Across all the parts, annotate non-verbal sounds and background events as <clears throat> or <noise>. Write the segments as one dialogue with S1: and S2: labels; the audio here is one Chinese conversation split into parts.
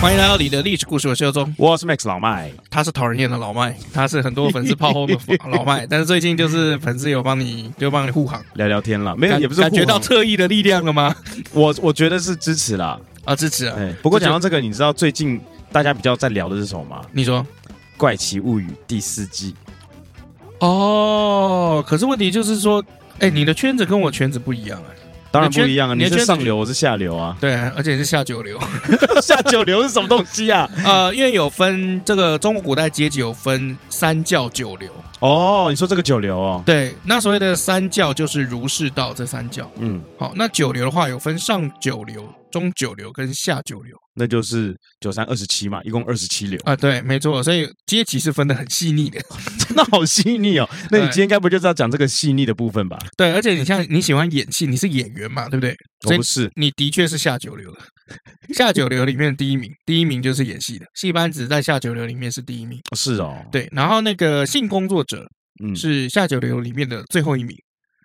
S1: 欢迎来到你的历史故事，我是周忠，
S2: 我是 Max 老麦，
S1: 他是讨人厌的老麦，他是很多粉丝炮轰的老麦，但是最近就是粉丝有帮你，就帮你护航，
S2: 聊聊天了，没有
S1: 感
S2: 哎也不是
S1: 感觉
S2: 护
S1: 到
S2: 航
S1: 侧翼的力量了吗？
S2: <laughs> 我我觉得是支持啦。
S1: 啊，支持啊！
S2: 哎，不过
S1: 这
S2: 讲
S1: 就
S2: 到这个，你知道最近大家比较在聊的是什么吗？
S1: 你说
S2: 《怪奇物语》第四季。
S1: 哦，可是问题就是说，哎，你的圈子跟我圈子不一样啊，
S2: 当然
S1: 你的
S2: 不
S1: 圈
S2: 一样啊，
S1: 你的
S2: 你是
S1: 圈子。
S2: 上流，我是下流啊
S1: <laughs> 对啊，而且是下九
S2: <laughs>
S1: 流，
S2: 下九流是什么东西啊？
S1: 呃，因为有分这个中国古代阶级有分三教九流，
S2: <laughs> 哦，你说这个九流哦，
S1: 对，那所谓的三教就是儒释道这三教，
S2: 嗯，
S1: 好，那九流的话有分上九流、中九流跟下九流。
S2: 那就是九三二十七嘛，一共二十七流， <laughs>
S1: 啊，对，没错，所以阶级是分得很细腻的。
S2: 真的好细腻哦。那你
S1: 对
S2: 今天该不就是要讲这个细腻的部分吧？
S1: 对，而且你像你喜欢演戏，你是演员嘛，对不对？所
S2: 我
S1: 以
S2: 哦不是，
S1: 你的确是下九流的，下九流里面的第一名，第一名就是演戏的。戏班子在下九流里面是第一名，
S2: 是哦，
S1: 对。然后那个性工作者
S2: 嗯，
S1: 是下九流里面的最后一名。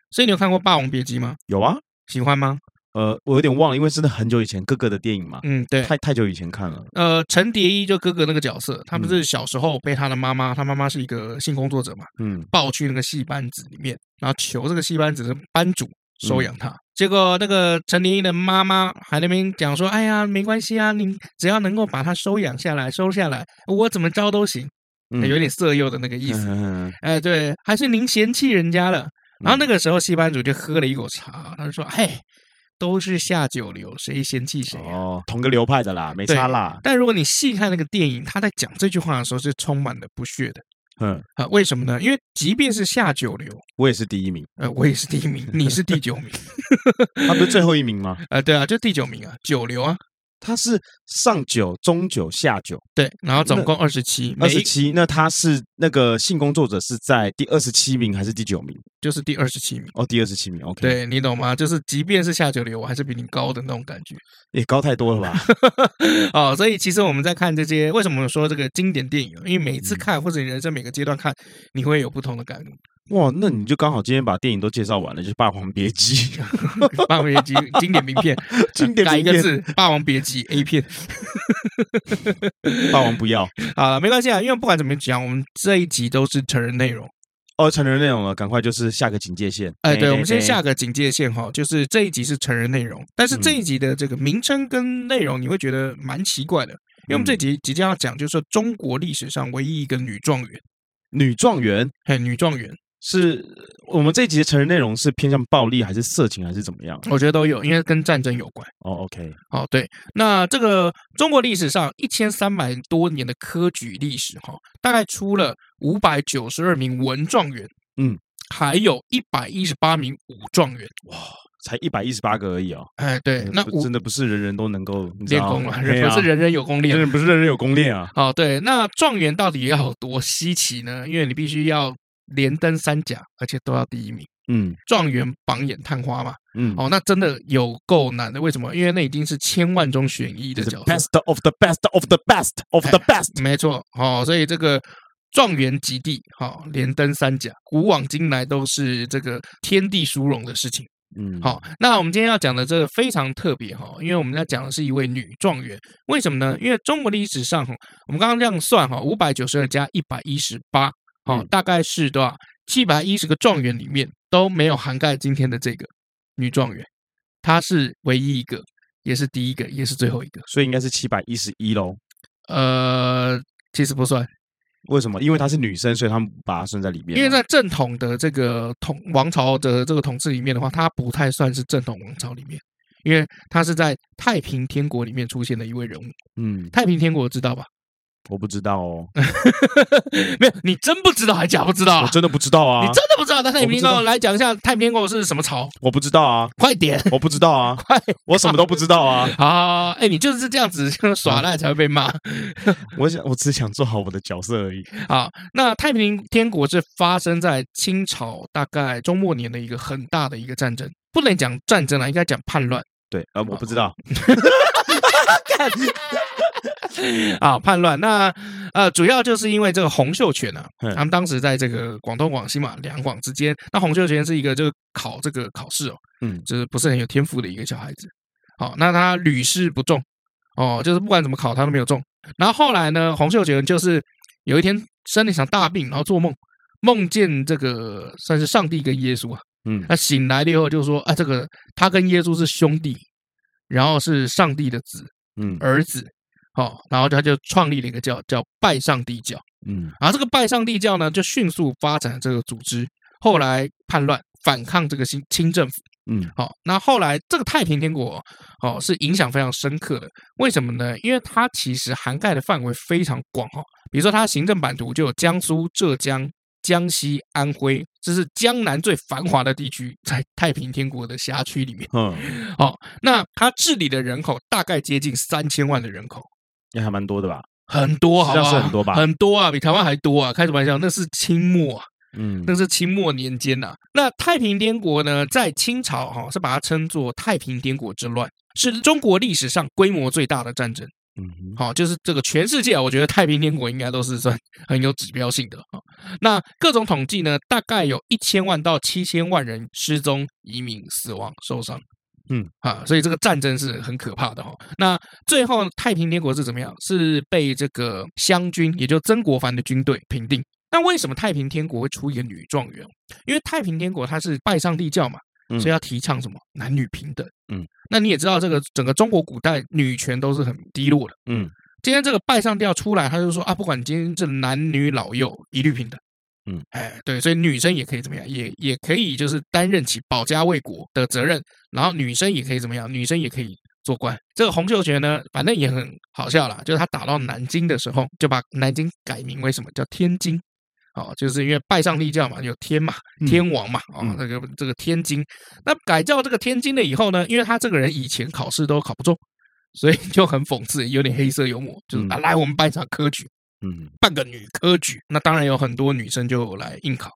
S1: 所以你有看过《霸王别姬》吗？
S2: 有啊，
S1: 喜欢吗？
S2: 呃，我有点忘了，因为真的很久以前各个的电影嘛，
S1: 嗯，对。
S2: 太太久以前看了，
S1: 呃，陈蝶衣就哥哥那个角色，他不
S2: 嗯
S1: 是小时候被他的妈妈，他妈妈是一个性工作者嘛，
S2: 嗯，
S1: 抱去那个戏班子里面，然后求这个戏班子的班主收养
S2: 嗯
S1: 他。结果那个陈蝶衣的妈妈还在那边讲说：“哎呀，没关系啊，你只要能够把他收养下来，收下来，我怎么招都行。
S2: 嗯
S1: 有点色诱的那个意思。
S2: 嗯
S1: 哎，对，还是您嫌弃人家了。然后那个时候戏班主就喝了一口茶，他就说：“嘿，都是下九流，谁嫌弃谁、啊？”
S2: 哦，同个流派的啦，没
S1: 对
S2: 差啦，
S1: 但如果你细看那个电影，他在讲这句话的时候是充满了不屑的
S2: 嗯，
S1: 啊、为什么呢？因为即便是下九流，
S2: 我也是第一名，
S1: 呃，我也是第一名，你是第九
S2: <laughs>
S1: 名，
S2: 他不是最后一名吗？
S1: 呃，对啊，就第九名啊，九流啊，
S2: 他是上九、中九、下九，
S1: 对，然后总共二十七，
S2: 二
S1: 每
S2: 十
S1: 一
S2: 七。那他是那个性工作者是在第二十七名还是第九名？
S1: 就是第二十七名，
S2: 哦，第二十七名。OK，，
S1: 对你懂吗？就是即便是下九流，我还是比你高的那种感觉 <laughs>
S2: 也高太多了 <laughs> 吧？
S1: 哦。所以其实我们在看这些，为什么说这个经典电影？因为每
S2: 嗯
S1: 一次看，或者你人生每个阶段看，你会有不同的感 <laughs> 悟。
S2: 哇，那你就刚好今天把电影都介绍完了，就是《霸王别姬》 <laughs>
S1: 《霸王别姬》经典名片，
S2: 经典
S1: 改一
S2: 名
S1: 个
S2: 片
S1: 字，《霸王别姬》A
S2: <laughs>
S1: 片。
S2: 霸王不要
S1: 好了，没关系啊，因为不管怎么讲，我们这一集都是成人内容。
S2: 哦，成人内容了，赶快就是下个警戒线。
S1: 哎，对，我们先下个警戒线哈，就是这一集是成人内容，但是
S2: 嗯
S1: 这一集的这个名称跟内容你会觉得蛮奇怪的，因为我们这
S2: 嗯
S1: 集即将要讲就是说中国历史上唯一一个女状元，
S2: 女状元
S1: 嘿，女状元，
S2: 是我们这一集的成人内容是偏向暴力还是色情还是怎么样？
S1: 我觉得都有，因为跟战争有关。
S2: 哦，OK，
S1: 哦，对，那这个中国历史上一千三百多年的科举历史哈、大概出了五百九十二名文状元，
S2: 嗯，
S1: 还有一百一十八名武状元。
S2: 才一百一十八个而已哦。
S1: 哎，对，那
S2: 不
S1: 武
S2: 真的不是人人都能够你知
S1: 练
S2: 道
S1: 功了，
S2: 对
S1: 人
S2: 啊
S1: 不是人人有功练
S2: 真。的不是人人有功练啊。
S1: 哦，对，那状元到底要有多稀奇呢？因为你必须要连登三甲，而且都要第一名，
S2: 嗯
S1: 状元榜眼探花嘛。
S2: 嗯，
S1: 哦，那真的有够难的。为什么？因为那已经是千万中选一的
S2: 就是
S1: 角色。
S2: best of the best of the best of the
S1: <laughs>
S2: best。
S1: 没错，哦，所以这个状元及第，好、连登三甲，古往今来都是这个天地殊荣的事情。
S2: 嗯，
S1: 好、，那我们今天要讲的这个非常特别哈、因为我们要讲的是一位女状元，为什么呢？因为中国历史上，哈，我们刚刚这样算哈，五百九十二加一百一十八，好，
S2: 嗯
S1: 大概是多少？七百一十个状元里面都没有涵盖今天的这个女状元，她是唯一一个，也是第一个，也是最后一个。
S2: 所以应该是七百一十一喽。
S1: 呃，其实不算。
S2: 为什么？因为她是女生，所以他们把她算在里面嘛。啊
S1: 因为在正统的这个统王朝的这个统治里面的话，它不太算是正统王朝里面，因为它是在太平天国里面出现的一位人物。
S2: 嗯，
S1: 太平天国知道
S2: <laughs>
S1: 吧？
S2: 我不知道
S1: <laughs>
S2: 哦，
S1: 没有，你真不知道还假不知道
S2: 我
S1: 啊？
S2: 真的不知道啊
S1: 你，真的不知道？那太平天
S2: 我不
S1: 国
S2: 知
S1: 来讲一下太平天国是什么朝？
S2: 我不知道啊，
S1: 快点
S2: 我不知道啊， <laughs> 我什么都不知
S1: <laughs>
S2: 道啊。
S1: 啊！哎，你就是这样子耍赖才会被骂
S2: 我想，我只想做好我的角色
S1: <laughs>
S2: 而已。
S1: 啊！那太平天国是发生在清朝大概中末年的一个很大的一个战争，不能讲战争了，应该讲叛乱。
S2: 对，呃，我不知道，干嗯
S1: 啊叛乱。那呃，主要就是因为这个洪秀全啊，
S2: 嗯
S1: 他们当时在这个广东、广西嘛，两广之间。那洪秀全是一个就是考这个考试哦，
S2: 嗯
S1: 就是不是很有天赋的一个小孩子。好，那他屡试不中哦，就是不管怎么考他都没有中。然后后来呢，洪秀全就是有一天生了一场大病，然后做梦，梦见这个算是上帝跟耶稣啊。
S2: 嗯
S1: 那醒来了以后就说啊，这个他跟耶稣是兄弟，然后是上帝的子 <laughs>
S2: 嗯
S1: 儿子，哦，然后他就创立了一个教叫拜上帝教，
S2: 嗯
S1: 然后这个拜上帝教呢就迅速发展这个组织，后来叛乱反抗这个新清政府，
S2: 嗯
S1: 好、那后来这个太平天国哦是影响非常深刻的，为什么呢？因为它其实涵盖的范围非常广哦，比如说它行政版图就有江苏、浙江、江西、安徽，这是江南最繁华的地区，在太平天国的辖区里面。
S2: 嗯，
S1: 哦，那它治理的人口大概接近三千万的人口，
S2: 也还蛮多的吧？
S1: 很多好
S2: 实
S1: 不
S2: 际上
S1: 好？
S2: 是很多吧
S1: 很多啊，比台湾还多啊！开什么玩笑？那是清末、啊，
S2: 嗯
S1: 那是清末年间呐、啊那太平天国呢，在清朝哈、是把它称作太平天国之乱，是中国历史上规模最大的战争。
S2: 嗯
S1: 好、就是这个全世界啊，我觉得太平天国应该都是算 <laughs> 很有指标性的啊、那各种统计呢，大概有一千万到七千万人失踪、移民、死亡、受伤。
S2: 嗯
S1: 啊，所以这个战争是很可怕的哈、那最后太平天国是怎么样？是被这个湘军，也就曾国藩的军队平定。那为什么太平天国会出一个女状元？因为太平天国它是拜上帝教嘛，
S2: 嗯
S1: 所以要提倡什么男女平等。
S2: 嗯，
S1: 那你也知道，这个整个中国古代女权都是很低落的。
S2: 嗯
S1: 今天这个拜上吊出来，他就说啊，不管今天这男女老幼一律平等。
S2: 嗯，
S1: 哎，对，所以女生也可以怎么样，也也可以就是担任起保家卫国的责任，然后女生也可以怎么样，女生也可以做官。这个洪秀全呢，反正也很好笑啦，就是他打到南京的时候，就把南京改名为什么叫天津。哦，就是因为拜上帝教嘛，有天嘛，
S2: 嗯
S1: 天王嘛，哦
S2: 嗯，
S1: 那个这个天津，那改叫这个天津了以后呢，因为他这个人以前考试都考不中，所以就很讽刺，有点黑色幽默，就是、啊、
S2: 嗯
S1: 来我们办一场科举，
S2: 嗯
S1: 办个女科举。那当然有很多女生就来应考，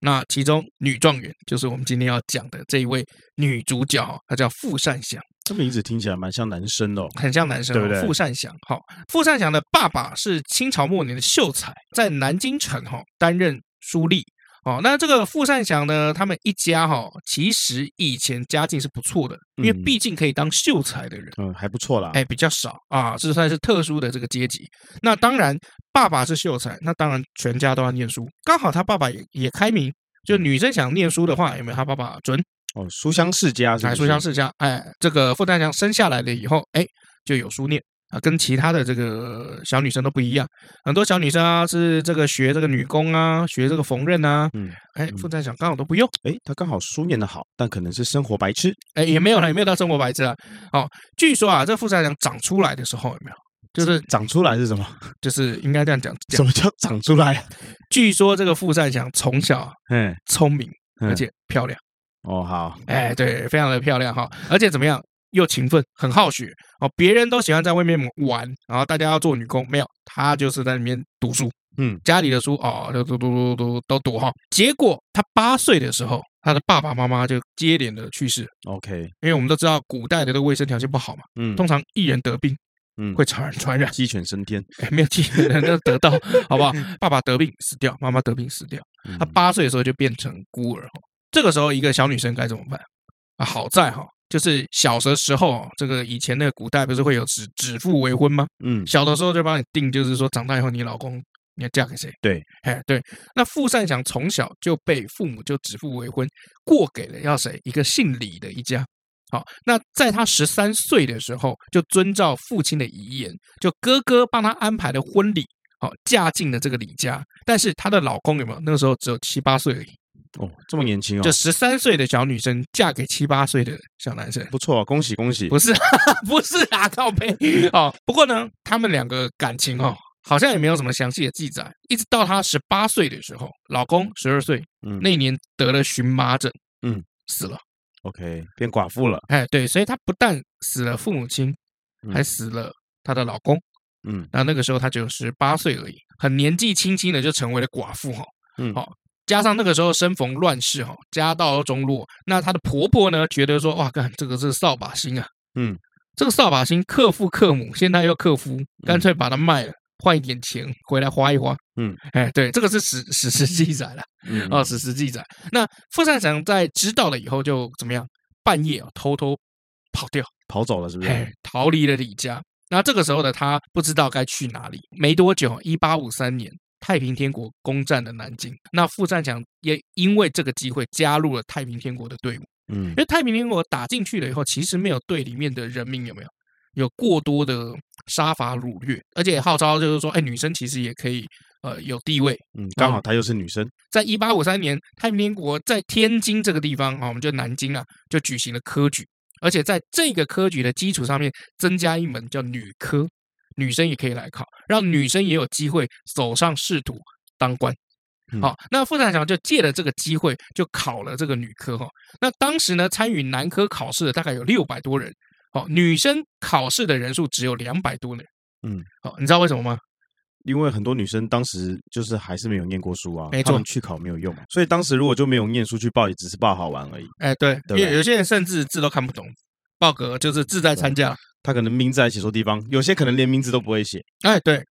S1: 那其中女状元就是我们今天要讲的这一位女主角哦，她叫傅善祥，
S2: 这名字听起来蛮像男生的哦。
S1: 很像男生、哦，
S2: 对不对
S1: 傅善祥，好、傅善祥的爸爸是清朝末年的秀才，在南京城哈、担任书吏。哦，那这个傅善祥呢，他们一家哈、其实以前家境是不错的，因为
S2: 嗯
S1: 毕竟可以当秀才的人。
S2: 嗯，还不错啦。
S1: 哎，比较少啊，这算是特殊的这个阶级。那当然，爸爸是秀才，那当然全家都要念书。刚好他爸爸也也开明，就女生想念书的话，有没有他爸爸准？
S2: 哦，书香世家是不
S1: 哎，
S2: 是
S1: 书香世家，哎，这个傅丹祥生下来了以后，哎，就有书念啊，跟其他的这个小女生都不一样。很多小女生啊，是这个学这个女工啊，学这个缝纫啊，
S2: 嗯，
S1: 哎，
S2: 嗯
S1: 傅丹祥刚好都不用。
S2: 哎，他刚好书念得好，但可能是生活白痴，
S1: 哎，也没有了，也没有到生活白痴啊。哦，据说啊，这傅善祥长出来的时候有没有？就是
S2: 长出来是
S1: <laughs>
S2: 什么？
S1: 就是应该这样讲，讲
S2: 什么叫长出来
S1: <laughs>
S2: 啊？
S1: 据说这个傅善祥从小啊
S2: 嗯，
S1: 聪明，
S2: 嗯
S1: 而且漂亮，
S2: 哦好，
S1: 哎，对，非常的漂亮哈，而且怎么样，又勤奋，很好学哦。别人都喜欢在外面玩，然后大家要做女工，没有，他就是在里面读书，
S2: 嗯，
S1: 家里的书哦，都读读读读都读哈。结果他八岁的时候，他的爸爸妈妈就接连的去世，
S2: OK，
S1: 因为我们都知道古代的这个卫生条件不好嘛，
S2: 嗯
S1: 通常一人得病
S2: 嗯，
S1: 会传传染。
S2: 鸡犬升天，
S1: 哎没有几个人能得到，好不
S2: <laughs>
S1: 好？爸爸得病死掉，妈妈得病死掉，
S2: 嗯
S1: 他八岁的时候就变成孤儿哦。这个时候，一个小女生该怎么办啊？好在哈、就是小的时候、哦，这个以前那个古代不是会有指指腹为婚吗？
S2: 嗯
S1: 小的时候就帮你定，就是说长大以后你老公你要嫁给谁？
S2: 对，
S1: 哎对。那傅善祥从小就被父母就指腹为婚，过给了要谁一个姓李的一家。好，那在他十三岁的时候，就遵照父亲的遗言，就哥哥帮他安排的婚礼，好嫁进了这个李家。但是她的老公有没有？那个时候只有七八岁而已，
S2: 哦这么年轻哦，
S1: 就十三岁的小女生嫁给七八岁的小男生。
S2: 不错，哦恭喜恭喜，
S1: 不是， <laughs> 不是啊，靠背哦。不过呢，他们两个感情哦，好像也没有什么详细的记载。一直到她十八岁的时候，老公十二岁
S2: 嗯
S1: 那一年得了荨麻疹，
S2: 嗯，
S1: 死了。
S2: OK 变寡妇了，
S1: 哎，对，所以她不但死了父母亲，还
S2: 嗯
S1: 死了她的老公。
S2: 嗯
S1: 那那个时候她只有十八岁而已，很年纪轻轻的就成为了寡妇哈、哦。
S2: 嗯
S1: 好、加上那个时候身逢乱世哈、哦，家道中落，那她的婆婆呢觉得说哇，干这个是扫把星啊，
S2: 嗯，
S1: 这个扫把星克父克母，现在又克夫，干脆把它卖了，换一点钱回来花一花。
S2: 嗯，
S1: 哎，对，这个是史史实记载了
S2: 嗯
S1: 啊，史实记载。那傅善长在知道了以后，就怎么样？半夜啊偷偷跑掉，
S2: 跑走了是不
S1: 哎
S2: 是？，
S1: 逃离了李家。那这个时候的他不知道该去哪里。没多久，一八五三年，太平天国攻占了南京。那傅善长也因为这个机会加入了太平天国的队伍。
S2: 嗯
S1: 因，为太平天国打进去了以后，其实没有对里面的人民有没有有过多的杀伐掳掠，而且号召就是说，哎，女生其实也可以呃有地位。
S2: 嗯，刚好她又是女生，
S1: 在一八五三年，太平天国在天津这个地方啊，我们就南京啊，就举行了科举，而且在这个科举的基础上面增加一门叫女科，女生也可以来考，让女生也有机会走上仕途当官。
S2: 嗯
S1: 好、那傅善祥就借了这个机会，就考了这个女科哈、那当时呢，参与男科考试的大概有六百多人，哦，女生考试的人数只有两百多人。
S2: 嗯，
S1: 好、你知道为什么吗？
S2: 因为很多女生当时就是还是没有念过书啊，
S1: 没
S2: 她们
S1: 错
S2: 去考没有用嘛，所以当时如果就没有念书去报，也只是报好玩而已。
S1: 哎，对，
S2: 对
S1: 因
S2: 吧
S1: 为有些人甚至字都看不懂，报格就是志在参加啦。
S2: 她可能名字还写错地方，有些可能连名字都不会写。
S1: 哎，对，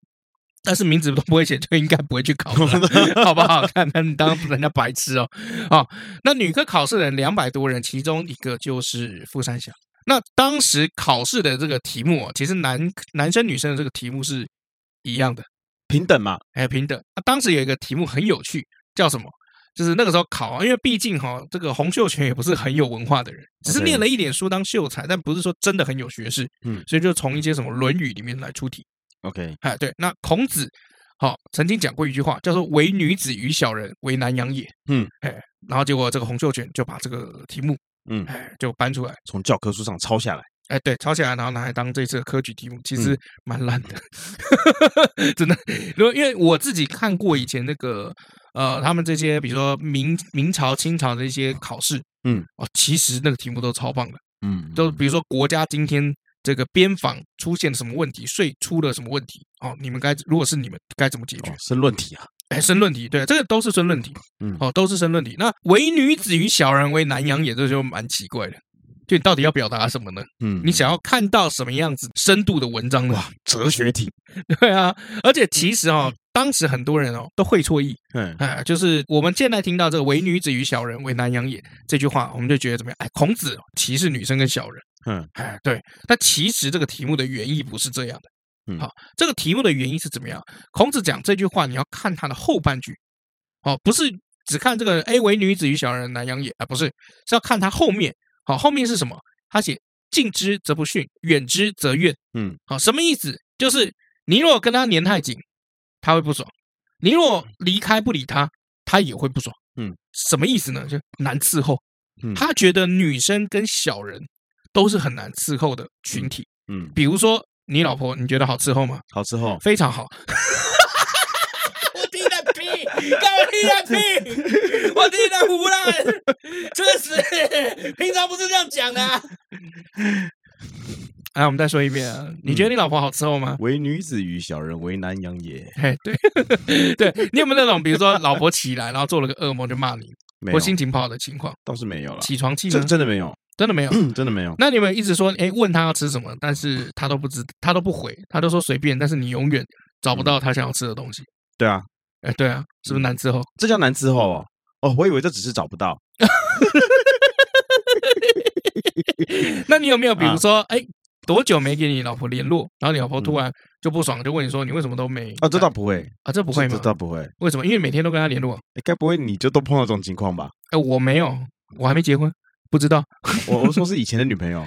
S1: 但是名字都不会写，就应该不会去考了 <laughs> 啦，好不好？看看你当人家白痴哦。哦，那女科考试的人两百多人，其中一个就是傅三祥。那当时考试的这个题目、哦，其实男男生女生的这个题目是一样的，
S2: 平等嘛，
S1: 哎，平等。那当时有一个题目很有趣，叫什么？就是那个时候考啊，因为毕竟哈、这个洪秀全也不是很有文化的人，只是
S2: OK
S1: 念了一点书当秀才，但不是说真的很有学识，
S2: 嗯
S1: 所以就从一些什么《论语》里面来出题。
S2: ，OK，
S1: 哎，对，那孔子好、曾经讲过一句话，叫做“唯女子与小人，为难养也”。
S2: 嗯，
S1: 哎，然后结果这个洪秀全就把这个题目，
S2: 嗯
S1: 哎，就搬出来，
S2: 从教科书上抄下来，
S1: 哎，对，抄起来，然后拿来当这次的科举题目，其
S2: 嗯
S1: 实蛮烂的， <laughs> 真的。如果因为我自己看过以前那个呃，他们这些比如说明明朝、清朝的一些考试，
S2: 嗯，
S1: 哦，其实那个题目都超棒的。
S2: 嗯
S1: 都比如说国家今天这个边防出现什么问题，税出了什么问题，哦，你们该如果是你们该怎么解决
S2: 哦？申论题啊，
S1: 哎，申论题，对，这个都是申论题，
S2: 嗯
S1: 哦，都是申论题。那唯女子与小人为难养也，这就蛮奇怪的。就你到底要表达什么呢？
S2: 嗯
S1: 你想要看到什么样子深度的文章呢？
S2: 哲学题，
S1: <laughs> 对啊，而且其实哦，当时很多人哦都会错意，
S2: 嗯
S1: 哎，就是我们现在听到这个“唯女子与小人为难养也”这句话，我们就觉得怎么样？哎，孔子歧视女生跟小人。
S2: 嗯，
S1: 哎，对，但其实这个题目的原意不是这样的。
S2: 嗯
S1: 好，这个题目的原因是怎么样？孔子讲这句话，你要看他的后半句，哦，不是只看这个“哎，唯女子与小人难养也”啊，不是，是要看他后面。好，后面是什么？他写“近之则不逊，远之则怨”。
S2: 嗯，
S1: 好，什么意思？就是你如果跟他粘太紧，他会不爽；你如果离开不理他，他也会不爽。
S2: 嗯，
S1: 什么意思呢？就难伺候。
S2: 嗯
S1: 他觉得女生跟小人都是很难伺候的群体。
S2: 嗯，
S1: 比如说，你老婆你觉得好伺候吗？
S2: 好之后，
S1: 非常好。我听的屁，干我听的屁，我听的胡乱，确实，平常不是这样讲的、啊。哎，我们再说一遍啊！你
S2: 嗯
S1: 觉得你老婆好伺候吗？
S2: 唯女子与小人为难养也，
S1: 哎， <laughs> 对，对你有没有那种，比如说老婆起来，然后做了个噩梦就骂你，
S2: 没有
S1: 或，心情不好的情况，
S2: 倒是没有了，
S1: 起床气呢
S2: 真？真的没有，嗯
S1: 真的没有。
S2: 真的没有，
S1: 那你们一直说，哎，问他要吃什么，但是他都不知，他都不回，他都说随便，但是你永远找
S2: 嗯
S1: 不到他想要吃的东西。
S2: 对啊，
S1: 哎，对啊，是
S2: 嗯
S1: 不是难伺候？
S2: 这叫难伺候哦。哦，我以为这只是找不到，
S1: 那你有没有
S2: 啊
S1: 比如说，哎、多久没给你老婆联络？然后你老婆突然就不爽，就问你说你为什么都没？
S2: 啊，这倒不会，
S1: 啊，这不
S2: 不
S1: 会
S2: 这
S1: 吗？
S2: 倒不会。诶
S1: 为什么？因为每天都跟他联络。
S2: 该不会你就都碰到这种情况 <laughs> 吧？
S1: 哎，我没有，我还没结婚，不知道。 <laughs>
S2: 我我说是以前的女朋 <laughs> 友，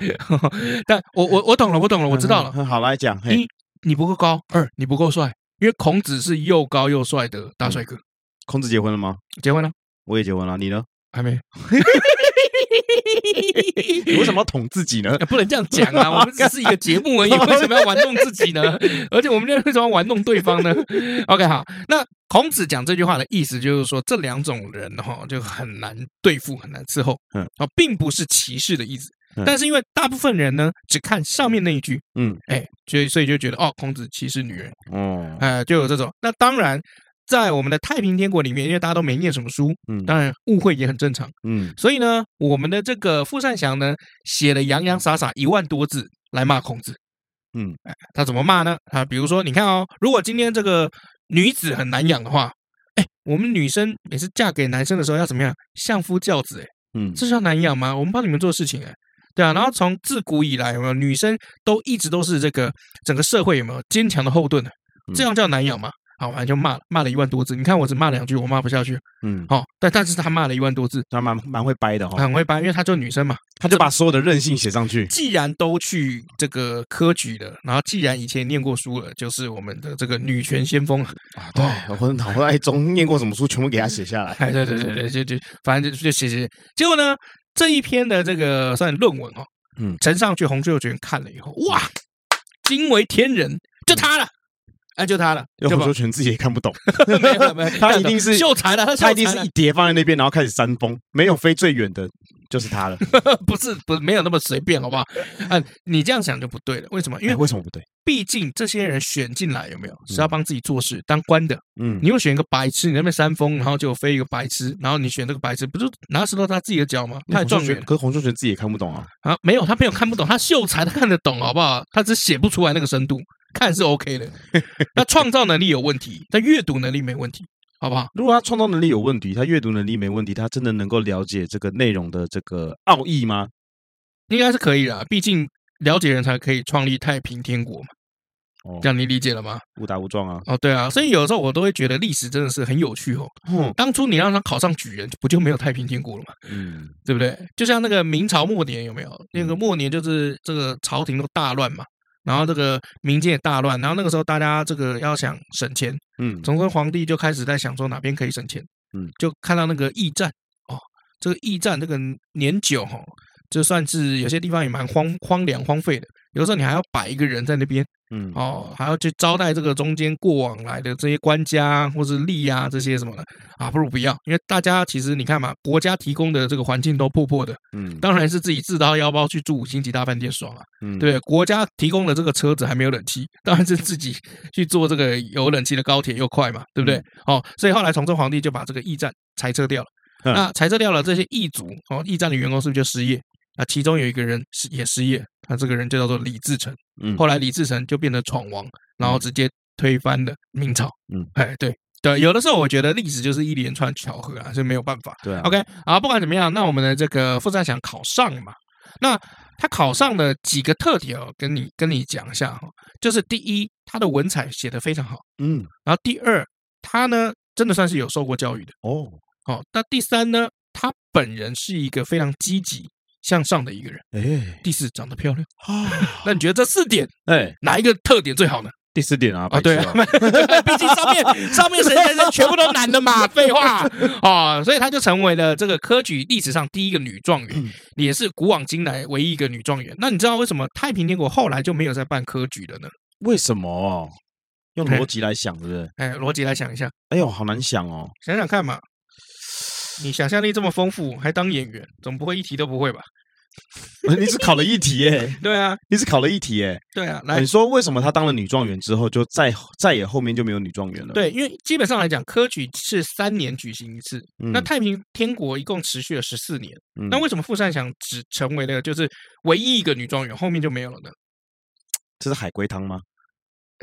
S1: 但我我我懂了，我懂了，我知道了。
S2: 嗯。好，来讲，嘿，
S1: 一，你不够高；二，你不够帅。因为孔子是又高又帅的大帅
S2: 嗯
S1: 哥。
S2: 孔子结婚了吗？
S1: 结婚了
S2: 我也结婚了， <laughs> 你呢？
S1: 还没？
S2: 你为什么要捅自己
S1: <laughs>
S2: 呢？
S1: 哎不能这样讲
S2: <laughs>
S1: 啊！我们只是一个节目而已，为什么要玩弄自己呢？ <laughs> 而且我们这为什么要玩弄对方
S2: <laughs>
S1: 呢？OK，好，那孔子讲这句话的意思就是说，这两种人哈、就很难对付，很难伺候。
S2: 嗯
S1: 哦，并不是歧视的意思
S2: 嗯，
S1: 但是因为大部分人呢，只看上面那一句，
S2: 嗯，
S1: 哎，所以所以就觉得哦，孔子歧视女人，
S2: 哦，
S1: 哎、就有这种。那当然，在我们的太平天国里面，因为大家都没念什么书，
S2: 嗯
S1: 当然误会也很正常。
S2: 嗯
S1: 所以呢，我们的这个傅善祥呢，写了洋洋洒洒一万多字，来骂孔子。
S2: 嗯，
S1: 哎，他怎么骂呢？啊，比如说，你看哦，如果今天这个女子很难养的话，哎，我们女生每次嫁给男生的时候要怎么样？相夫教子，哎，
S2: 嗯
S1: 这叫难养吗？我们帮你们做事情，哎，对啊。然后从自古以来，有没有女生都一直都是这个整个社会有没有坚强的后盾呢？这样叫难养吗？好，反正就骂了，骂了一万多字。你看我只骂两句，我骂不下去。
S2: 嗯，啊
S1: 哦，但但是他骂了一万多字，
S2: 他蛮哦蛮会掰的
S1: 她
S2: 哈，
S1: 很会掰，因为她就女生嘛。
S2: 他就把所有的任性写上去。
S1: <laughs> 既然都去这个科举了，然后既然以前念过书了，就是我们的这个女权先锋啊。
S2: 啊对，我我后来中念过什么书，全部给他写下 <laughs> 来。
S1: 哎，对对对对，就就反正就就写写。结果呢，这一篇的这个算论文哦，
S2: 嗯
S1: 呈上去洪秀全看了以后，哇，惊为天人，就
S2: 嗯
S1: 他了。哎，就他
S2: <laughs>
S1: 了，
S2: 因
S1: 对
S2: 为
S1: 吧
S2: 洪？秀全自己也看不懂，
S1: <laughs> 没有没有，
S2: <laughs> 他一定是
S1: 秀才了，他秀才
S2: 他一定是
S1: 了 <laughs>
S2: 一叠放在那边，然后开始扇风，没有飞最远的，就是他了。
S1: 不是不没有那么随便，好不好？ <laughs> 啊，你这样想就不对了。为什么？因
S2: 哎
S1: 为
S2: 为什么不对？
S1: 毕竟这些人选进来有没有是要帮自己做事、当官的，
S2: 嗯
S1: 你又选一个白痴，你那边扇风，然后就飞一个白痴，然后你选这个白痴，不就拿石头砸自己的脚吗？太
S2: 洪秀
S1: 状
S2: 全
S1: 元了
S2: 可是洪秀全自己也看不懂啊。
S1: 啊！没有，他没有看不懂，他秀才他看得懂，好不好？他只写不出来那个深度，看是 OK
S2: <laughs>
S1: 的。那创造能力有问题，但阅读能力没问题，好不好？
S2: 如果他创造能力有问题，他阅读能力没问题，他真的能够了解这个内容的这个奥义吗？
S1: 应该是可以的啊，毕竟了解人才可以创立太平天国嘛。
S2: 哦
S1: 这，样你理解了吗？
S2: 误打误撞啊。
S1: 哦，对啊，所以有时候我都会觉得历史真的是很有趣哦。
S2: 哼
S1: 当初你让他考上举人，不就没有太平天国了吗？
S2: 嗯
S1: 对不对？就像那个明朝末年有没有？那个末年就是这个朝廷都大乱嘛，然后这个民间也大乱，然后那个时候大家这个要想省钱，
S2: 嗯
S1: 崇祯皇帝就开始在想说哪边可以省钱，
S2: 嗯，
S1: 就看到那个驿站哦，这个驿站这个年久哈、哦，就算是有些地方也蛮荒荒凉荒废的，有时候你还要摆一个人在那边。
S2: 嗯
S1: 哦，还要去招待这个中间过往来的这些官家啊或是吏啊这些什么的啊，不如不要，因为大家其实你看嘛，国家提供的这个环境都破破的，
S2: 嗯
S1: 当然是自己自掏腰包去住五星级大饭店爽啊，
S2: 嗯，
S1: 对不对，国家提供的这个车子还没有冷气，当然是自
S2: <laughs>
S1: 己去坐这个有冷气的高铁又快嘛，对不对
S2: 嗯？
S1: 哦，所以后来崇祯皇帝就把这个驿站裁撤掉了，
S2: 嗯
S1: 那裁撤掉了这些驿卒哦，驿站的员工是不是就失业？那其中有一个人是也失业，他这个人就叫做李自成。
S2: 嗯，
S1: 后来李自成就变得闯王，然后直接推翻了明朝。
S2: 嗯，
S1: 哎，对对，有的时候我觉得历史就是一连串巧合啊，是没有办法。
S2: 对啊
S1: OK，好，不管怎么样，那我们的这个傅占祥考上了嘛，那他考上的几个特点哦，跟你跟你讲一下哈、就是第一，他的文采写得非常好，
S2: 嗯
S1: 然后第二，他呢真的算是有受过教育的
S2: 哦，
S1: 哦，那第三呢，他本人是一个非常积极向上的一个人，
S2: 哎
S1: 第四，长得漂亮。
S2: 啊，
S1: 那你觉得这四点
S2: <laughs> 哎，
S1: 哪一个特点最好呢？
S2: 第四点啊，
S1: 啊，
S2: 白痴
S1: 对啊，毕竟上面上面谁谁谁全部都男的嘛，废话啊、哦，所以她就成为了这个科举历史上第一个女状
S2: 嗯
S1: 元，也是古往今来唯一一个女状元。那你知道为什么太平天国后来就没有再办科举了呢？
S2: <laughs> 为什么哦？用逻辑来想，对不对？
S1: 哎，逻辑来想一下，
S2: 哎呦，好难想哦。 <laughs>
S1: 想想看嘛，你想象力这么丰富，还当演员，总不会一题都不会吧？
S2: 你只考了一题
S1: <laughs>
S2: 耶，
S1: 对啊，
S2: 你只考了一题耶。哦
S1: 对啊，
S2: 你
S1: 来。
S2: 说为什么她当了女状元之后，就再再也后面就没有女状元了？，
S1: 对，因为基本上来讲，科举是三年举行一次。那太平天国一共持续了十四年。
S2: 嗯
S1: 那为什么傅善祥只成为了就是唯一一个女状元，后面就没有了呢？哎
S2: 这是海龟汤吗？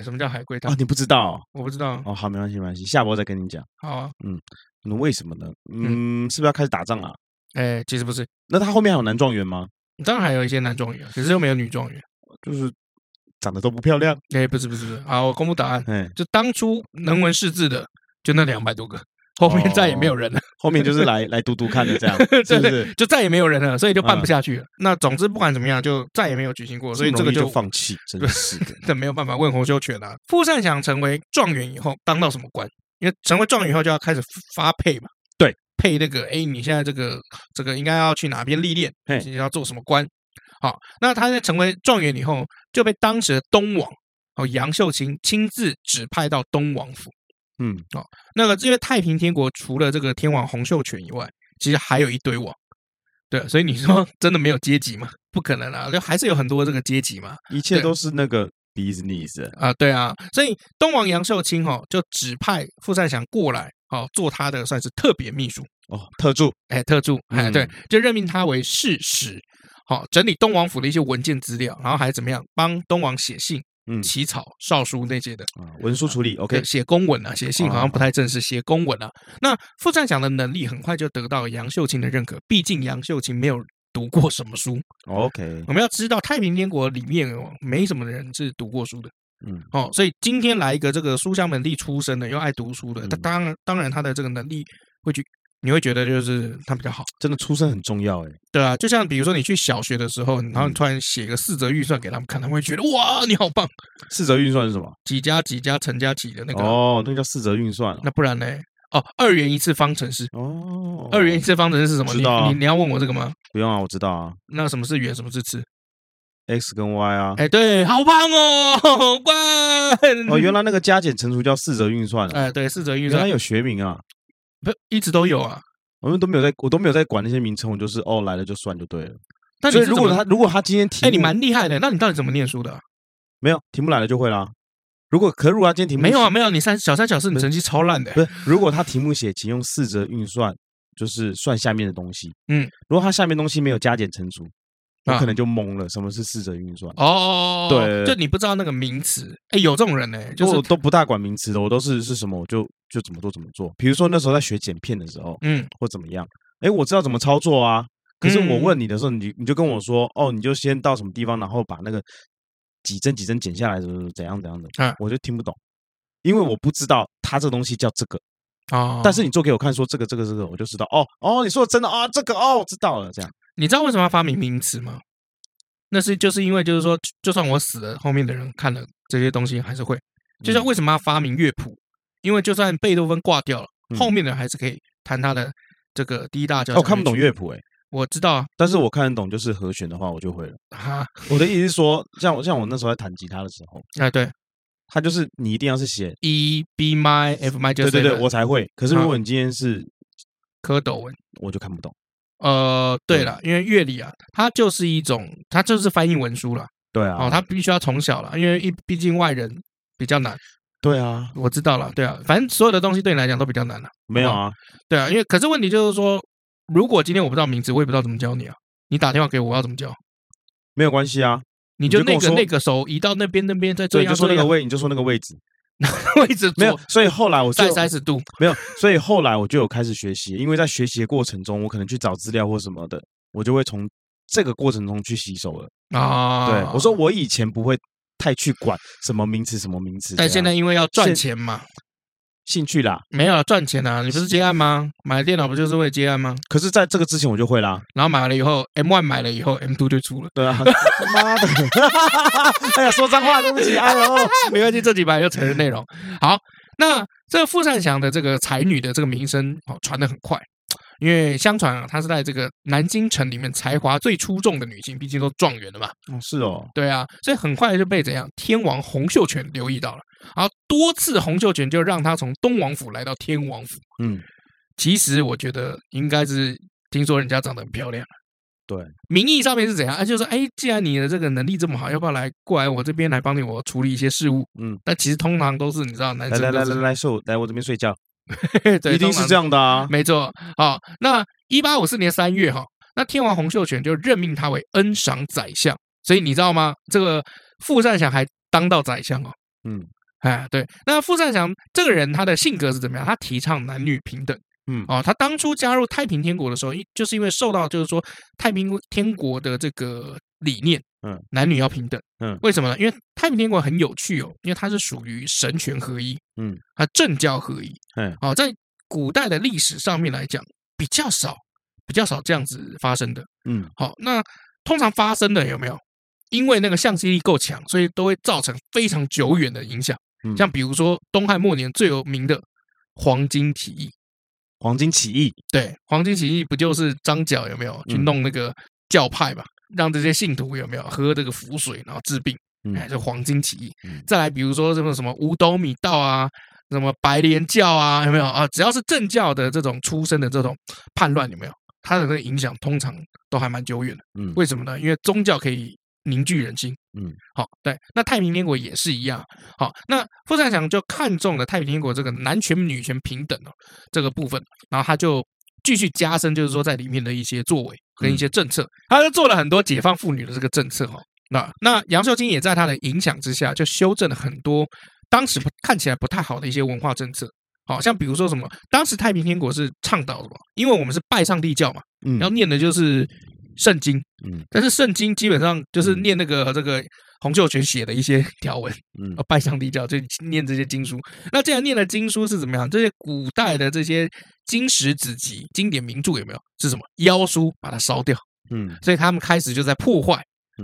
S1: 什么叫海龟汤
S2: 啊，？你不知道
S1: 我不知道。啊
S2: 哦。好，没关系，没关系，下播再跟你讲。
S1: 好啊，
S2: 那为什么呢？嗯，是不是要开始打仗了？
S1: 哎，其实不是，
S2: 那她后面还有男状元吗？
S1: 当然还有一些男状元，可是又没有女状元。
S2: 就是长得都不漂亮。
S1: 哎，不是不是不是，好，我公布答案，
S2: 哎，
S1: 就当初能文识字的就那两百多个，后面再也没有人了， <laughs>
S2: 后面就是来来读读看的这样，哦是
S1: 对
S2: 不
S1: 对
S2: 是？，
S1: 就再也没有人了，所以就办不
S2: 嗯
S1: 下去了。那总之不管怎么样，就再也没有举行过，所以
S2: 么
S1: 这
S2: 容
S1: 个
S2: 易就
S1: 就
S2: 放弃，真是
S1: <laughs>
S2: 的。
S1: 这没有办法问洪秀全啊。傅善祥成为状元以后，当到什么官？因为成为状元以后就要开始发配嘛，
S2: 对，
S1: 配那个，哎，你现在这个这个应该要去哪边历练
S2: 嘿，
S1: 要做什么官？好，那他在成为状元以后，就被当时的东王哦杨秀清亲自指派到东王府。
S2: 嗯，
S1: 那个因为太平天国除了这个天王洪秀全以外，其实还有一堆王，对，所以你说 <laughs> 真的没有阶级吗？不可能啊，就还是有很多这个阶级嘛。
S2: 一切
S1: 对
S2: 都是那个 business。
S1: 啊，对啊，所以东王杨秀清哦，就指派傅善祥过来哦，做他的算是特别秘书，
S2: 哦，特助，
S1: 哎，特助，哎，对
S2: 嗯，
S1: 就任命他为侍史，好整理东王府的一些文件资料，然后还怎么样帮东王写信、
S2: 嗯
S1: 起草、少书那些的。
S2: 啊，文书处理，OK，哦
S1: 对写公文啊，写信好像不太正式，写公文啊。那副站长的能力很快就得到杨秀清的认可，毕竟杨秀清没有读过什么书。
S2: OK，
S1: 我们要知道，太平天国里面哦，没什么人是读过书的
S2: 嗯，
S1: 哦，所以今天来一个这个书香门第出身的，又爱读书的，他
S2: 嗯
S1: 当然当然他的这个能力会去，你会觉得就是他比较好，
S2: 真的出身很重要哎，
S1: 对啊，就像比如说你去小学的时候，然后
S2: 嗯
S1: 你突然写个四则预算给他们看，他们会觉得哇，你好棒，
S2: 四则运算是什么？
S1: 几加几加乘加几的那个啊，
S2: 哦，那叫四则运算
S1: 那不然呢？哦，二元一次方程式，
S2: 哦，
S1: 二元一次方程式是什么？
S2: 知道啊
S1: 你你你要问我这个吗？
S2: 不用啊，我知道啊
S1: 那什么是圆，什么是次？
S2: ，x 跟 y 啊，
S1: 哎，对，好棒哦，好棒！
S2: 哦，原来那个加减乘除叫四则运算啊，
S1: 哎，对，四则运
S2: 原来
S1: 算
S2: 有学名啊，
S1: 不一直都有啊。
S2: 我们都没有在，我都没有在管那些名称，我就是哦来了就算就对了。
S1: 但你
S2: 所以
S1: 是
S2: 如果
S1: 怎么
S2: 他如果他今天题
S1: 哎，
S2: 目
S1: 你蛮厉害的，那你到底怎么念书的啊？
S2: 没有题目来了就会啦。如果可如果他今天题目
S1: 没有啊，
S2: 写，
S1: 没有，你三小三小四你成绩超烂的
S2: 不。是如果他题目写请用四则运算，就是算下面的东西。
S1: 嗯，
S2: 如果他下面东西没有加减乘除，我
S1: 啊
S2: 可能就懵了。什么是四则运算？
S1: 哦，
S2: 对
S1: 就你不知道那个名词。哎，有这种人呢，就
S2: 就是哦我都不大管名词的，我都是是什么我就就怎么做怎么做。比如说那时候在学剪片的时候，
S1: 嗯，
S2: 或怎么样，哎，我知道怎么操作啊。可是我
S1: 嗯
S2: 问你的时候，你你就跟我说，哦，你就先到什么地方，然后把那个几帧几帧剪下来，怎么怎样怎样的
S1: 嗯，
S2: 我就听不懂，因为我不知道它这东西叫这个。
S1: 哦，
S2: 但是你做给我看，说这个这个这个，我就知道，哦哦，你说的真的啊，这个哦，我知道了，这样。
S1: 你知道为什么要发明名词吗？那是就是因为就是说，就就算我死了，后面的人看了这些东西还是会。就像
S2: 嗯
S1: 为什么要发明乐谱？因为就算贝多芬挂掉了，
S2: 嗯
S1: 后面的人还是可以弹他的这个第一大交
S2: 哦，
S1: 响。
S2: 我看不懂乐，谱哎，
S1: 我知道啊
S2: 但是我看得懂，就是和弦的话，我就会了。
S1: 啊，
S2: 我的意思是说，像我像我那时候在弹吉他的时候，
S1: 哎对
S2: 它就是你一定要是写，
S1: ，E B m i F m i 就是
S2: 对对对，我才会。可是如
S1: 啊
S2: 果你今天是，
S1: 蝌蚪欸文。
S2: 我就看不懂。
S1: 呃，对了，因为乐理啊，它就是一种，它就是翻译文书了。
S2: 对啊，
S1: 哦，它必须要从小了，因为一毕竟外人比较难。
S2: 对啊，
S1: 我知道了，对啊，反正所有的东西对你来讲都比较难了。
S2: 没有
S1: 好
S2: 啊，
S1: 对啊，因为可是问题就是说，如果今天我不知道名字，我也不知道怎么教你啊。你打电话给我，我要怎么教？
S2: 没有关系啊，
S1: 你
S2: 就
S1: 就
S2: 跟
S1: 那
S2: 我
S1: 个
S2: 说
S1: 那个手移到那边那边，再这
S2: 所以就
S1: 样
S2: 说
S1: 这
S2: 那个
S1: 样
S2: 位，你就说那个位置，
S1: 位置
S2: 没有。所以后来我就
S1: 再三十度。
S2: 没有，所以后来我就有开始学习，因为在学习的过程中，我可能去找资料或什么的，我就会从这个过程中去吸收了。
S1: 啊！
S2: 对，我说，我以前不会太去管什么名词什么名词，
S1: 但
S2: 这
S1: 现
S2: 样
S1: 在因为要赚
S2: 现
S1: 钱嘛，
S2: 兴趣啦。
S1: 没有赚钱啊！你不是接案吗？买电脑不就是为了接案吗？
S2: 可是在这个之前我就会啦，
S1: 然后买了以后，M one 买了以后，M two 就出了。
S2: 对
S1: <laughs>
S2: 啊，妈的， <laughs> 哎呀，说脏话，对不起，哎呦，
S1: 没关系，这几版就承认内容。好，那这个傅善祥的这个才女的这个名声哦，传得很快，因为相传啊，她是在这个南京城里面才华最出众的女性，毕竟都状元了嘛，
S2: 哦是哦，
S1: 对啊，所以很快就被怎样天王洪秀全留意到了，然后多次洪秀全就让她从东王府来到天王府。
S2: 嗯，
S1: 其实我觉得应该是听说人家长得很漂亮。啊
S2: 对，
S1: 名义上面是怎样？啊，就是说，哎，既然你的这个能力这么好，要不要来过来我这边来帮你我处理一些事务？
S2: 嗯，
S1: 但其实通常都是你知道，男
S2: 来
S1: 生
S2: 来来
S1: 都
S2: 来
S1: 是
S2: 来，睡我来我这边睡觉，
S1: <laughs> 对，
S2: 一定是这
S1: 样，
S2: 样的啊，
S1: 没错。好，那一八五四年三月哈，那天王洪秀全就任命他为恩赏宰相，所以你知道吗？这个傅善祥还当到宰相哦。
S2: 嗯
S1: 哎，对，那傅善祥这个人，他的性格是怎么样？他提倡男女平等。
S2: 嗯
S1: 哦，他当初加入太平天国的时候，因就是因为受到就是说太平天国的这个理念，
S2: 嗯，
S1: 男女要平等，
S2: 嗯
S1: 为什么呢？因为太平天国很有趣哦，因为它是属于神权合一，
S2: 嗯，
S1: 啊，政教合一，
S2: 嗯，
S1: 哦，在古代的历史上面来讲，比较少，比较少这样子发生的。
S2: 嗯，
S1: 好、那通常发生的有没有？因为那个向心力够强，所以都会造成非常久远的影响。
S2: 嗯
S1: 像比如说东汉末年最有名的黄巾起义，
S2: 黄金起义，
S1: 对，黄巾起义不就是张角有没有去
S2: 嗯
S1: 弄那个教派嘛？让这些信徒有没有喝这个符水，然后治病？
S2: 嗯
S1: 哎，这黄巾起义
S2: 嗯。
S1: 再来，比如说什么什么五斗米道啊，什么白莲教啊，有没有啊？只要是政教的这种出身的这种叛乱，有没有？它的那个影响通常都还蛮久远的。
S2: 嗯，
S1: 为什么呢？因为宗教可以凝聚人心。
S2: 嗯，
S1: 好，对，那太平天国也是一样。好，那傅善祥就看中了太平天国这个男权女权平等哦这个部分，然后他就继续加深，就是说在里面的一些作为跟
S2: 嗯
S1: 一些政策，他就做了很多解放妇女的这个政策哦。那那杨秀清也在他的影响之下，就修正了很多当时不看起来不太好的一些文化政策。好像比如说什么，当时太平天国是倡导什么？因为我们是拜上帝教嘛，
S2: 嗯
S1: 要念的就是圣经，
S2: 嗯
S1: 但是圣经基本上就是念那个这个洪秀全写的一些 <laughs> 条文，
S2: 嗯
S1: 呃，拜上帝教就念这些经书。那既然念了经书是怎么样？这些古代的这些经史子集、经典名著有没有是什么妖书把它烧掉？
S2: 嗯
S1: 所以他们开始就在破坏，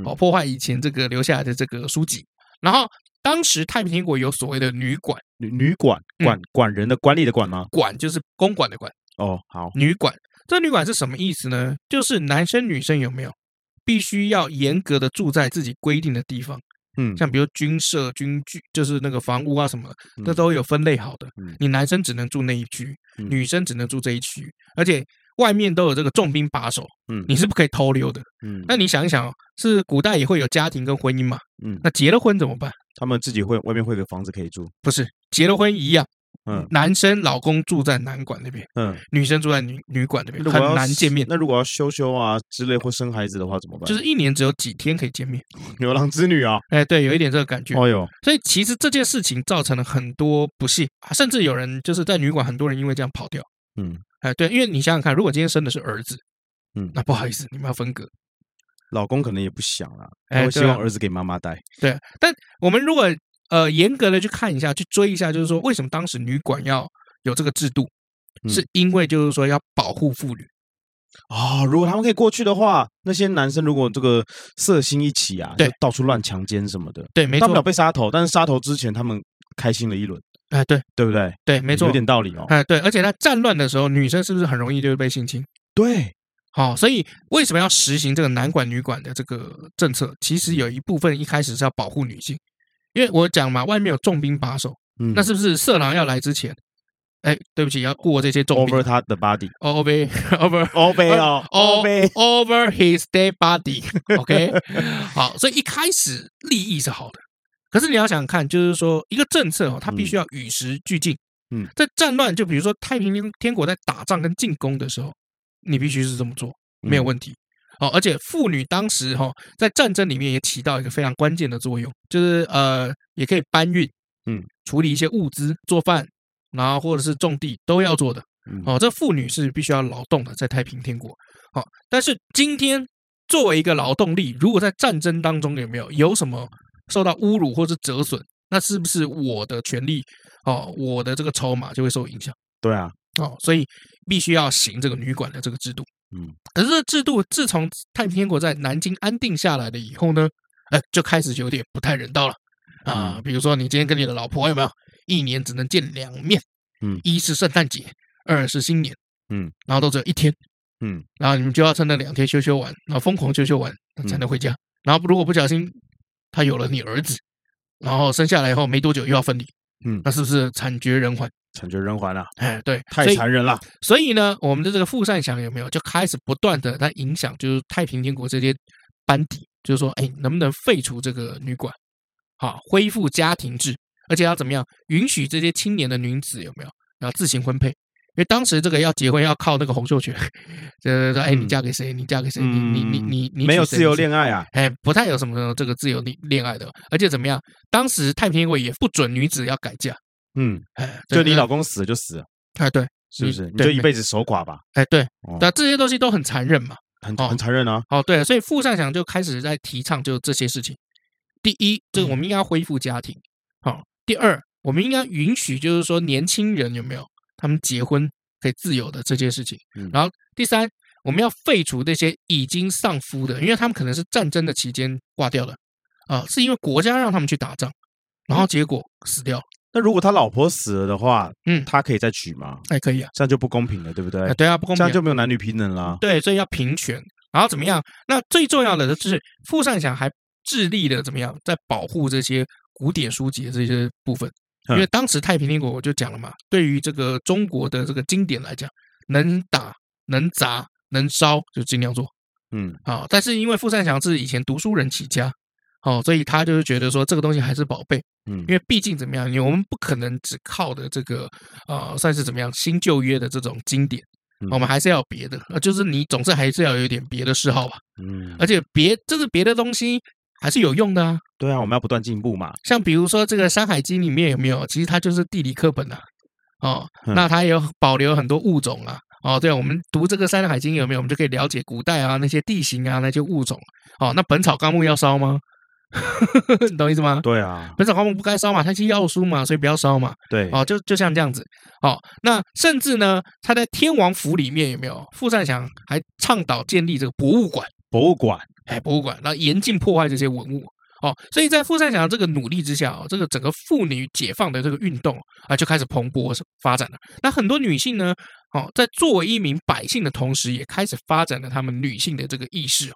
S1: 哦，
S2: 嗯
S1: 破坏以前这个留下来的这个书籍。然后当时太平天国有所谓的女馆，
S2: 女女管
S1: 嗯
S2: 管管人的管理的管吗？
S1: 馆就是公馆的馆，
S2: 哦，好，
S1: 女馆。这女馆是什么意思呢？就是男生女生有没有必须要严格的住在自己规定的地方。
S2: 嗯
S1: 像比如军舍、军具，就是那个房屋啊什么的，这
S2: 嗯
S1: 都有分类好的
S2: 嗯。
S1: 你男生只能住那一区，
S2: 嗯
S1: 女生只能住这一区，而且外面都有这个重兵把守，
S2: 嗯
S1: 你是不可以偷溜的。
S2: 嗯，
S1: 那你想一想哦，是古代也会有家庭跟婚姻嘛？
S2: 嗯，
S1: 那结了婚怎么办？
S2: 他们自己会外面会有个房子可以住，
S1: 不是结了婚一样，
S2: 嗯
S1: 男生老公住在男馆那边，
S2: 嗯，
S1: 女生住在女女馆那边，
S2: 如果
S1: 很
S2: 要
S1: 难见面。
S2: 那如果要修修啊之类或生孩子的话怎么办？ <laughs>
S1: 就是一年只有几天可以见面，
S2: 牛郎织女啊，
S1: 哎，对，有一点这个感觉。
S2: 哦哟，
S1: 所以其实这件事情造成了很多不幸，啊甚至有人就是在女馆，很多人因为这样跑掉。
S2: 嗯，
S1: 哎，对，因为你想想看，如果今天生的是儿子，
S2: 嗯
S1: 那不好意思，你们要分隔。
S2: 老公可能也不想啦，他
S1: 哎
S2: 会希
S1: 对啊
S2: 望儿子给妈妈带，
S1: 对，但我们如果呃严格的去看一下，去追一下，就是说为什么当时女馆要有这个制度，
S2: 嗯
S1: 是因为就是说要保护妇女。
S2: 哦，如果他们可以过去的话，那些男生如果这个色心一起啊，就
S1: 对
S2: 到处乱强奸什么的，
S1: 对，没
S2: 大不了
S1: 错，
S2: 被杀头，但是杀头之前他们开心了一轮，
S1: 哎，对
S2: 对不对？
S1: 对，没错
S2: 有，点道理哦。
S1: 哎，对，而且在战乱的时候，女生是不是很容易就被性侵？
S2: 对，
S1: 好、所以为什么要实行这个男管女管的这个政策？其实有一部分一开始是要保护女性，因为我讲嘛，外面有重兵把守，
S2: 嗯
S1: 那是不是色狼要来之前，哎，对不起，要过这些重兵
S2: over 他的
S1: <laughs>
S2: body，
S1: o v e over
S2: 欧贝哦，欧
S1: o
S2: 贝
S1: v，over his dead <laughs> body，OK，、好，所以一开始利益是好的，可是你要想看，就是说一个政策哦，它必须要与时俱进。
S2: 嗯，
S1: 在战乱，就比如说太平天天国在打仗跟进攻的时候，你必须是这么做，没
S2: 嗯
S1: 有问题。哦，而且妇女当时哈、哦、在战争里面也起到一个非常关键的作用，就是呃也可以搬运，
S2: 嗯，
S1: 处理一些物资、做饭，然后或者是种地都要做的。
S2: 嗯
S1: 哦，这妇女是必须要劳动的，在太平天国。好、但是今天作为一个劳动力，如果在战争当中有没有有什么受到侮辱或是折损，那是不是我的权利哦，我的这个筹码就会受影响
S2: 对啊，
S1: 哦？所以必须要行这个女管的这个制度。
S2: 嗯，
S1: 可是这制度自从太平天国在南京安定下来了以后呢，呃，就开始有点不太人道了啊、
S2: 嗯
S1: 比如说，你今天跟你的老婆有没有一年只能见两面？
S2: 嗯
S1: 一是圣诞节，二是新年，
S2: 嗯，
S1: 然后都只有一天，
S2: 嗯，
S1: 然后你们就要趁那两天休休完，然后疯狂休休完才能回家。然后如果不小心他有了你儿子，然后生下来以后没多久又要分离，
S2: 嗯
S1: 那是不是惨绝人寰？
S2: 惨绝人寰啊，
S1: 哎，对，所
S2: 太
S1: 以
S2: 残忍了。
S1: 所以呢，我们的这个傅善祥有没有就开始不断的在影响，就是太平天国这些班底，就是说，哎，能不能废除这个女管，好，恢复家庭制，而且要怎么样，允许这些青年的女子有没有要自行婚配？因为当时这个要结婚要靠那个洪秀全，就是说，哎，你
S2: 嗯
S1: 嫁给谁？你嫁给谁？你你你你你
S2: 没有
S1: 娶谁
S2: 自由
S1: 你娶
S2: 恋爱啊，
S1: 哎，不太有什么这个自由恋恋爱的，而且怎么样？当时太平天国也不准女子要改嫁，
S2: 嗯，
S1: 哎，
S2: 就你老
S1: 公，
S2: 公死了就死了，
S1: 哎，对，
S2: 是不
S1: 你
S2: 是？你
S1: 对
S2: 就一
S1: 没
S2: 辈子守寡吧，
S1: 哎，对
S2: 哦，
S1: 那这些东西都很残忍嘛。
S2: 很
S1: 哦
S2: 很残忍啊。
S1: 哦，对，所以傅善祥就开始在提倡就这些事情。第一，这个
S2: 嗯
S1: 我们应该要恢复家庭。好、第二，我们应该允许就是说年轻人有没有他们结婚可以自由的这件事情。
S2: 嗯
S1: 然后第三，我们要废除那些已经丧夫的，因为他们可能是战争的期间挂掉的，啊、是因为国家让他们去打仗，然
S2: 嗯
S1: 后结果死掉了。
S2: 那如果他老婆死了的话，
S1: 嗯
S2: 他可以再娶吗？
S1: 哎，可以啊，
S2: 这样就不公平了，对不对
S1: 哎？对啊，不公
S2: 这
S1: 平
S2: 样
S1: 啊、
S2: 就没有男女平等啦。
S1: 对，所以要平权。然后怎么样？那最重要的就是傅善祥还致力的怎么样，在保护这些古典书籍的这些部分，因为当时太平天国我就讲了嘛，对于这个中国的这个经典来讲，能打能砸能烧就尽量做
S2: 嗯
S1: 啊。但是因为傅善祥是以前读书人起家。哦，所以他就是觉得说这个东西还是宝贝，
S2: 嗯
S1: 因为毕竟怎么样，你我们不可能只靠的这个呃，算是怎么样新旧约的这种经典
S2: 嗯
S1: 我们还是要有别的，呃就是你总是还是要有一点别的嗜好吧。
S2: 嗯，
S1: 而且别这个别的东西还是有用的啊，
S2: 对啊，我们要不断进步嘛。
S1: 像比如说这个《山海经》里面有没有？其实它就是地理课本啊，哦，
S2: 嗯
S1: 那它有保留很多物种啊。哦，对，我们读这个《山海经》有没有？我们就可以了解古代啊那些地形啊那些物种。哦，那《本草纲目》要烧吗？ <laughs> 你懂意思吗？《
S2: 对
S1: <laughs>
S2: 啊，
S1: 本草纲目》不该烧嘛，它是药书嘛，所以不要烧嘛。
S2: 对，
S1: 哦，就就像这样子。哦，那甚至呢，他在《天王府》里面有没有？傅善祥还倡导建立这个博物馆。
S2: 博物馆，
S1: 哎，博物馆，然后严禁破坏这些文物。哦，所以在傅善祥这个努力之下，哦，这个整个妇女解放的这个运动啊，就开始蓬勃发展了。那很多女性呢，哦，在作为一名百姓的同时，也开始发展了她们女性的这个意识哦。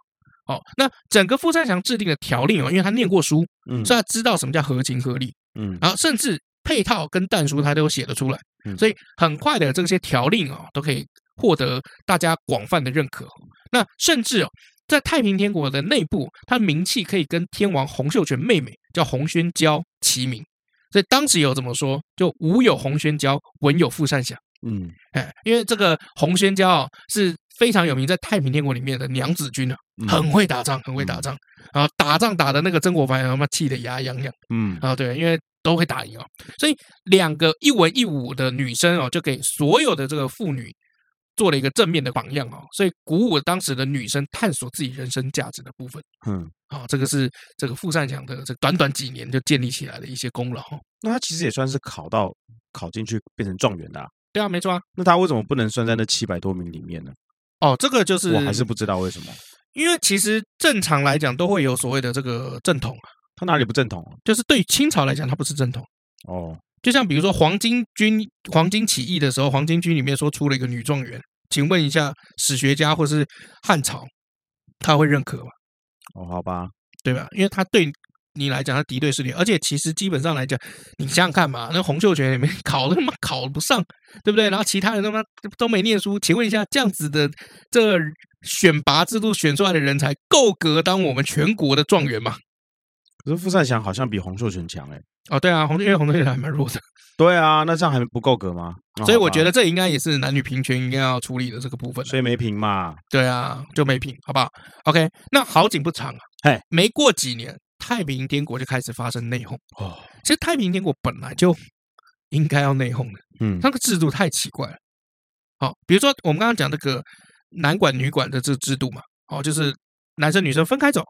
S1: 哦，那整个傅善祥制定的条令哦，因为他念过书，
S2: 嗯
S1: 所以他知道什么叫合情合理，
S2: 嗯
S1: 然后甚至配套跟弹书他都写得出来，
S2: 嗯
S1: 所以很快的这些条令哦，都可以获得大家广泛的认可。哦那甚至哦，在太平天国的内部，他名气可以跟天王洪秀全妹妹叫洪宣娇齐名。所以当时有这么说，就武有洪宣娇，文有傅善祥。
S2: 嗯，
S1: 哎，因为这个洪宣娇哦是非常有名，在太平天国里面的娘子军啊，
S2: 嗯
S1: 很会打仗，很会打仗。然后打仗打的那个曾国藩啊他妈气得牙痒痒。
S2: 嗯
S1: 啊，对，因为都会打赢哦，所以两个一文一武的女生哦，就给所有的这个妇女做了一个正面的榜样哦，所以鼓舞当时的女生探索自己人生价值的部分
S2: 嗯，
S1: 啊、这个是这个傅善祥的这短短几年就建立起来的一些功劳哦、
S2: 那他其实也算是考到考进去变成状元的啊。
S1: 对啊，没错啊。
S2: 那他为什么不能算在那七百多名里面呢？
S1: 哦，这个就是
S2: 我还是不知道为什么，
S1: 因为其实正常来讲都会有所谓的这个正统啊，
S2: 他哪里不正统
S1: 就是对于清朝来讲它不是正统。
S2: 哦？
S1: 就像比如说黄巾军黄巾起义的时候，黄巾军里面说出了一个女状元，请问一下史学家或是汉朝，他会认可吗？
S2: 哦，好吧，
S1: 对吧？因为他对你来讲，他敌对势力，而且其实基本上来讲，你想想看嘛，那洪秀全也没考他妈考不上，对不对？然后其他人他妈都没念书，请问一下，这样子的这选拔制度选出来的人才，够格当我们全国的状元吗？
S2: 可是傅善祥好像比洪秀全强哎、
S1: 哦，对啊，洪因为洪秀全还蛮弱的，
S2: 对啊，那这样还不够格吗？哦
S1: 所以我
S2: 好吧
S1: 觉得这应该也是男女平权应该要处理的这个部分。啊
S2: 所以没评嘛。
S1: 对啊，就没品，好不好？OK，那好景不长啊，
S2: 嘿，
S1: 没过几年，太平天国就开始发生内讧。
S2: 哦，
S1: 其实太平天国本来就应该要内讧的，
S2: 嗯
S1: 那个制度太奇怪了。好、比如说我们刚刚讲这个男管女管的这制度嘛，哦，就是男生女生分开走，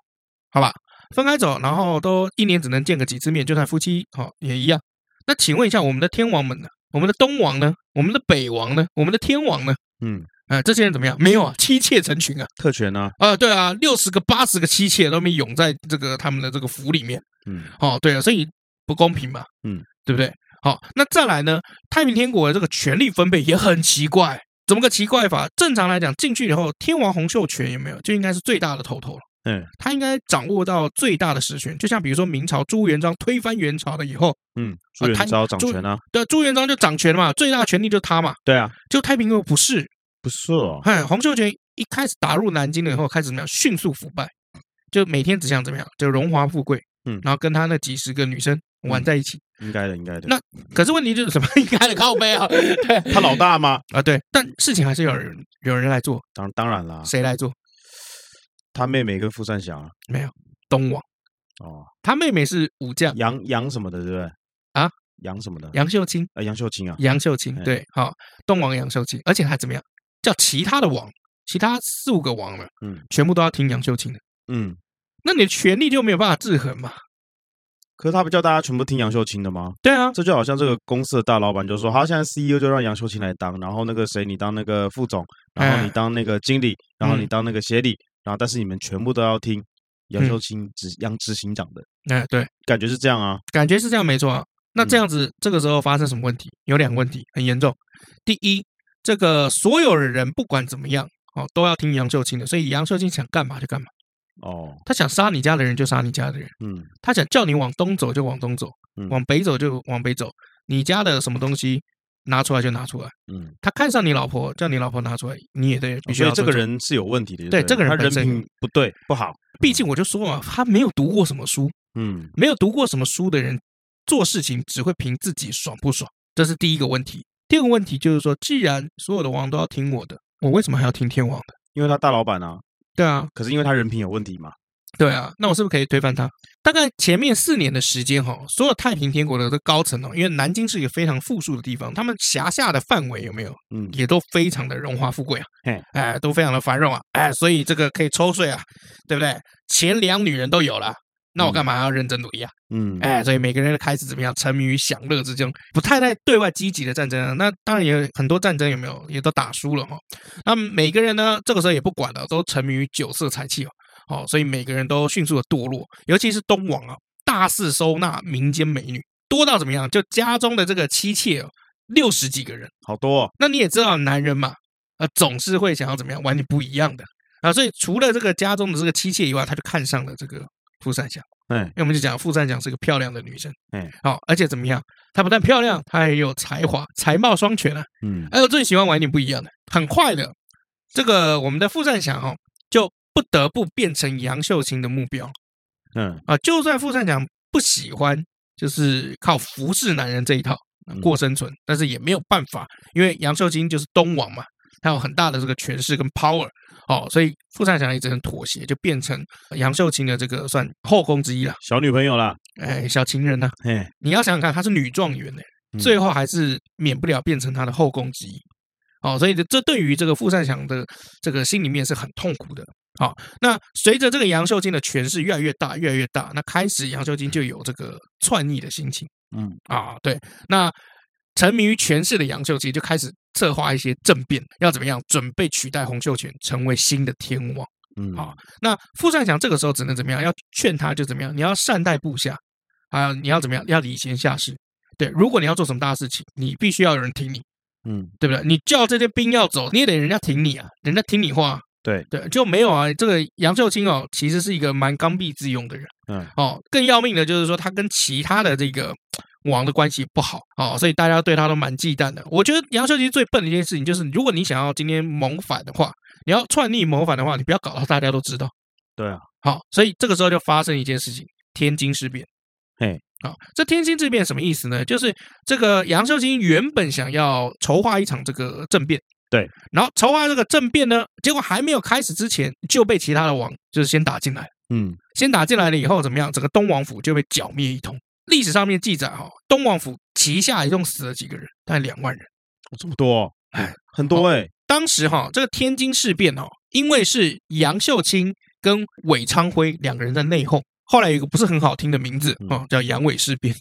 S1: 好吧，分开走，然后都一年只能见个几次面，就算夫妻，哦，也一样。那请问一下，我们的天王们呢？我们的东王呢？我们的北王呢？我们的天王呢？
S2: 嗯，
S1: 呃，这些人怎么样？没有啊，妻妾成群啊。
S2: 特权呢、
S1: 啊，对啊，六十个、八十个妻妾都被涌在这个他们的这个府里面。
S2: 嗯
S1: 哦，对啊，所以不公平嘛，
S2: 嗯，
S1: 对不对？好、那再来呢，太平天国的这个权力分配也很奇怪，怎么个奇怪法？正常来讲，进去以后，天王洪秀全有没有就应该是最大的头头了，
S2: 嗯
S1: 他应该掌握到最大的实权。就像比如说明朝朱元璋推翻元朝了以后，
S2: 嗯，朱
S1: 啊
S2: 元
S1: 他
S2: 璋掌
S1: 朱
S2: 权啊，
S1: 对，朱元璋就掌权了嘛，最大的权力就是他嘛。
S2: 对啊，
S1: 就太平天国不是，
S2: 不是哦，
S1: 哎，洪秀全一开始打入南京了以后，开始怎么样？迅速腐败，就每天只想怎么样？就荣华富贵，
S2: 嗯
S1: 然后跟他那几十个女生玩在一起。
S2: 应该的，
S1: <clears throat>
S2: 应该的。
S1: 那可是问题就是什么？应该的靠 <laughs> 背啊，对
S2: 他老大吗？
S1: 啊，对，但事情还是有人有人来做，
S2: 当当然啦，
S1: 谁来做？
S2: 他妹妹跟傅善祥啊
S1: 没有，东王，
S2: 哦，
S1: 他妹妹是武将
S2: 杨杨什么的，对不对？
S1: 啊，
S2: 杨什么的，
S1: 杨秀清，
S2: 呃，杨秀清啊，
S1: 杨秀清
S2: 哎
S1: 对，好、东王杨秀清，而且还怎么样？叫其他的王，其他四五个王了，
S2: 嗯，
S1: 全部都要听杨秀清的，
S2: 嗯，
S1: 那你的权力就没有办法制衡嘛？
S2: 可是他不叫大家全部听杨秀清的吗？
S1: 对啊，
S2: 这就好像这个公司的大老板就说，好，现在 CEO 就让杨秀清来当，然后那个谁，你当那个副总，然后
S1: 哎
S2: 你当那个经理，然后
S1: 嗯
S2: 你当那个协理，然后但是你们全部都要听杨
S1: 嗯
S2: 秀清执杨执行长的
S1: 哎，对。
S2: 感觉是这样啊，
S1: 感觉是这样没错啊。那
S2: 嗯
S1: 这样子，这个时候发生什么问题？有两个问题很严重。第一，这个所有的人不管怎么样哦，都要听杨秀清的，所以杨秀清想干嘛就干嘛。
S2: 哦，
S1: 他想杀你家的人就杀你家的人，
S2: 嗯
S1: 他想叫你往东走就往东走
S2: 嗯，
S1: 往北走就往北走。你家的什么东西拿出来就拿出来。
S2: 嗯，
S1: 他看上你老婆，叫你老婆拿出来，你也得必须
S2: 哦所以
S1: 要
S2: 这个
S1: 尊重。
S2: 人是有问题的，
S1: 对
S2: 不
S1: 这个人
S2: 他人
S1: 本身
S2: 品不对，不好，
S1: 毕竟我就说嘛，他没有读过什么书，
S2: 嗯
S1: 没有读过什么书的人，做事情只会凭自己爽不爽，这是第一个问题。第二个问题就是说，既然所有的王都要听我的，我为什么还要听天王的？
S2: 因为他大老板啊，
S1: 对啊，
S2: 可是因为他人品有问题嘛，
S1: 对啊，那我是不是可以推翻他？大概前面四年的时间哈、所有太平天国的这高层哦，因为南京是一个非常富庶的地方，他们辖下的范围有没有
S2: 嗯，
S1: 也都非常的荣华富贵啊
S2: 嘿，
S1: 哎，都非常的繁荣啊，哎，所以这个可以抽税啊，对不对？钱粮女人都有了。那我干嘛要认真努力啊？
S2: 嗯，
S1: 哎，所以每个人开始怎么样，沉迷于享乐之中，不太在对外积极的战争啊。那当然也有很多战争有没有也都打输了哈、哦那每个人呢，这个时候也不管了，都沉迷于酒色财气哦。哦，所以每个人都迅速的堕落，尤其是东王啊，大肆收纳民间美女，多到怎么样？就家中的这个妻妾哦，六十几个人。
S2: 好多哦，
S1: 那你也知道，男人嘛，呃，总是会想要怎么样玩点不一样的啊。所以除了这个家中的这个妻妾以外，他就看上了这个富善祥。
S2: 哎
S1: 因为我们就讲富善祥是个漂亮的女生，
S2: 哎，
S1: 好、而且怎么样？她不但漂亮，她还有才华，才貌双全啊。
S2: 嗯
S1: 还有最喜欢玩一点不一样的，很快的，这个我们的富善祥哦，就不得不变成杨秀清的目标
S2: 嗯
S1: 啊。就算富善祥不喜欢，就是靠服侍男人这一套
S2: 嗯
S1: 过生存，但是也没有办法，因为杨秀清就是东王嘛，他有很大的这个权势跟 power 哦，所以富善祥也只能妥协，就变成杨秀清的这个算后宫之一了，
S2: 小女朋友啦，
S1: 哎，小情人呐、
S2: 嘿，
S1: 你要想想看，她是女状元呢、欸
S2: 嗯
S1: 最后还是免不了变成她的后宫之一。哦，所以这这对于这个傅善祥的这个心里面是很痛苦的。好、那随着这个杨秀清的权势越来越大，越来越大，那开始杨秀清就有这个篡逆的心情
S2: 嗯
S1: 啊。对，那沉迷于权势的杨秀清就开始策划一些政变，要怎么样准备取代洪秀全成为新的天王。
S2: 嗯，
S1: 好那傅善祥这个时候只能怎么样？要劝他就怎么样？你要善待部下，还有你要怎么样？要礼贤下士。对，如果你要做什么大事情，你必须要有人听你，
S2: 嗯，
S1: 对不对？你叫这些兵要走，你也得人家听你啊，人家听你话啊。
S2: 对
S1: 对，就没有啊。这个杨秀清哦，其实是一个蛮刚愎自用的人。
S2: 嗯，
S1: 哦，更要命的就是说他跟其他的这个王的关系不好哦，所以大家对他都蛮忌惮的。我觉得杨秀清最笨的一件事情就是，如果你想要今天谋反的话，你要篡逆谋反的话，你不要搞到大家都知道。
S2: 对啊，
S1: 好，所以这个时候就发生一件事情——天津事变。
S2: 嘿，
S1: 好，这天津事变什么意思呢？就是这个杨秀清原本想要筹划一场这个政变，
S2: 对，
S1: 然后筹划这个政变呢，结果还没有开始之前就被其他的王就是先打进来了，
S2: 嗯
S1: 先打进来了以后怎么样？整个东王府就被剿灭一通。历史上面记载哈、东王府旗下一共死了几个人，大概两万人。
S2: 哦这么多哦，
S1: 哎
S2: 很多哎，
S1: 当时哈、这个天津事变哦，因为是杨秀清跟韦昌辉两个人在内讧，后来有一个不是很好听的名字哦，叫杨伟事变。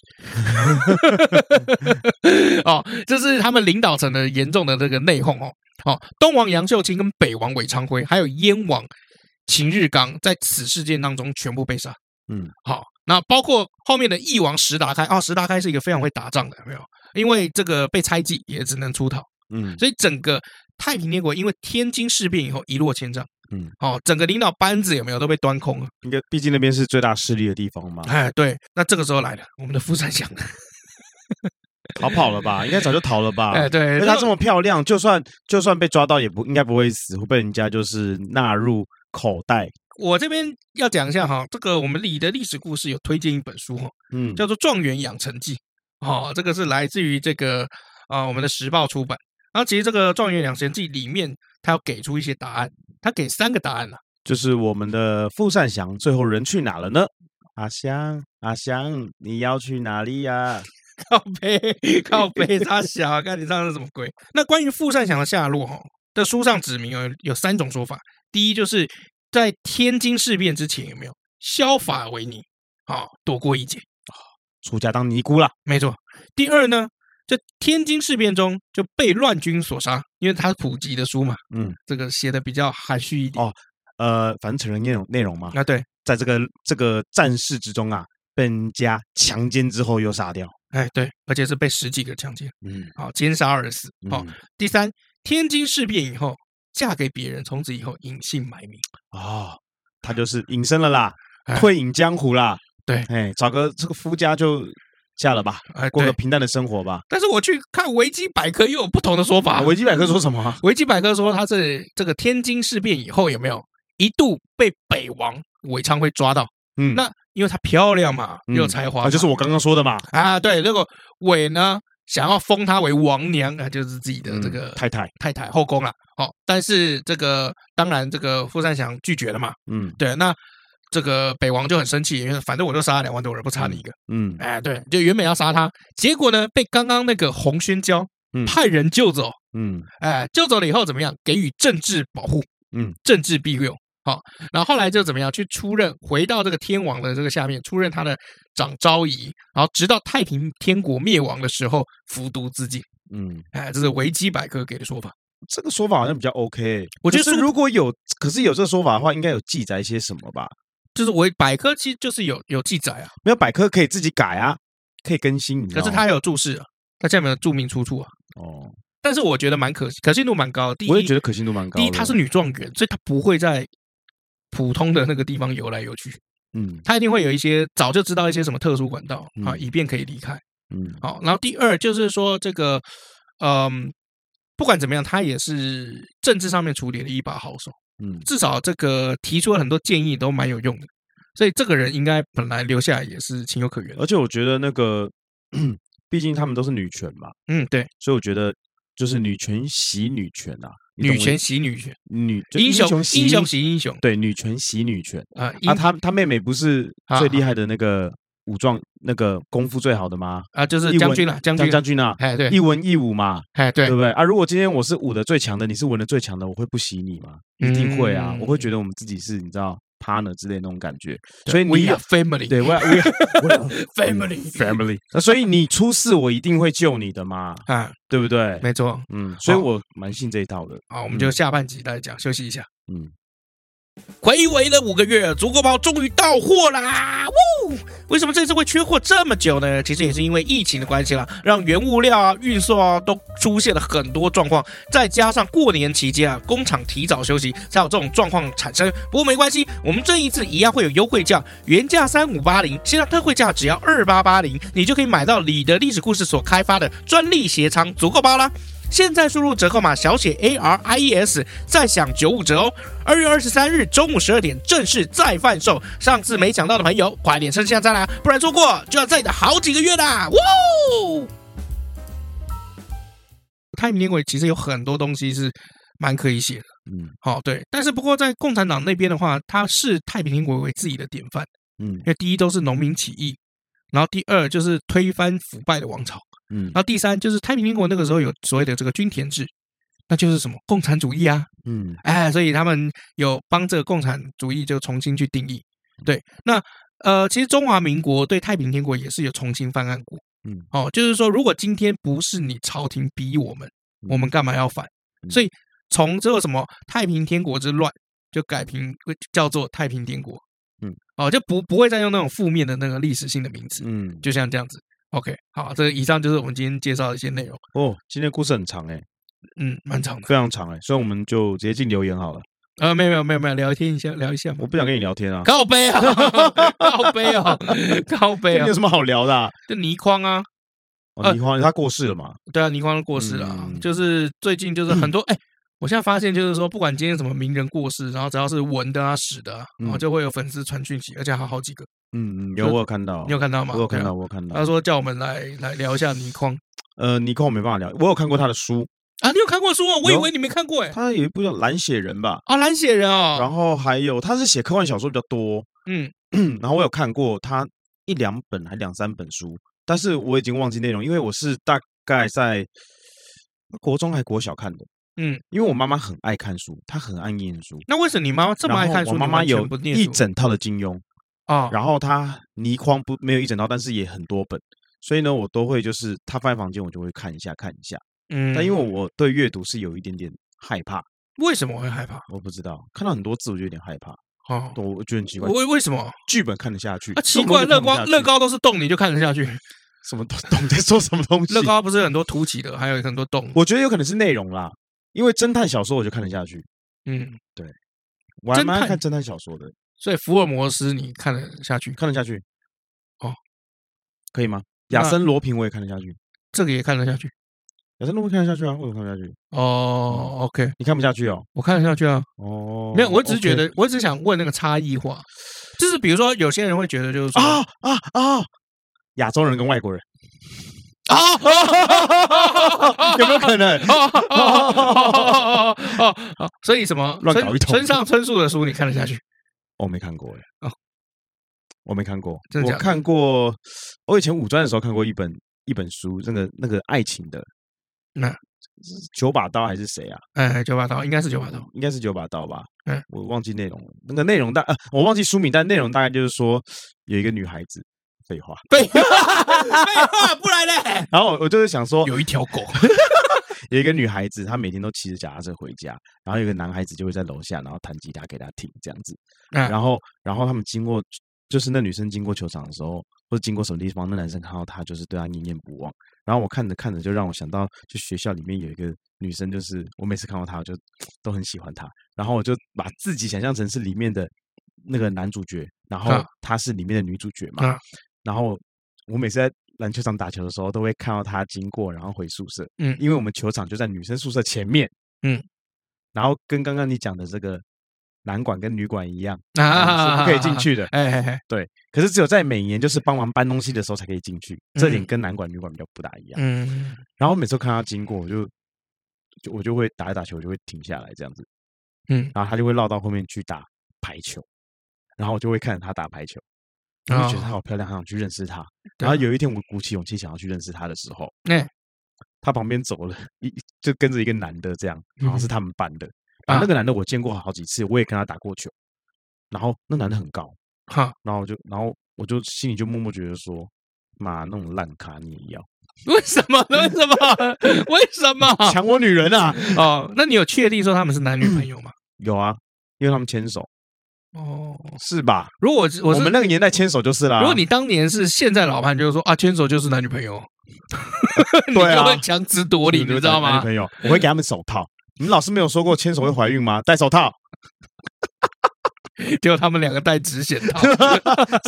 S1: 哦，这是他们领导层的严重的这个内讧哦。哦，东王杨秀清跟北王韦昌辉，还有燕王秦日纲，在此事件当中全部被杀。
S2: 嗯，
S1: 好，那包括后面的义王石达开啊、石达开是一个非常会打仗的，有没有？因为这个被猜忌，也只能出逃。
S2: 嗯
S1: 所以整个太平天国因为天津事变以后一落千丈，
S2: 嗯，
S1: 哦，整个领导班子有没有都被端空了？
S2: 应该毕竟那边是最大势力的地方嘛，
S1: 哎，对，那这个时候来了我们的傅三祥，
S2: 逃跑了吧？应该早就逃了吧？
S1: 哎，对，
S2: 而且
S1: 那
S2: 她啊这么漂亮，就算就算被抓到，也不应该不会死，会被人家就是纳入口袋。
S1: 我这边要讲一下哈，这个我们里的历史故事有推荐一本书哈，
S2: 嗯，
S1: 叫做《状元养成记》，哦，这个是来自于这个啊、我们的时报出版。然后其实这个《状元养成记》里面，他要给出一些答案，他给三个答案了、啊
S2: 就是我们的傅善祥，最后人去哪了呢？阿香，阿香，你要去哪里呀、
S1: <laughs> 靠背，靠背，他小，啊看你唱的什么鬼？那关于傅善祥的下落哈，在书上指明有有三种说法。第一就是在天津事变之前有没有削发为尼，啊、躲过一劫，
S2: 出家当尼姑啦。
S1: 没错。第二呢，在天津事变中就被乱军所杀，因为他是普及的书嘛，
S2: 嗯，
S1: 这个写的比较含蓄一点。
S2: 哦呃，反正成人内容内容嘛，
S1: 啊，对，
S2: 在这个这个战事之中啊，被人家强奸之后又杀掉。
S1: 哎对，而且是被十几个强奸，
S2: 嗯，
S1: 啊、奸杀而死。哦，
S2: 嗯
S1: 第三，天津事变以后嫁给别人，从此以后隐姓埋名。
S2: 哦，他就是隐身了啦，
S1: <laughs> 哎
S2: 退隐江湖啦。
S1: 对
S2: 哎，找个这个夫家就嫁了吧，
S1: 哎，
S2: 过
S1: 对
S2: 个平淡的生活吧。
S1: 但是我去看维基百科，又有不同的说法。
S2: 啊，维基百科说什
S1: <laughs>
S2: 么啊？
S1: 维基百科说他是这个天津事变以后有没有一度被北王韦昌辉抓到？
S2: 嗯，
S1: 那因为她漂亮嘛，
S2: 嗯
S1: 又有才华嘛、
S2: 啊，就是我刚刚说的嘛。
S1: 啊，对，那个韦呢想要封她为王娘啊，就是自己的这
S2: 嗯
S1: 个
S2: 太太，
S1: 太太后宫了。哦，但是这个当然这个傅善祥拒绝了嘛。
S2: 嗯
S1: 对，那这个北王就很生气，因为反正我就杀了两万多人，不差你一个。
S2: 嗯
S1: 哎，对，就原本要杀他，结果呢被刚刚那个洪宣娇
S2: 嗯
S1: 派人救走。
S2: 嗯
S1: 哎，救走了以后怎么样？给予政治保护，
S2: 嗯，
S1: 政治庇佑。好，然后后来就怎么样去出任，回到这个天王的这个下面，出任他的长昭仪，然后直到太平天国灭亡的时候服毒自尽。
S2: 嗯，
S1: 哎，这是维基百科给的说法。
S2: 这个说法好像比较 OK。
S1: 我觉得
S2: 就是
S1: 说
S2: 如果有，可是有这个说法的话，应该有记载一些什么吧？
S1: 就是维百科其实就是有有记载啊，
S2: 没有百科可以自己改啊，可以更新。你知
S1: 可
S2: 道
S1: 是
S2: 吗
S1: 它有注释啊，它下面有注明出处啊。
S2: 哦，
S1: 但是我觉得蛮可可信度蛮高的。第一，
S2: 我也觉得可信度蛮高的。
S1: 第一，她是女状元，所以她不会在普通的那个地方游来游去，
S2: 嗯
S1: 她一定会有一些早就知道一些什么特殊管道啊，
S2: 嗯
S1: 以便可以离开。
S2: 嗯
S1: 好，然后第二就是说这个，嗯，不管怎么样，她也是政治上面处理的一把好手，
S2: 嗯
S1: 至少这个提出了很多建议都蛮有用的。所以这个人应该本来留下来也是情有可原的。
S2: 而且我觉得那个， <clears throat> 毕竟他们都是女权嘛，
S1: 嗯，对，
S2: 所以我觉得就是女权洗女权啊，你懂
S1: 女
S2: 我
S1: 权洗女权，
S2: 女就
S1: 英雄
S2: 洗
S1: 英雄惜英雄
S2: 对女权洗女权
S1: 啊，英
S2: 啊，他他妹妹不是
S1: 啊
S2: 最
S1: 啊
S2: 厉害的那个武状那个功夫最好的吗？
S1: 啊，就是
S2: 一
S1: 将
S2: 文
S1: 军了，将
S2: 将
S1: 军
S2: 将
S1: 啦，
S2: 军啊，
S1: 哎，对，
S2: 一文一武嘛，
S1: 哎，对
S2: 对，不对啊？如果今天我是武的最强的，你是文的最强的，我会不洗你吗？一定会
S1: 嗯
S2: 啊，我会觉得我们自己是你知道 partner 之类的那种感觉，所以
S1: We
S2: 你
S1: are family，
S2: 对 we are- we are- we are
S1: <laughs> Family
S2: family，那 <laughs> 所以你出事我一定会救你
S1: <laughs>
S2: 的嘛，
S1: 啊，
S2: 对不对？
S1: 没哦错。
S2: 嗯，所以
S1: 好
S2: 我蛮信这一套的。
S1: 好，我们就下半集来讲，休息一下。
S2: 嗯，
S1: 回违了五个月，足够包终于到货啦！呜，为什么这次会缺货这么久呢？其实也是因为疫情的关系啦，让原物料啊、运送啊都出现了很多状况，再加上过年期间啊，工厂提早休息，才有这种状况产生。不过没关系，我们这一次一样会有优惠价，原价三五八零，现在特惠价只要二八八零，你就可以买到李的历史故事所开发的专利鞋仓足够包啦。现在输入折扣码小写 A R I E S，再享九五折哦。二月二十三日中午十二点正式再贩售，上次没抢到的朋友，快点趁现在啦，不然错过就要再等好几个月啦！哇哦！太平天国其实有很多东西是蛮可以写的，
S2: 嗯
S1: 好、对，但是不过在共产党那边的话，它视太平天国为自己的典范，
S2: 嗯
S1: 因为第一都是农民起义，然后第二就是推翻腐败的王朝。
S2: 嗯
S1: 然后第三就是太平天国那个时候有所谓的这个均田制，那就是什么共产主义啊，
S2: 嗯
S1: 哎，所以他们有帮这个共产主义就重新去定义。对，那呃，其实中华民国对太平天国也是有重新翻案过。
S2: 嗯，
S1: 哦，就是说，如果今天不是你朝廷逼我们，我们干嘛要反？
S2: 嗯
S1: 所以从这个什么太平天国之乱，就改平叫做太平天国。
S2: 嗯，
S1: 哦，就不不会再用那种负面的那个历史性的名词。
S2: 嗯，
S1: 就像这样子。OK，好，这以上就是我们今天介绍的一些内容，
S2: 哦，今天故事很长哎，
S1: 嗯，蛮长的。
S2: 非常长哎，所以我们就直接进留言好了。
S1: 呃，没有没有没有没有，聊天一下，聊一下嘛
S2: 我。不想跟你聊天啊，
S1: 靠背啊，
S2: <laughs>
S1: 靠背啊，靠背
S2: 跟
S1: 啊
S2: 你有，什么好聊的啊？
S1: 就倪匡啊，
S2: 哦，倪匡他过世了嘛？
S1: 对啊，倪匡过世了啊、
S2: 嗯
S1: 就是最近就是很多哎、我现在发现就是说，不管今天什么名人过世，然后只要是文的啊、史的啊，然后
S2: 嗯
S1: 就会有粉丝传讯息，而且还好几个，
S2: 嗯嗯，有
S1: 就
S2: 我有看到，
S1: 呃你有看到吗？
S2: 我有看
S1: 对啊
S2: 到，。我有看
S1: 他
S2: 到。
S1: 说叫我们来来聊一下倪匡
S2: 呃，倪匡我没办法聊，我有看过他的书，
S1: 啊，你有看过书哦？我以
S2: 有
S1: 为你没看过哎。
S2: 他有一部叫《蓝血人》吧，
S1: 啊，蓝血人哦，
S2: 然后还有他是写科幻小说比较多，
S1: 嗯，
S2: <clears throat> 然后我有看过他一两本还两三本书，但是我已经忘记内容，因为我是大概在国中还国小看的，
S1: 嗯，
S2: 因为我妈妈很爱看书，她很爱念书，
S1: 那为什么你妈妈这么爱
S2: 然后
S1: 看书？
S2: 我
S1: 你
S2: 妈妈
S1: 完全
S2: 有
S1: 不念
S2: 一
S1: 书
S2: 整套的金庸，
S1: 啊，
S2: 然后她倪匡不没有一整套，但是也很多本。所以呢，我都会就是她放在房间，我就会看一下看一下。
S1: 嗯，
S2: 但因为我对阅读是有一点点害怕，
S1: 为什么会害怕？
S2: 我不知道看到很多字我就有点害怕，
S1: 哦，
S2: 我觉得很奇怪。
S1: 为为什么
S2: 剧本看得下去
S1: 啊？奇
S2: 动不动
S1: 怪，乐高
S2: 就看不下去
S1: 乐高都是洞，你就看得下去。
S2: 什么东 <laughs> 懂在说什么东西？
S1: 乐高不是很多凸起的，还有很多洞。
S2: 我觉得有可能是内容啦，因为侦探小说我就看得下去，
S1: 嗯，
S2: 我还蛮
S1: 侦
S2: 爱
S1: 探
S2: 看侦探小说的，
S1: 所以福尔摩斯你看得下去，
S2: 看得下去。
S1: 哦，
S2: 可以吗？
S1: 那
S2: 亚森罗平我也看得下去，
S1: 这个也看得下去。
S2: 亚森罗平看得下去啊，为什么看不下去？
S1: 哦，OK，
S2: 你看不下去哦？
S1: 我看得下去啊。
S2: 哦，
S1: 没有，我只是觉
S2: OK
S1: 得，我只想问那个差异化，
S2: 啊
S1: 就是比如说有些人会觉得就是说
S2: 啊啊啊，亚洲人跟外国人，
S1: 啊！
S2: 有没有可能？哦
S1: 哦哦哦！所以什么
S2: 乱搞一通
S1: 村村上春树的书你看得下去？
S2: 我没看过耶。欸
S1: 哦
S2: 我没看过，
S1: 真的假
S2: 我
S1: 的
S2: 看过，我以前五专的时候看过一本一本书，那个那个爱情的，
S1: 那
S2: 九把刀还是谁啊？
S1: 哎，九把刀应该是九把刀。
S2: 嗯应该是九把刀吧？
S1: 嗯，
S2: 我忘记内容了。那个内容大，呃，我忘记书名，但内容大概就是说有一个女孩子，废话。
S1: 废话，废话，啊不然嘞？
S2: 然后我我就是想说，
S1: 有一条 <laughs> 狗，
S2: 有一个女孩子，她每天都骑着脚踏车回家，然后有个男孩子就会在楼下，然后弹吉他给她听这样子。
S1: 嗯
S2: 然后，然后他们经过，就是那女生经过球场的时候，或者经过什么地方，那男生看到她，就是对她念念不忘。然后我看着看着，就让我想到，就学校里面有一个女生，就是我每次看到她，我就都很喜欢她。然后我就把自己想象成是里面的那个男主角，然后
S1: 啊
S2: 她是里面的女主角嘛。
S1: 啊
S2: 然后我每次在篮球场打球的时候，都会看到她经过，然后回宿舍。
S1: 嗯
S2: 因为我们球场就在女生宿舍前面。
S1: 嗯，
S2: 然后跟刚刚你讲的这个男馆跟女馆一样，
S1: 啊，
S2: 是不可以进。去的。
S1: 哎哎哎，
S2: 可是只有在每年就是帮忙搬东西的时候才可以进去，这点
S1: 嗯
S2: 跟男馆女馆比较不大一样。
S1: 嗯，
S2: 然后每次看他经过，我就就我就会打一打球，我就会停下来这样子。
S1: 嗯
S2: 然后他就会绕到后面去打排球，然后我就会看着他打排球，然后就觉得
S1: 哦
S2: 她好漂亮，很想去认识她。
S1: 对
S2: 然后
S1: 啊
S2: 有一天我鼓起勇气想要去认识她的时候，
S1: 哎
S2: 她旁边走了一就跟着一个男的这样，好像是
S1: 嗯
S2: 他们班的。啊，
S1: 啊
S2: 那个男的我见过好几次，我也跟他打过球。然后那男的很高，
S1: 好，
S2: 然后我就然后我就心里就默默觉得说，妈那种烂咖你
S1: <laughs>
S2: 也要 <laughs>
S1: 为什么？为什么？ <laughs> 为什么？
S2: 抢我女人啊？
S1: 哦，那你有确定说他们是男女朋友吗？
S2: <laughs> 有啊，因为他们牵手
S1: 哦，
S2: 是吧？
S1: 如果我是
S2: 我们那个年代牵手就是啦。
S1: 如果你当年是现在老潘，就是说啊，牵手就是男女朋友，
S2: <laughs>
S1: 你
S2: 对啊
S1: 就会强词夺理，
S2: 是
S1: 你知道
S2: 男女
S1: 吗？
S2: 朋友，我会给他们手套。你们老师没有说过牵手会怀孕吗？戴手套， <laughs>
S1: 结果他们两个戴纸剪
S2: <laughs>
S1: 刀，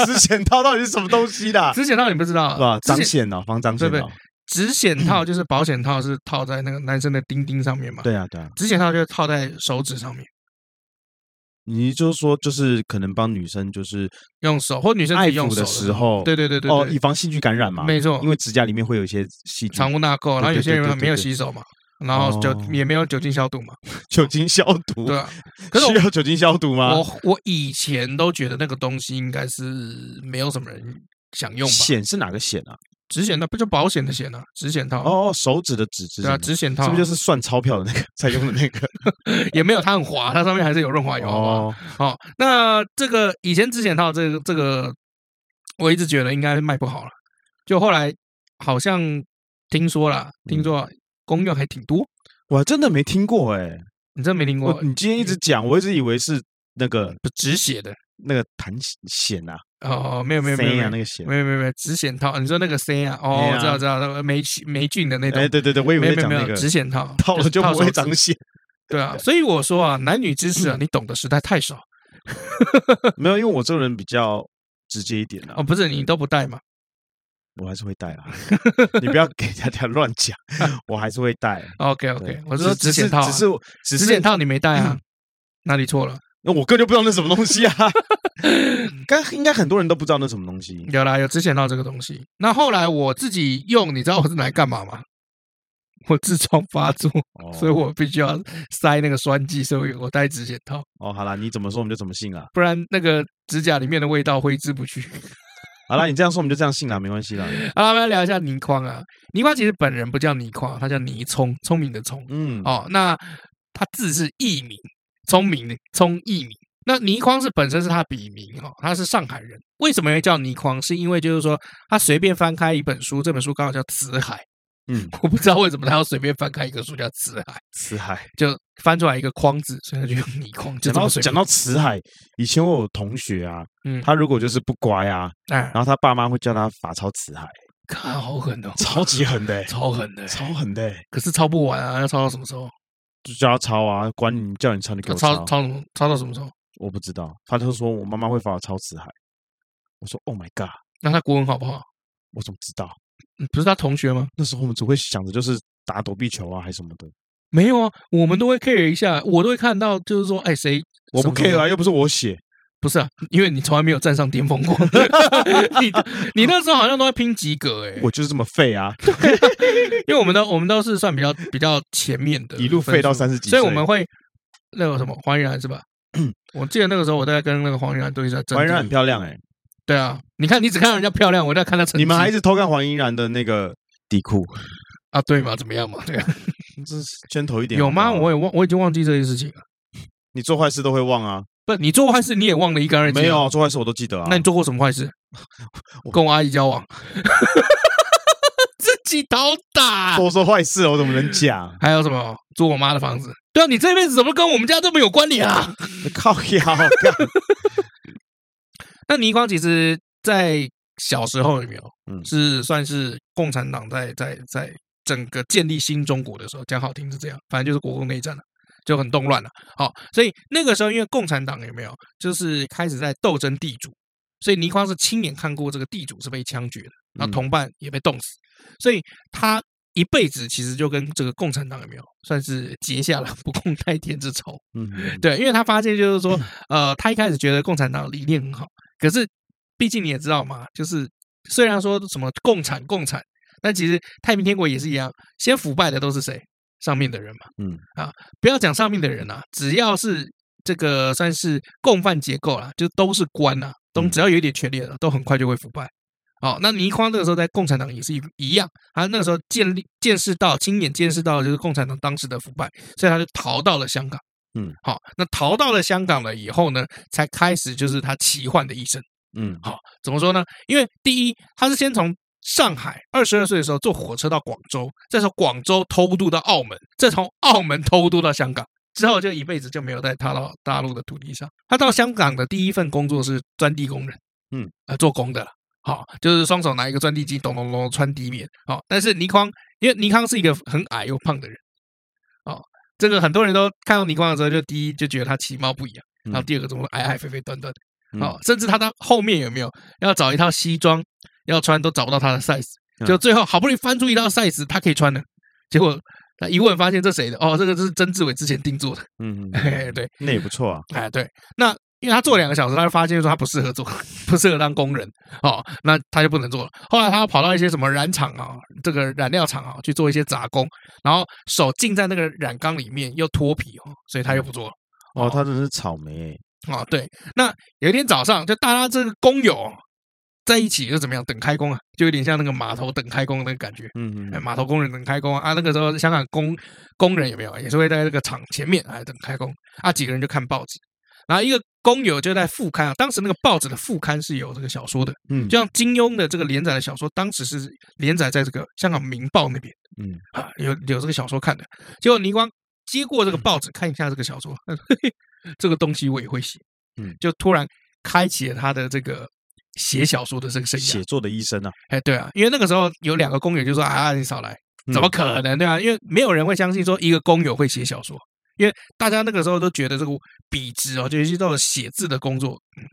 S2: 之前套到底是什么东西的？
S1: <laughs> 纸剪刀你不知道
S2: 是吧？
S1: 纸
S2: 张
S1: 剪
S2: 显哦，防张显
S1: 对
S2: 哦，
S1: 纸剪套就是保险套，是套在那个男生的丁丁上面嘛？，
S2: 对啊，对啊。
S1: 指甲套就是套在手指上面，
S2: 你就说就是可能帮女生就是
S1: 用手或女生自
S2: 爱
S1: 己用
S2: 抚
S1: 手
S2: 的时，候，
S1: 对对对对
S2: 哦，
S1: 对
S2: 以防细菌感染嘛，
S1: 没错
S2: 因为指甲里面会有一些细菌
S1: 藏，污纳垢，然后有些
S2: 对对对
S1: 人
S2: 对
S1: 没有洗手嘛，然后就
S2: 哦
S1: 也没有酒精消毒嘛，
S2: 酒精消
S1: <laughs>
S2: 毒
S1: 对，啊。可是
S2: 需
S1: 我
S2: 要酒精消毒吗？
S1: 我我以前都觉得那个东西应该是没有什么人想用吧，
S2: 显是哪个显啊？
S1: 纸剪套不就保险的险啊，纸剪套
S2: 哦，手指的指指
S1: 对啊，纸剪套
S2: 是不是就是算钞票的那个 <laughs> 才用的
S1: <laughs>
S2: 那个？
S1: 也没有它很滑，它上面还是有润滑哎油，好不好？
S2: 哦，
S1: 好，那这个以前之前套这个这个，我一直觉得应该卖不好了，就后来好像听说了，
S2: 嗯
S1: 听说功用还挺多，
S2: 我还真的没听过哎，
S1: 你真没听
S2: 我
S1: 过？
S2: 你今天一直讲，我一直以为是那个
S1: 不止血的
S2: 那个弹显啊，
S1: 哦，没有没有没有
S2: 塞
S1: 没
S2: 啊
S1: 有
S2: 那个显
S1: 没，有没有没有止血套，你说那个 C 啊？
S2: 哎
S1: 哦，
S2: 呀
S1: 我知道知道，那个霉菌霉菌的那种
S2: 哎，，对对对，我以
S1: 没
S2: 为
S1: 有
S2: 在
S1: 没有
S2: 讲
S1: 没
S2: 那
S1: 有
S2: 个
S1: 止血套，
S2: <laughs> 套了就
S1: 套
S2: 不会
S1: 手
S2: 长
S1: 指 <laughs>
S2: 血，
S1: 对啊，所以我说啊，男女知
S2: <laughs>
S1: 识啊，你懂得实在太少
S2: 没有，因为我这个人比较直接一点啊
S1: 哦，，不是你都不带嘛？
S2: 我还是会戴啦， <laughs> 你不要给大家乱讲，我还是会
S1: <laughs>
S2: 戴。
S1: OK
S2: 对
S1: OK，我是说
S2: 只
S1: 止
S2: 只
S1: 血
S2: 是
S1: 套啊，
S2: 只是我只
S1: 止
S2: 是嗯
S1: 血套你没带啊？哪里错了？
S2: 那我根本就不知道那什么东西啊！ <laughs> 刚应该很多人都不知道那什么东西，
S1: 有啦，有之前到这个东西。那后来我自己用，你知道我是拿来干嘛吗？ <laughs> 我痔疮发作，
S2: 哦
S1: 所以我必须要塞那个栓剂，所以我戴指甲套，
S2: 哦，好啦，你怎么说我们就怎么信啊。
S1: 不然那个指甲里面的味道挥之不去。
S2: 好啦，你这样说我们就这样信啦，没关系 <laughs> 啦。
S1: 好啦，我们来聊一下倪匡啊。倪匡其实本人不叫倪匡，他叫倪聪，聪明的聪。
S2: 嗯，
S1: 哦，那他字是艺名，聪明的聪艺名。那倪匡是本身是他笔名哦，他是上海人。为什么会叫倪匡？是因为就是说他随便翻开一本书，这本书刚好叫《辞海》。
S2: 嗯，
S1: 我不知道为什么他要随便翻开一个书叫《辞海》，
S2: 辞海。
S1: 就翻出来一个框字，所以他就用泥框。就这
S2: 讲到
S1: 么随
S2: 讲
S1: 便，
S2: 到辞海，以前我有同学啊，
S1: 嗯，
S2: 他如果就是不乖啊，
S1: 哎，
S2: 然后他爸妈会叫他罚抄辞海，
S1: 看好狠哦，
S2: <laughs> 超级狠的欸、
S1: 超狠的，
S2: 超狠的欸、
S1: 可是抄不完啊，要抄到什么时候？
S2: 就叫他抄啊，管你叫你抄你给我
S1: 抄
S2: 抄
S1: 抄什么？抄到什么时候？
S2: 我不知道，他就说我妈妈会罚我抄辞海。我说 Oh my god，
S1: 那他国文好不好？
S2: 我怎么知道？
S1: 嗯不是他同学吗？
S2: 那时候我们只会想着就是打躲避球啊，还是什么的。
S1: 没有啊，我们都会 care 一下，我都会看到，就是说，哎，谁
S2: 我不
S1: 什么什么
S2: care 啊，又不是我写，
S1: 不是啊，因为你从来没有站上巅峰
S2: <laughs>
S1: 过，你你那时候好像都在拼及格哎、
S2: 我就是这么废啊，
S1: 因为我们都我们都是算比较比较前面的，
S2: 一路废到三十几
S1: 所
S2: 岁。
S1: 以我们会那个什么黄玉兰是
S2: <clears throat>
S1: 吧？我记得那个时候我在跟那个黄玉兰对在争，
S2: 黄依然很漂亮哎、
S1: 对啊，你看你只看到人家漂亮，我在看她成绩，
S2: 你们还一直偷看黄依然的那个底裤，
S1: 啊对嘛？怎么样嘛？对啊，
S2: 这是圈头一啊点
S1: 有吗？
S2: 好不好
S1: 我也忘，我已经忘记这件事情了。
S2: 你做坏事都会忘啊？
S1: 不，你做坏事你也忘得一干二净，
S2: 没有啊，做坏事我都记得啊。
S1: 那你做过什么坏事？跟我阿姨交往， <laughs> 自己倒打。？
S2: 多说坏事我怎么能讲
S1: 还有什么租我妈的房子？对啊，你这辈子怎么跟我们家这么有关联啊？
S2: 靠腰，干
S1: 那倪匡其实，在小时候有没有，
S2: 嗯
S1: 是算是共产党在在在整个建立新中国的时候，讲好听是这样，反正就是国共内战了。就很动乱了，好，所以那个时候因为共产党有没有，就是开始在斗争地主，所以倪匡是亲眼看过这个地主是被枪决的，然后
S2: 嗯
S1: 同伴也被冻死，所以他一辈子其实就跟这个共产党有没有算是结下了 <laughs> 不共戴天之仇。
S2: 嗯，
S1: 对，因为他发现就是说，呃，他一开始觉得共产党理念很好，可是毕竟你也知道嘛，就是虽然说什么共产共产，但其实太平天国也是一样，先腐败的都是谁？上面的人嘛。
S2: 嗯
S1: 啊，不要讲上面的人啊，只要是这个算是共犯结构啦，就都是官啊，都
S2: 嗯
S1: 只要有一点权力了，都很快就会腐败。哦，那倪匡那个时候在共产党也是一一样，他那个时候建立见识到亲眼见识到就是共产党当时的腐败，所以他就逃到了香港。
S2: 嗯，
S1: 好，那逃到了香港了以后呢，才开始就是他奇幻的一生。
S2: 嗯
S1: 好，怎么说呢？因为第一，他是先从上海二十二岁的时候坐火车到广州，再从广州偷渡到澳门，再从澳门偷渡到香港，之后就一辈子就没有再踏到大陆的土地上。他到香港的第一份工作是钻地工人，
S2: 嗯，
S1: 呃，做工的啦。好，就是双手拿一个钻地机，咚咚咚穿地面。好，但是倪匡，因为倪匡是一个很矮又胖的人，哦，这个很多人都看到倪匡的时候，就第一就觉得他其貌不扬，然后
S2: 嗯
S1: 第二个怎么矮矮肥肥短短的。
S2: 嗯
S1: 哦，甚至他到后面有没有要找一套西装要穿都找不到他的 size，
S2: 嗯
S1: 就最后好不容易翻出一套 size 他可以穿的，结果他一问发现这谁的？哦，这个是曾志伟之前定做的， <laughs>
S2: 嗯，
S1: 嘿
S2: 嗯
S1: 嘿对，
S2: 那也不错啊。
S1: 哎对，那因为他做两个小时，他就发现说他不适合做， <laughs> 不适合当工人哦，那他就不能做了。后来他跑到一些什么染厂啊，这个染料厂啊去做一些杂工，然后手浸在那个染缸里面又脱皮哦，所以他又不做了。
S2: 哦，他真的是草莓欸，
S1: 哦，对，那有一天早上，就大家这个工友在一起，就怎么样等开工啊，就有点像那个码头等开工的那个感觉。
S2: 嗯
S1: 哎
S2: 嗯
S1: 码头工人等开工啊，啊那个时候香港工工人有没有也是会在那个厂前面哎等开工啊，几个人就看报纸，然后一个工友就在副刊啊，当时那个报纸的副刊是有这个小说的，
S2: 嗯，
S1: 就像金庸的这个连载的小说，当时是连载在这个香港《明报》那边，
S2: 嗯
S1: 啊，有有这个小说看的。结果倪光接过这
S2: 嗯
S1: 个报纸看一下这个小说， <laughs> 嘿嘿这个东西我也会写，
S2: 嗯，
S1: 就突然开启了他的这个写小说的这个生
S2: 写
S1: 涯。
S2: 作的一生啊，
S1: 哎，对啊，因为那个时候有两个工友就说啊，你少来，
S2: 嗯
S1: 怎么可能对啊？因为没有人会相信说一个工友会写小说。因为大家那个时候都觉得这个笔直哦，就尤其到了写字的工作，嗯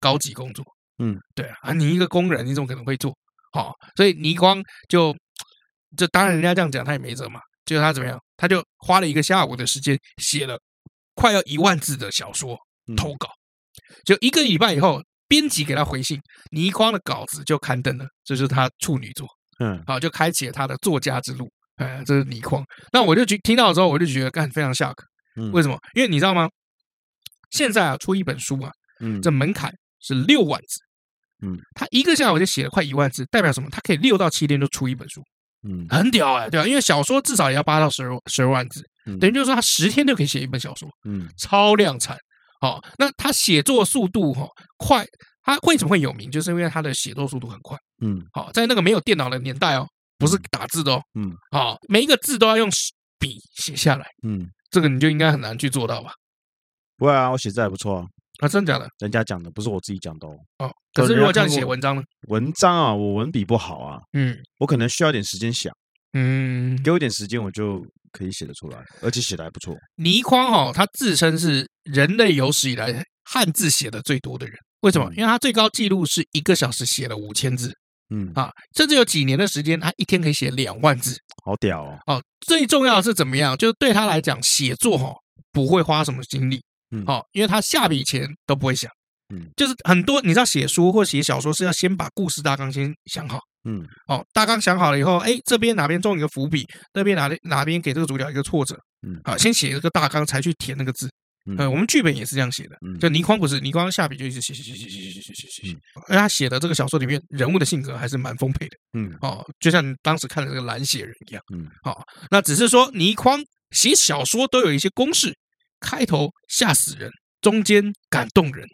S1: 高级工作，
S2: 嗯，
S1: 对啊啊，你一个工人，你怎么可能会做？好、所以倪匡就就当然人家这样讲，他也没辙嘛。就是他怎么样，他就花了一个下午的时间写了快要一万字的小说
S2: 嗯
S1: 投稿，就一个礼拜以后，编辑给他回信，倪匡的稿子就刊登了，这就是他处女作。
S2: 嗯
S1: 好，就开启了他的作家之路。哎，这是倪匡。那我就觉听到的时候，我就觉得干非常下课。
S2: 嗯
S1: 为什么？因为你知道吗？现在啊，出一本书啊，
S2: 嗯
S1: 这门槛是六万字。
S2: 嗯，
S1: 他一个下午就写了快一万字，代表什么？他可以六到七天就出一本书，
S2: 嗯
S1: 很屌哎、对吧、因为小说至少也要八到十十二万字，
S2: 嗯
S1: 等于就是说他十天就可以写一本小说。
S2: 嗯
S1: 超量产。好、那他写作速度哈、快，他为什么会有名？就是因为他的写作速度很快。
S2: 嗯
S1: 好、在那个没有电脑的年代哦，不是打字的哦，
S2: 嗯，
S1: 好、每一个字都要用笔写下来，
S2: 嗯，
S1: 这个你就应该很难去做到吧？
S2: 不会啊，我写字还不错啊，
S1: 啊，真的假的？
S2: 人家讲的不是我自己讲的哦。
S1: 哦，可是
S2: 人家
S1: 如果叫你
S2: 看过
S1: 写文章呢？
S2: 文章啊，我文笔不好啊，
S1: 嗯
S2: 我可能需要点时间想，
S1: 嗯，
S2: 给我一点时间我就可以写得出来，而且写的还不错。
S1: 倪匡哦，他自称是人类有史以来汉字写的最多的人。为什么？
S2: 嗯
S1: 因为他最高记录是一个小时写了五千字
S2: 嗯，
S1: 啊，甚至有几年的时间，他一天可以写两万字。
S2: 好屌哦。
S1: 哦，最重要的是怎么样？就是对他来讲，写作哈、不会花什么精力，
S2: 嗯
S1: 哦，因为他下笔前都不会想，
S2: 嗯
S1: 就是很多你知道写书或写小说是要先把故事大纲先想好
S2: 嗯
S1: 哦，大纲想好了以后，哎，这边哪边种一个伏笔，那边哪里哪边给这个主角一个挫折，
S2: 嗯
S1: 啊，先写这个大纲才去填那个字。
S2: 嗯
S1: 呃，我们剧本也是这样写的，
S2: 嗯
S1: 就倪匡不是倪匡下笔就一直写写写写写写写写写写
S2: 嗯，
S1: 而他写的这个小说里面人物的性格还是蛮丰沛的。
S2: 嗯
S1: 哦，就像你当时看的这个蓝血人一样，
S2: 嗯，
S1: 好、那只是说倪匡写小说都有一些公式，开头吓死人，中间感动人，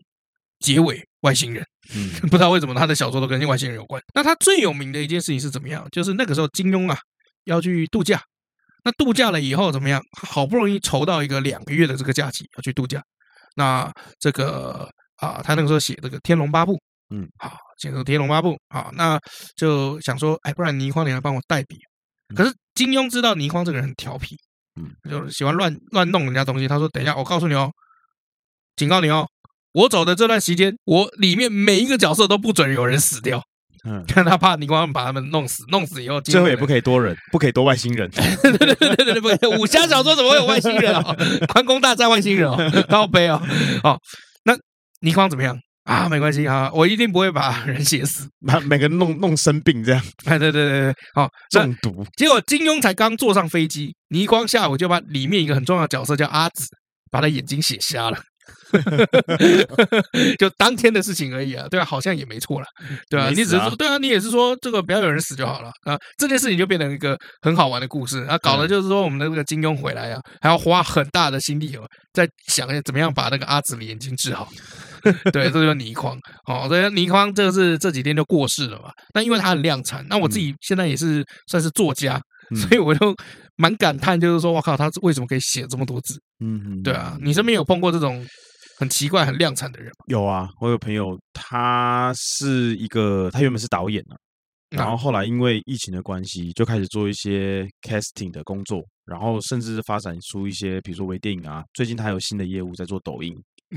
S1: 结尾外星人，
S2: 嗯
S1: <laughs> 不知道为什么他的小说都跟外星人有关。那他最有名的一件事情是怎么样？就是那个时候金庸啊要去度假，那度假了以后怎么样？好不容易筹到一个两个月的这个假期要去度假，那这个啊，他那个时候写这个《天龙八部》，
S2: 嗯，
S1: 好，写这个《天龙八部》，好，那就想说，哎，不然倪匡你来帮我代笔。可是金庸知道倪匡这个人很调皮，
S2: 嗯，
S1: 就是喜欢乱乱弄人家东西。他说：“等一下，我告诉你哦，警告你哦，我走的这段时间，我里面每一个角色都不准有人死掉， <laughs>
S2: 嗯，
S1: 他怕你光把他们弄死，弄死以后
S2: 最后也不
S1: 以。
S2: 可以多人，不可以多外星人。
S1: 对对对对对，不可以。武侠小说怎么会有外星人哦？ <laughs> 关公大战外星人哦，高杯哦，哦，那倪匡怎么样啊？没关系啊，我一定不会把人写死。 <laughs>
S2: 把 <laughs> 每个人弄弄生病这样
S1: 哎，对对对对，好、 <laughs> 那
S2: 中毒，
S1: 结果金庸才刚坐上飞机，倪匡下午就把里面一个很重要的角色叫阿紫，把他眼睛写瞎
S2: <laughs>
S1: 了。就当天的事情而已啊，对吧、好像也没错了，对吧、你
S2: 没死
S1: 只是
S2: 啊
S1: 说，对啊，你也是说这个不要有人死就好了啊。这件事情就变成一个很好玩的故事啊，搞
S2: 嗯
S1: 的就是说我们的这个金庸回来啊，还要花很大的心力哦，在想怎么样把那个阿紫的眼睛治好。 <laughs> 对，这就是倪匡哦，所以倪匡这是这几天就过世了嘛。那因为他很量产，那我自己现在也是算是作家，
S2: 嗯
S1: 所以我就蛮感叹，就是说，我靠，他为什么可以写这么多字？
S2: 嗯，
S1: 对啊，你身边有碰过这种很奇怪、很量产的人吗？
S2: 有啊，我有朋友，他是一个，他原本是导演啊，然
S1: 啊
S2: 后后来因为疫情的关系，就开始做一些 casting 的工作，然后甚至发展出一些，比如说微电影啊，最近他有新的业务在做抖音。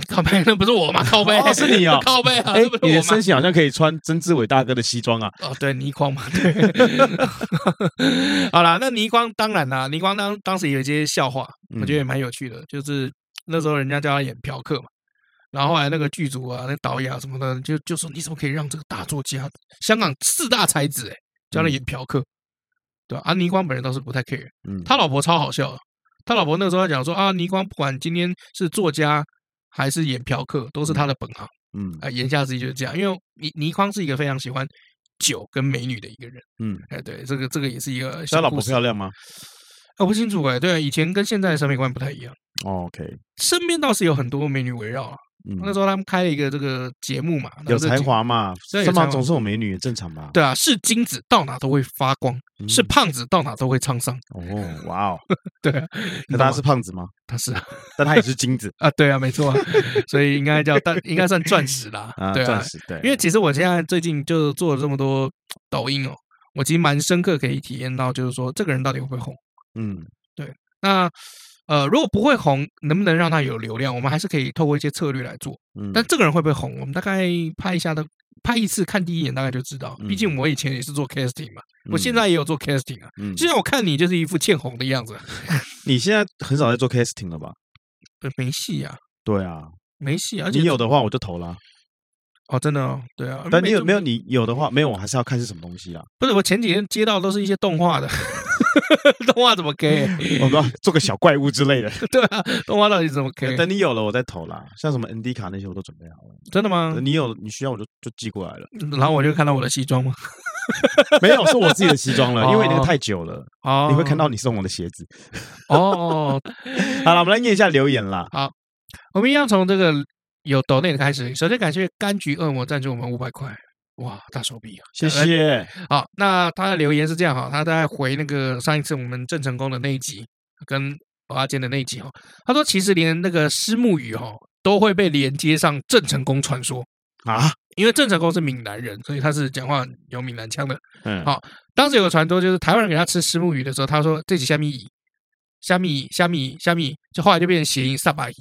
S1: 靠背，那不是
S2: <laughs>
S1: 我吗？靠背、
S2: 哦是你哦
S1: <laughs> 靠背啊，
S2: 哎
S1: 那不，
S2: 你
S1: 是
S2: 的
S1: 我吗
S2: 身？形好像可以穿曾志伟大哥的西装啊，
S1: 哦，对，倪匡嘛，对。 <laughs> 好啦，那倪匡当然啦，倪匡当当时有一些笑话，我觉得也蛮有趣的，就是那时候人家叫他演嫖客嘛。然后后来那个剧组啊，那导演啊什么的，就就说你怎么可以让这个大作家，香港四大才子哎，叫他演嫖客，对吧、啊？倪匡本人倒是不太 care，
S2: 嗯，
S1: 他老婆超好笑的，他老婆那时候讲说啊，倪匡不管今天是作家还是演嫖客，都是他的本行。
S2: 嗯
S1: 啊，言下之意就是这样，因为倪倪匡是一个非常喜欢酒跟美女的一个人。
S2: 嗯，
S1: 哎，对，这个这个也是一个小
S2: 他老
S1: 故
S2: 婆
S1: 事
S2: 漂亮吗
S1: 啊，不清楚哎，对，以前跟现在的审美观不太一样。
S2: 哦？OK，
S1: 身边倒是有很多美女围绕啊，
S2: 嗯，
S1: 那时候他们开了一个这个节目嘛，
S2: 有才。华嘛，
S1: 对有
S2: 身
S1: 才
S2: 旁
S1: 华
S2: 总是有美女，正常吧？
S1: 对啊，是金子到哪都会发光，
S2: 嗯
S1: 是胖子到哪都会沧桑。
S2: 哦，哇
S1: <laughs>
S2: 哦，
S1: 对啊，你
S2: 那他
S1: 懂
S2: 是
S1: 吗
S2: 胖子
S1: <laughs>
S2: 吗？
S1: 他是啊
S2: 但他也是金子
S1: 啊，对啊，没错啊，所以应该叫 <laughs> 但应该算钻石啦 <laughs>
S2: 啊，，
S1: 对啊
S2: 钻，石对，
S1: 因为其实我现在最近就做了这么多抖音哦，我其实蛮深刻可以体验到，就是说这个人到底会不会红。
S2: 嗯
S1: 那呃，如果不会红，能不能让他有流量？我们还是可以透过一些策略来做。
S2: 嗯，
S1: 但这个人会不会红，我们大概拍一下的，拍一次看第一眼大概就知道。毕竟我以前也是做 casting 嘛，我现
S2: 嗯
S1: 在也有做 casting 啊。
S2: 嗯
S1: 就像我看你就是一副欠红的样子，
S2: 你现在很少在做 casting 了吧？
S1: 呃没戏啊，
S2: 对啊，
S1: 没戏。而且
S2: 你有的话我就投啦。
S1: 哦，真的哦，对啊。
S2: 但你有没有
S1: 这？
S2: 你有的话没有，我还是要看是什么东西
S1: <laughs>
S2: 啦。
S1: 不是我前几天接到都是一些动画的， <laughs> 动画怎么给？
S2: 我告做个小怪物之类的，
S1: 对啊，动画到底怎么给？
S2: 等你有了我再投啦。像什么 ND 卡那些我都准备好了，
S1: 真的吗
S2: 等？你有你需要我就就寄过来
S1: <laughs>
S2: 了。
S1: 然后我就看到我的西装吗？
S2: 没有是我自己的西装了，因为那
S1: 哦
S2: 个太久了，
S1: 哦，
S2: 你会看到你送我的鞋子。
S1: 哦。
S2: 好了，我们来念一下留
S1: <laughs>
S2: 言啦。
S1: 我们一样从这个有抖内的开始，首先感谢柑橘恶魔赞助我们五百块，哇，大手笔啊！
S2: 谢谢，
S1: 好，那他的留言是这样哈，他在回那个上一次我们郑成功的那一集跟阿坚的那一集哈，他说其实连那个石木鱼哈都会被连接上郑成功传说， <laughs>
S2: 啊，
S1: 因为郑成功是闽南人，所以他是讲话有闽南腔的。
S2: 嗯
S1: 好当时有个传说，就是台湾人给他吃石目鱼的时候，他说这几虾米蚁，虾米蚁，虾米蚁，虾米蚁，就后来就变成谐音萨巴蚁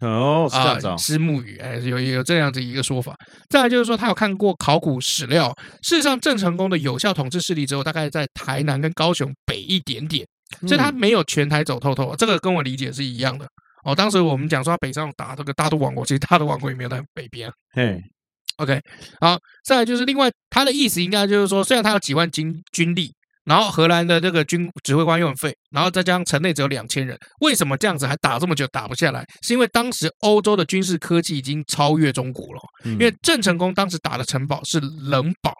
S2: 哦，是这
S1: 啊
S2: 样子哦，
S1: 石目鱼，哎，有有这样子一个说法。再来就是说，他有看过考古史料，事实上郑成功的有效统治势力只有大概在台
S2: 嗯
S1: 南跟高雄北一点点，所以他没有全台走透透，这个跟我理解是一样的。哦，当时我们讲说他北上打这个大都王国，其实大都王国也没有在北边啊。
S2: 嘿，
S1: OK，好，再来就是另外他的意思应该就是说，虽然他有几万军军力，然后荷兰的这个军指挥官又很废，然后再加上城内只有两千人，为什么这样子还打这么久打不下来？是因为当时欧洲的军事科技已经超越中国了，
S2: 因
S1: 因为郑成功当时打的城堡是冷堡，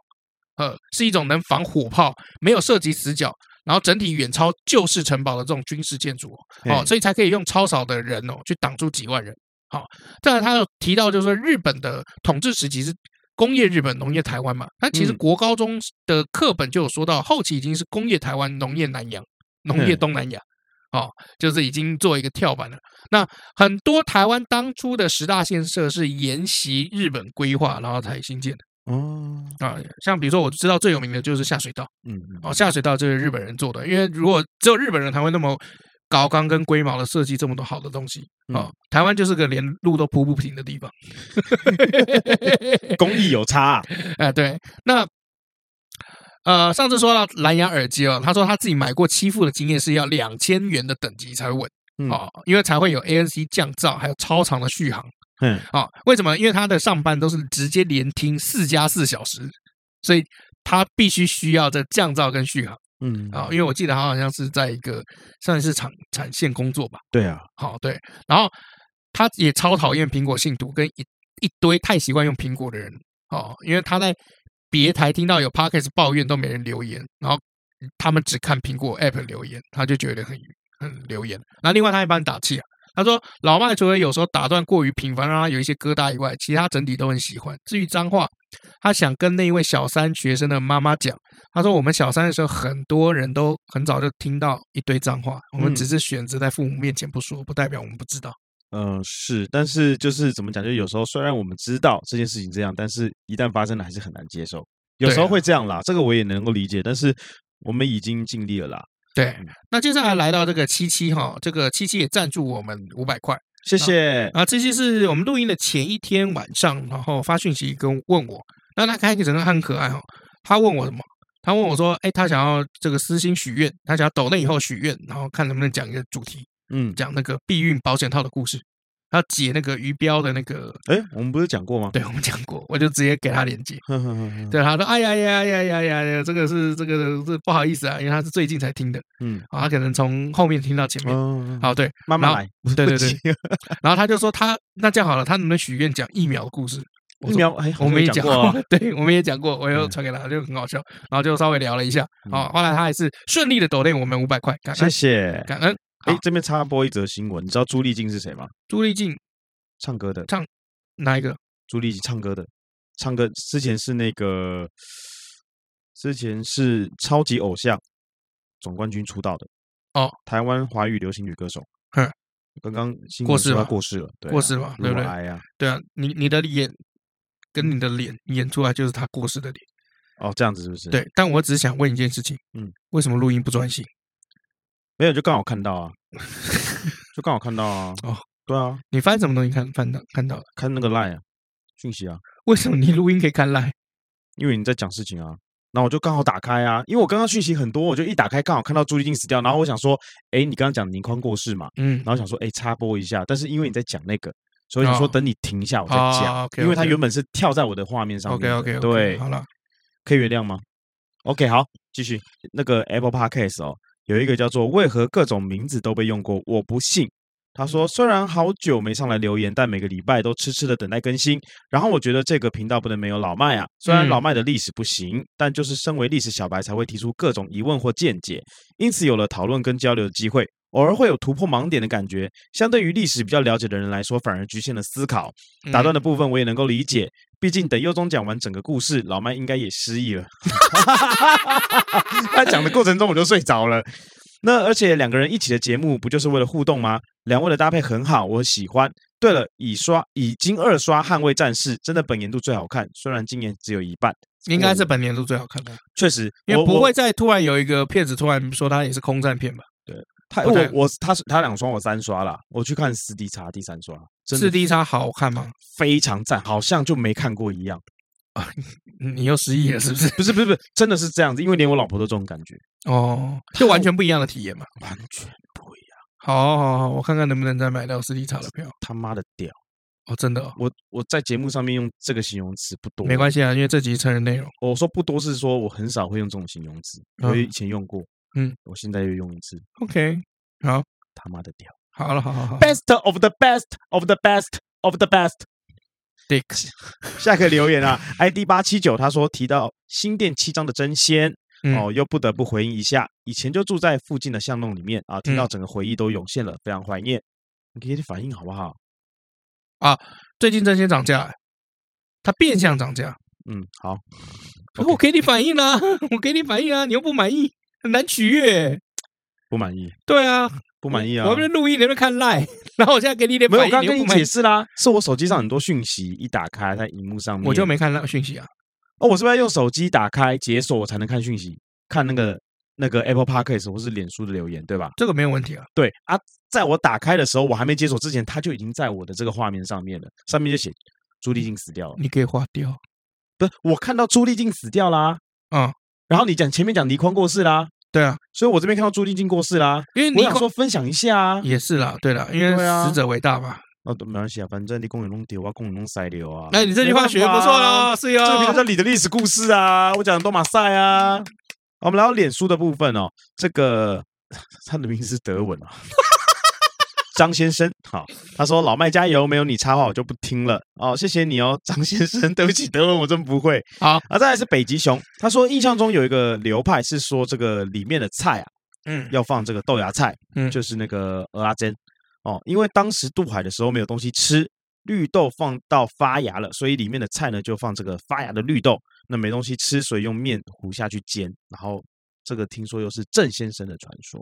S1: 呃，是一种能防火炮、没有涉及死角，然后整体远超旧式城堡的这种军事建筑哦，哦，所以才可以用超少的人哦去挡住几万人。好、再来他有提到就是说日本的统治时期是工业日本、农业台湾嘛，但其实
S2: 嗯
S1: 国高中的课本就有说到，后期已经是工业台湾、农业南洋、农业
S2: 嗯
S1: 东南亚，哦，就是已经做一个跳板了。那很多台湾当初的十大建设是沿袭日本规划，然后才新建
S2: 哦，
S1: 的啊。像比如说，我知道最有名的就是下水道。
S2: 嗯，
S1: 哦，下水道就是日本人做的，因为如果只有日本人才会那么高刚跟龟毛的设计这么多好的东西哦，台湾就是个连路都铺不平的地方。
S2: 工艺有
S1: <laughs>
S2: 差啊，
S1: 哎，对，那呃，上次说到蓝牙耳机哦，他说他自己买过七副的经验是要两千元的等级才会稳
S2: 嗯
S1: 哦，因为才会有 ANC 降噪，还有超长的续航
S2: 嗯，
S1: 哦。为什么？因为他的上班都是直接连听四加四小时，所以他必须需要这降噪跟续航。
S2: 嗯
S1: 啊，因为我记得他好像是在一个算是产产线工作吧，
S2: 对啊，
S1: 好对，然后他也超讨厌苹果信徒跟一一堆太习惯用苹果的人哦，因为他在别台听到有 Pockets 抱怨都没人留言，然后他们只看苹果 App 留言，他就觉得很很留言。然后另外他还帮你打气啊，他说老麦除了有时候打断过于频繁让他有一些疙瘩以外，其他整体都很喜欢。至于脏话，他想跟那一位小三学生的妈妈讲，他说我们小三的时候，很多人都很早就听到一堆脏话，我们
S2: 嗯
S1: 只是选择在父母面前不说，不代表我们不知道。
S2: 嗯、是，但是就是怎么讲，就有时候虽然我们知道这件事情这样，但是一旦发生了还是很难接受，有时候
S1: 对啊
S2: 会这样啦，这个我也能够理解，但是我们已经尽力了啦，
S1: 对，那接下来来到这个七七哈，这个七七也赞助我们五百块
S2: 谢谢，
S1: 啊。七七是我们录音的前一天晚上，然后发讯息跟问我，那他开个整个很可爱哈，他问我什么？他问我说，哎，他想要这个私心许愿，他想要抖那以后许愿，然后看能不能讲一个主题，
S2: 嗯，
S1: 讲那个避孕保险套的故事，他解那个鱼标的那个，
S2: 哎，我们不是讲过吗？
S1: 对我们讲过，我就直接给他链接。
S2: <laughs> 哼哼哼哼
S1: 对，他说：“哎呀呀呀呀呀呀，这个是这个是不好意思啊，因为他是最近才听的，
S2: 嗯，
S1: 啊，他可能从后面听到前面。
S2: 哦，
S1: 嗯好，对，
S2: 慢慢
S1: 然后
S2: 来，
S1: 对对
S2: 不急
S1: 对。
S2: <laughs>
S1: 然后他就说他那这样好了，他能不能许愿讲疫苗的故事？我
S2: 疫
S1: 说
S2: 苗，哎，
S1: 我
S2: 们
S1: 们也
S2: 讲
S1: 讲
S2: 过啊，
S1: <laughs> 对，我们也讲过，我又
S2: 嗯
S1: 传给他，就很好笑。然后就稍微聊了一下，啊，
S2: 嗯
S1: 后来他还是顺利的抖内我们五百块，感
S2: 谢
S1: 恩
S2: 谢。
S1: 感恩。
S2: 哎
S1: 好，
S2: 这边插播一则新闻，你知道朱丽静是谁吗？
S1: 朱丽静
S2: 唱歌的，
S1: 哪一个？
S2: 朱丽静唱歌的，唱歌之前是那个，之前是超级偶像总冠军出道的
S1: 哦，
S2: 台湾华语流行女歌手。
S1: 哼，
S2: 刚刚新闻
S1: 过世
S2: 说她
S1: 吧
S2: 过世了，对啊，
S1: 过世吧对不
S2: 乳
S1: 对
S2: 癌啊，
S1: 对啊，你你的脸跟你的脸演出来就是他过世的脸。
S2: 哦，这样子是不是？，
S1: 对，但我只是想问一件事情，
S2: 嗯，
S1: 为什么录音不专心？
S2: 没有就刚好看到
S1: <laughs>
S2: 啊，就刚好看到啊，
S1: 哦，
S2: 对啊，
S1: 你翻什么东西看翻到看到了？
S2: 看那个 line 啊，讯息啊，
S1: 为什么你录音可以看赖？
S2: 因为你在讲事情啊。然后我就刚好打开啊，因为我刚刚讯息很多，我就一打开刚好看到朱丽静死掉，然后我想说，哎，你刚刚讲林匡过世嘛，
S1: 嗯
S2: 然后想说，哎，插播一下，但是因为你在讲那个，所以想说
S1: 哦
S2: 等你停一下我再
S1: 哦
S2: 讲，
S1: ，OK，
S2: 因为它
S1: OK
S2: 原本是跳在我的画面上面
S1: ，OK
S2: 的。
S1: OK，
S2: 对，
S1: 好了，
S2: 可以原谅吗？OK，好，继续那个 Apple Podcast 哦，有一个叫做“为何各种名字都被用过”，我不信。他说：“虽然好久没上来留言，但每个礼拜都痴痴的等待更新。然后我觉得这个频道不能没有老麦啊。虽然
S1: 嗯
S2: 老麦的历史不行，但就是身为历史小白才会提出各种疑问或见解，因此有了讨论跟交流的机会，偶尔会有突破盲点的感觉。相对于历史比较了解的人来说，反而局限了思考。打断
S1: 的
S2: 的部分我也能够理
S1: 嗯
S2: 解，毕竟等佑宗讲完整个故事，老麦应该也失
S1: <laughs>
S2: 忆了。他讲的过程中我就睡着了。那而且两个人一起的节目不就是为了互动吗？两位的搭配很好，我喜欢。对了，已刷已经二刷《捍卫战士》，真的本年度最好看，虽然今年只有一半。
S1: 嗯应该是本年度最好看的，
S2: 确实，
S1: 因
S2: 我
S1: 为不
S2: 我
S1: 会再突然有一个骗子突然说他也是空战片吧？
S2: 他
S1: 不
S2: 我
S1: 太
S2: 我他他两刷我三刷啦，我去看四 D 叉第三刷，真
S1: 四
S2: 的
S1: D 叉好看吗？
S2: 非常赞，好像就没看过一样。
S1: 嗯你又失忆了是不
S2: <laughs>
S1: 是？
S2: 不是不是不是，真的是
S1: <laughs>
S2: 这样子，因为连我老婆都这种感觉。
S1: 哦，就完全不一样的体验嘛。
S2: 完全不一样。
S1: 好好好，我看看能不能再买到斯蒂查的票。
S2: 他妈的屌！
S1: 哦，真的、哦，
S2: 我我在节目上面用这个形容词不多，
S1: 没关系啊，因为这集成人内容。
S2: 我说不多是说我很少会用这种形容词，
S1: 嗯
S2: 我以前用过，
S1: 嗯，
S2: 我现在又用一次，
S1: OK，好，
S2: 他妈的屌
S1: 好了，好好好。
S2: ！Best of the best of the best of the best。
S1: Dick，
S2: 下个留言啊 <laughs> ，ID 八七九他说提到新店七张的真仙，
S1: 嗯
S2: 哦，又不得不回应一下，以前就住在附近的巷弄里面啊，听到整个回忆都涌现了，非常怀念。你给点反应好不好？
S1: 最近真仙涨价，它变相涨价。哦
S2: 嗯，好，
S1: 我给你反应啦、 <laughs> 我给你反应啊，你又不满意，很难取悦。
S2: 不满意，
S1: 对啊，
S2: 不满意啊
S1: 我！们录音你在那边看赖， <laughs> 然后我现在给你点
S2: <laughs> 没
S1: 反
S2: 有，我
S1: 应，
S2: 刚刚
S1: 你
S2: 跟
S1: 又
S2: 你
S1: 不满意
S2: 解，释啦，是我手机上很多讯息，一打开在荧幕上面，
S1: 我就没看到讯息啊。
S2: 哦，我是不是要用手机打开解锁我才能看讯息，看那个那个 Apple Podcast 或是脸书的留言，对吧？
S1: 这个没有问题啊。
S2: 对啊，在我打开的时候，我还没解锁之前，它就已经在我的这个画面上面了，上面就写朱丽静死掉了。
S1: 你可以划掉。
S2: 不是，我看到朱丽静死掉啦，
S1: 嗯，
S2: 然后你讲前面讲倪匡过世啦，
S1: 对啊，
S2: 所以我这边看到朱丽静过世啦，
S1: 因为
S2: 我
S1: 你
S2: 想说分享一下啊。
S1: 也是啦，对啦，因为
S2: 对啊
S1: 死者为大嘛。
S2: 哦，对没关系啊，反正你公园弄丢啊，公园弄塞流啊。
S1: 哎，你这句话学得不错
S2: 啊，
S1: 哦，是哟
S2: 这。个频道叫你的历史故事啊，我讲的都马赛啊。好我们来到脸书的部分哦，这个 <laughs> 他的名字是德文啊，张先生。好，他说老麦加油，没有你插话我就不听了。哦，谢谢你哦，张先生，对不起，德文我真不会。
S1: 好，
S2: 啊，再来是北极熊，他说印象中有一个流派是说这个里面的菜啊
S1: 嗯，
S2: 要放这个豆芽菜，
S1: 嗯
S2: 就是那个蚵仔煎哦，因为当时渡海的时候没有东西吃，绿豆放到发芽了，所以里面的菜呢就放这个发芽的绿豆，那没东西吃，所以用面糊下去煎，然后这个听说又是郑先生的传说，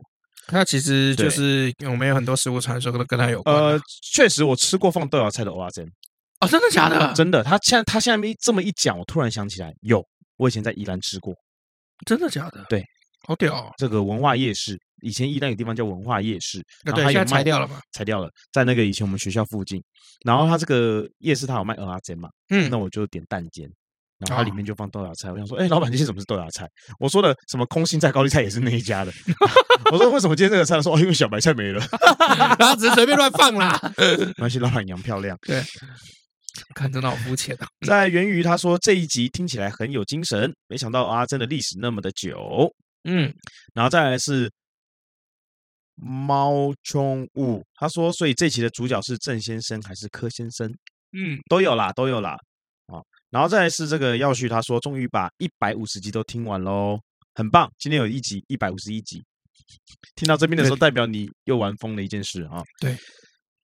S1: 那其实就
S2: 对
S1: 是我们有很多食物传说都跟他有关啊。
S2: 呃，确实我吃过放豆芽菜的蚵仔煎，
S1: 哦，真的假的？
S2: 真的，他现在他现在一这么一讲，我突然想起来，有，我以前在宜兰吃过
S1: 真的假的？
S2: 对，
S1: 好屌哦！
S2: 这个文化夜市，以前宜兰有地方叫文化夜市，
S1: 那
S2: 然
S1: 啊对
S2: 后它有
S1: 现在拆
S2: 卖
S1: 掉了嘛？
S2: 拆掉了，在那个以前我们学校附近，然后它这个夜市它有卖蚵仔煎嘛，
S1: 嗯
S2: 那我就点蛋煎，然后它里
S1: 哦
S2: 面就放豆芽菜。我想说，哎、老板今天怎么是豆芽菜？我说的什么空心菜、高丽菜也是那一家的。 <laughs> 我说为什么今天这个菜？他说哦，因为小白菜没了。
S1: <laughs> 然后只是随便乱放啦。
S2: 没关系，老板娘漂亮。
S1: 看，真的好肤浅啊！
S2: 在源于他说这一集听起来很有精神，没想到阿珍的历史那么的久。
S1: 嗯，
S2: 然后再来是猫冲物，他说，所以这期的主角是郑先生还是柯先生？
S1: 嗯，
S2: 都有啦，都有啦。哦，然后再来是这个耀旭，他说终于把一百五十集都听完喽，很棒！今天有一集一百五十一集，听到这边的时候，代表你又玩疯了一件事啊。
S1: 对。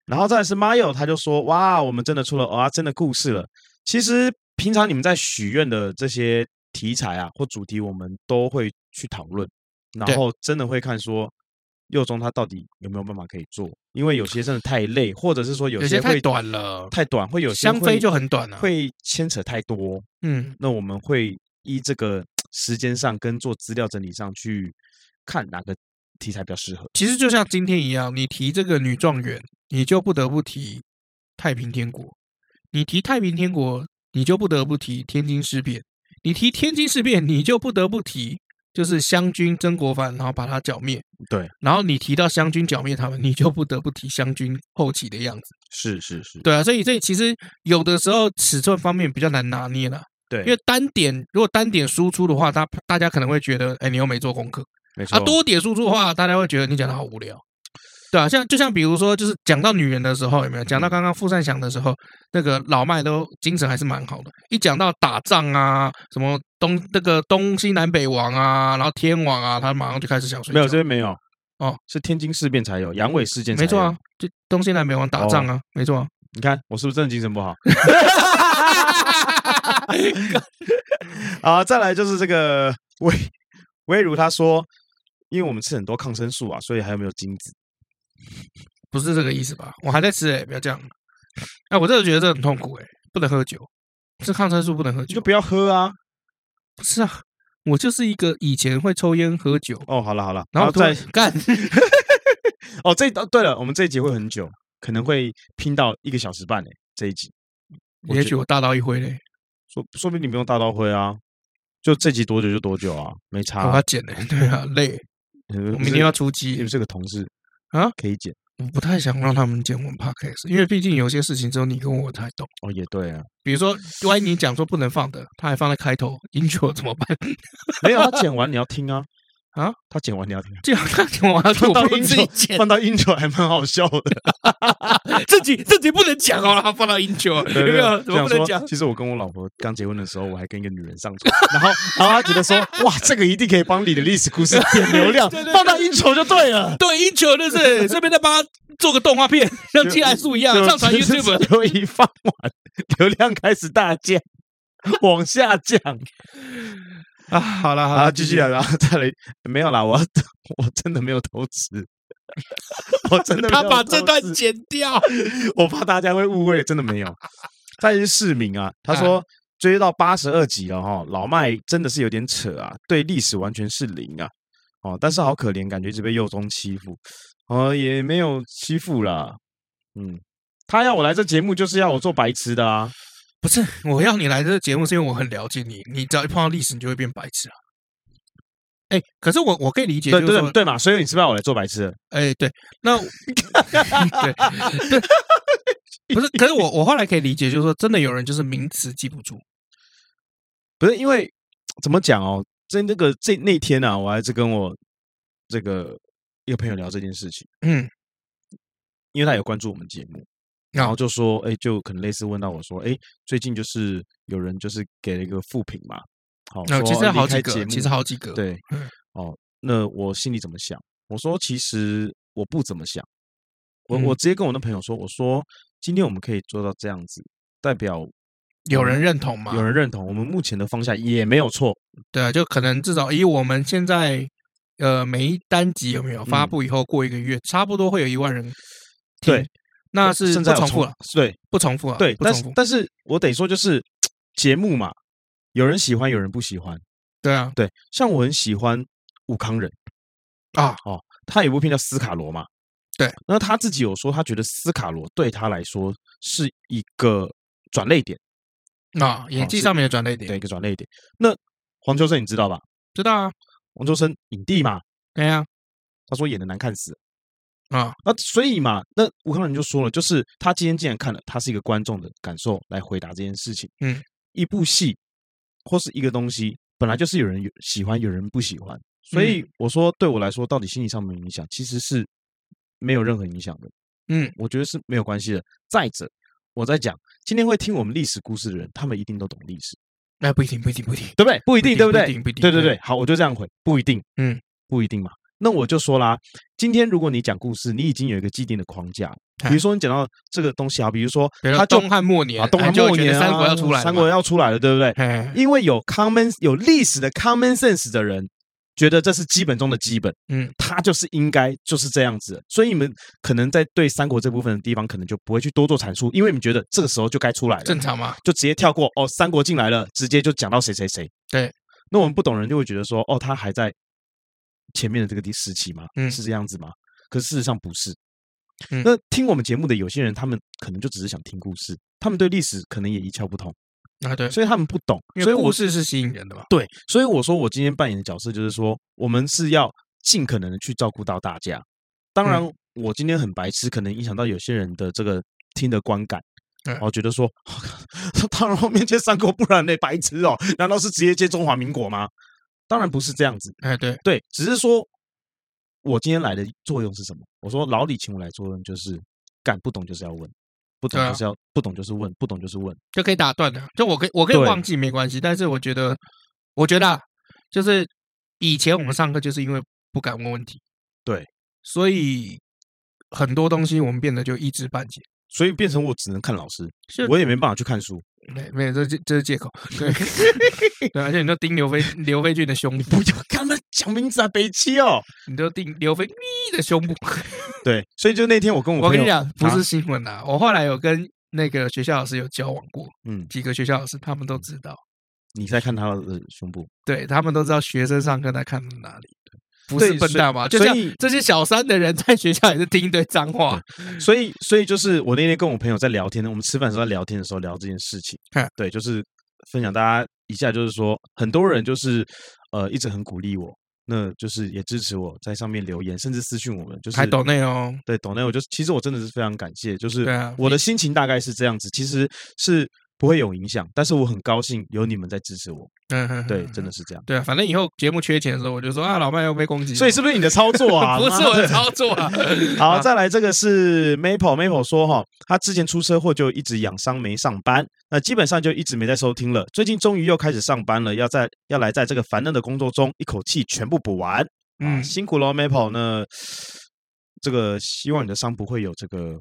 S2: 然后再来是 Mayo，他就说：“哇，我们真的出了啊，真的故事了。”其实平常你们在许愿的这些题材啊或主题，我们都会去讨论，然
S1: 对
S2: 后真的会看说。佑中他到底有没有办法可以做？因为有些真的太累，或者是说有
S1: 有些
S2: 会
S1: 太短了，
S2: 太短，会有些
S1: 香
S2: 会
S1: 妃就很啊短了。
S2: 会牵扯太多。
S1: 嗯，
S2: 那我们会依这个时间上跟做资料整理上去看哪个题材比较适合。
S1: 其实就像今天一样，你提这个女状元，你就不得不提太平天国；你提太平天国，你就不得不提天津事变；你提天津事变，你就不得不提就是湘军曾国藩，然后把他剿灭。
S2: 嗯对，
S1: 然后你提到湘军剿灭他们，你就不得不提湘军后期的样子。
S2: 是是是，
S1: 对啊，所以这其实有的时候尺寸方面比较难拿捏啦。
S2: 对，
S1: 因为单点如果单点输出的话，大大家可能会觉得，哎，你又没做功课
S2: 没错
S1: 啊。多点输出的话，大家会觉得你讲的好无聊，对啊，像就像比如说，就是讲到女人的时候，有没有讲到
S2: 嗯
S1: 刚刚傅善祥的时候，那个老麦都精神还是蛮好的。一讲到打仗啊，什么东那个东西南北王啊，然后天王啊，他马上就开始想睡觉。
S2: 没有这边没有
S1: 哦，
S2: 是天津事变才有，阳痿事件才
S1: 没错
S2: 有
S1: 啊。，就东西南北王打仗
S2: 哦
S1: 啊，没错、啊。
S2: 你看我是不是真的精神不
S1: <laughs>
S2: 好？ <laughs> 啊，再来就是这个微微如他说，因为我们吃很多抗生素啊，所以还有没有精子？
S1: 不是这个意思吧？我还在吃哎、不要这样。哎，我真的觉得这很痛苦哎、不能喝酒，吃抗生素不能喝
S2: 你
S1: 酒
S2: 就。不要喝啊！
S1: 不是啊，我就是一个以前会抽烟喝酒，
S2: 哦，好了好了，
S1: 然后突
S2: 再
S1: 然干，
S2: 哦，这一哦对了，我们这一集会很久，可能会拼到一个小时半诶。这一集我
S1: 也
S2: 觉
S1: 许我大刀一挥嘞，
S2: 说说不定你不用大刀挥啊，就这集多久就多久啊，没差
S1: 我 <laughs>
S2: 啊、
S1: 要剪嘞，对啊，累，
S2: 你是
S1: 我
S2: 不
S1: 明
S2: 是
S1: 天要出
S2: 你
S1: 击
S2: 不。是个同事，
S1: 啊，
S2: 可以剪
S1: 我不太想让他们剪我们 podcast，因为毕竟有些事情只有你跟我才懂。
S2: 哦，也对啊，
S1: 比如说，万一你讲说不能放的，他还放在开头，英九怎么办？ <laughs>
S2: 没有他剪完你要听啊
S1: 啊，
S2: 他剪完你
S1: <laughs>
S2: 要听啊，
S1: 这样他剪
S2: <laughs>
S1: 完了，我
S2: 到
S1: 不能
S2: 英
S1: 自
S2: 九
S1: 己剪，
S2: 放到 intro 还蛮好笑的，
S1: 自己自己不能讲哦，他放到英九， <laughs> 有没有？怎么
S2: 想
S1: 不能
S2: 说
S1: 讲？
S2: 其实我跟我老婆刚结婚的时候，我还跟一个女人上床，然后然后她觉得说，哇，这个一定可以帮你的历史故事 <laughs> 点流量，
S1: <laughs> 对对对
S2: 放到 intro 就对了。
S1: 对，英九就是这边再帮他做个动画
S2: <laughs>
S1: 片，像《寄来树》一样
S2: 就
S1: 上传
S2: 就是 <laughs>
S1: YouTube。
S2: 只有一放完，流量开始大降，往下降。
S1: 啊，好了好
S2: 啊，
S1: 了，
S2: 继续啊，然后再来，没有啦，我我真的没有偷吃， <laughs> 我真的没
S1: 他
S2: 有
S1: 把这
S2: 偷
S1: 段
S2: 吃
S1: 剪掉。
S2: 我怕大家会误会，真的没有。他也是市民啊，他说追到八十二集了哈，老麦真的是有点扯啊，对历史完全是零啊，哦，但是好可怜，感觉一直被幼中欺负，哦，也没有欺负啦，嗯，他要我来这节目就是要我做白痴的啊，
S1: 不是，我要你来这个节目是因为我很了解你，你只要一碰到历史，你就会变白痴啊。哎，可是我我可以理解，
S2: 对
S1: 就是
S2: 对
S1: 说，
S2: 对嘛，所以你是不是要我来做白痴的？
S1: 哎，对，那 <laughs> 对对，
S2: <laughs>
S1: 不是，可是我我后来可以理解，就是说，真的有人就是名词记不住，
S2: 不是因为怎么讲哦，在那个这那天啊，我还是跟我这个一个朋友聊这件事情，
S1: 嗯，
S2: 因为他有关注我们节目，然后就说，哎，就可能类似问到我说，哎，最近就是有人就是给了一个负评嘛，好，
S1: 那
S2: 哦说
S1: 其实
S2: 离
S1: 好
S2: 开
S1: 几
S2: 节
S1: 个，
S2: 目
S1: 其实好几个，，
S2: 对
S1: 嗯，
S2: 哦，那我心里怎么想？我说其实我不怎么想，我
S1: 嗯
S2: 我直接跟我那朋友说，我说今天我们可以做到这样子，代表
S1: 有人认同吗？
S2: 有人认同我们目前的方向也没有错，
S1: 对啊，就可能至少以我们现在呃每一单集有没有发
S2: 嗯
S1: 布以后过一个月，差不多会有一万人听
S2: 对，
S1: 那是
S2: 现
S1: 不
S2: 在有
S1: 重复了，，
S2: 对。
S1: 不重复了，
S2: 对，
S1: 不
S2: 但
S1: 重
S2: 是
S1: 复，
S2: 但是我得说，就是节目嘛，有人喜欢，有人不喜欢。
S1: 对啊
S2: 对，像我很喜欢武康人，
S1: 啊，
S2: 他有一部片叫《斯卡罗》嘛。
S1: 对，
S2: 那他自己有说，他觉得斯卡罗对他来说是一个转类点，
S1: 啊，演技
S2: 是
S1: 上面的转了一点
S2: 对，，一个转类点。那黄秋生你知道吧？
S1: 知道啊，
S2: 黄秋生影帝嘛，
S1: 对啊，
S2: 他说演的难看死了。
S1: 啊，
S2: 那所以嘛，那武康人就说了，就是他今天既然看了，他是一个观众的感受来回答这件事情。
S1: 嗯，
S2: 一部戏或是一个东西，本来就是有人有喜欢，有人不喜欢。所
S1: 嗯
S2: 以我说，对我来说，到底心理上有没有影响，其实是没有任何影响的。
S1: 嗯，
S2: 我觉得是没有关系的。再者，我在讲，今天会听我们历史故事的人，他们一定都懂历史，
S1: 那哎不一定，不一定，不一定，
S2: 对不对？不一定，对
S1: 不
S2: 对？
S1: 一定，不一定，
S2: 对对对，，好，我就这样回，不一定，
S1: 嗯，
S2: 不一定嘛。那我就说啦，今天如果你讲故事，你已经有一个既定的框架，比
S1: 哎
S2: 如说你讲到这个东西啊，比如说
S1: 比如
S2: 他
S1: 说
S2: 就
S1: 东汉末年，
S2: 啊，东
S1: 哎
S2: 汉
S1: 就
S2: 末
S1: 会觉得
S2: 年啊
S1: 三国要出来了嘛，
S2: 三国要出来了，对不对？
S1: 哎，
S2: 因为有 common 有历史的 common sense 的人，觉得这是基本中的基本，
S1: 嗯，
S2: 他就是应该就是这样子的，所以你们可能在对三国这部分的地方，可能就不会去多做阐述，因为你们觉得这个时候就该出来了，
S1: 正常嘛，
S2: 就直接跳过哦，三国进来了，直接就讲到谁谁谁。
S1: 对，
S2: 那我们不懂人就会觉得说，哦，他还在前面的这个第时期吗？
S1: 嗯
S2: 是这样子吗？可是事实上不是。
S1: 嗯
S2: 那听我们节目的有些人，他们可能就只是想听故事，他们对历史可能也一窍不通，
S1: 啊，对，
S2: 所以他们不懂。
S1: 因
S2: 所以
S1: 为
S2: 我
S1: 故事是吸引人的嘛，
S2: 对，所以我说我今天扮演的角色就是说，我们是要尽可能的去照顾到大家。当然，
S1: 嗯
S2: 我今天很白痴，可能影响到有些人的这个听的观感
S1: 对。
S2: 哦，觉得说， <laughs> 当然后面接三国，不然嘞，白痴哦，难道是直接接中华民国吗？当然不是这样子，
S1: 哎，对，
S2: 对，只是说我今天来的作用是什么？我说老李请我来作用就是干，不懂就是要问，不
S1: 对
S2: 懂
S1: 啊
S2: 就是要、不懂就是问，不懂就是问，
S1: 就可以打断的。就我可以我可以
S2: 对
S1: 忘记没关系，但是我觉得，我觉得、啊、就是以前我们上课就是因为不敢问问题，
S2: 对，
S1: 所以很多东西我们变得就一知半解。
S2: 所以变成我只能看老师
S1: 是，
S2: 我也没办法去看书。
S1: 哎没没有，这是这是借口。
S2: <laughs>
S1: 对，对啊而且你都盯刘飞刘飞俊的胸部，
S2: 要跟他们讲名字啊，北七哦。
S1: 你都盯刘飞咪的胸部。
S2: <laughs> 对，所以就那天我跟我
S1: 我跟
S2: 朋友
S1: 你，讲，不是新闻啊，我后来有跟那个学校老师有交往过，
S2: 嗯，
S1: 几个学校老师他们都知道，
S2: 你在看他的胸部，
S1: 对他们都知道学生上课在看哪里。不是
S2: 对
S1: 笨
S2: 所以
S1: 蛋嘛？就
S2: 所
S1: 像
S2: 以
S1: 这些小三的人在学校也是听一堆脏话，
S2: 所以所以就是我那天跟我朋友在聊天，我们吃饭的时候在聊天的时候聊这件事
S1: <laughs>
S2: 情
S1: 嗯，
S2: 对，就是分享大家一下，就是说很多人就是呃一直很鼓励我，那就是也支持我在上面留言，甚至私讯我们，就是
S1: 还懂内哦，
S2: 对，懂内，我就其实我真的是非常感谢，就是
S1: 对啊
S2: 我的心情大概是这样子，其实是不会有影响，但是我很高兴有你们在支持我，
S1: 嗯哼，
S2: 对，
S1: 哼
S2: 真的是这样。
S1: 对啊，反正以后节目缺钱的时候，我就说啊，老麦又被攻击了，
S2: 所以是不是你的操作啊？
S1: <laughs> 不是
S2: 妈
S1: 我
S2: 的
S1: 的操作啊？
S2: <laughs> 好，再来这个是 Maple Maple 说哈，他之前出车祸就一直养伤没上班，那基本上就一直没在收听了。最近终于又开始上班了，要在要来在这个烦闷的工作中一口气全部补完。嗯，
S1: 嗯
S2: 辛苦喽 Maple 呢， <sniffs> 这个希望你的伤不会有这个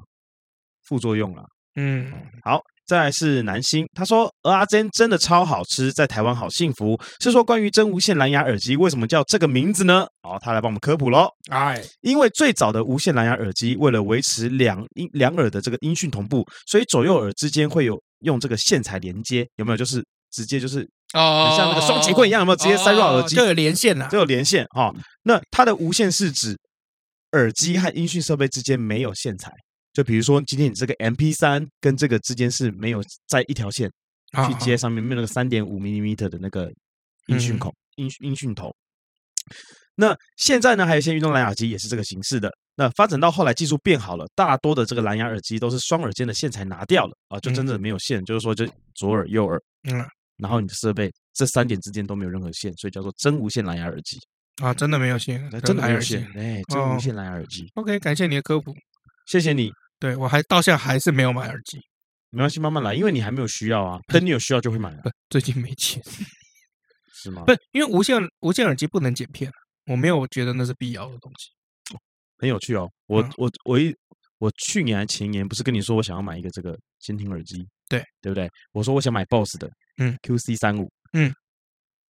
S2: 副作用啦。
S1: 嗯，
S2: 好，再来是南星，他说鹅阿珍真的超好吃，在台湾好幸福。是说关于真无线蓝牙耳机为什么叫这个名字呢？好，他来帮我们科普喽。
S1: 哎，
S2: 因为最早的无线蓝牙耳机为了维持两音两耳的这个音讯同步，所以左右耳之间会有用这个线材连接，有没有？就是直接就是
S1: 哦
S2: 很，像那个双节棍一样有没有直接塞入耳机
S1: 就有连线啦
S2: 这。有连线哈、哦。那它的无线是指耳机和音讯设备之间没有线材，就比如说今天你这个 MP 三跟这个之间是没有在一条线
S1: 啊嗯
S2: 去接上面没有那个三点五 m m 的那个音讯孔、音音讯头。那现在呢，还有一些运动蓝牙耳机也是这个形式的。那发展到后来，技术变好了，大多的这个蓝牙耳机都是双耳间的线材拿掉了啊，就真的没有线，就是说就左耳右耳，
S1: 嗯
S2: 然后你的设备这三点之间都没有任何线，所以叫做真无线蓝牙耳机。
S1: 啊，真的没有线
S2: 那，真的没
S1: 蓝
S2: 有
S1: 牙
S2: 线，哎，真无
S1: 哦
S2: 线蓝牙耳机，
S1: OK，感谢你的科普。
S2: 谢谢你，
S1: 对我还到现在还是没有买耳机， <laughs>
S2: 没关系，慢慢来，因为你还没有需要啊，等你有需要就会买了，啊
S1: 不，最近没钱。
S2: 是吗？
S1: 不，因为无线无线耳机不能剪片，我没有觉得那是必要的东西。
S2: 很有趣哦，我
S1: 嗯
S2: 我我一我去年还前年不是跟你说我想要买一个这个监听耳机，
S1: 对
S2: 对不对？我说我想买 BOSS 的，
S1: 嗯
S2: ，QC 三五，
S1: 嗯，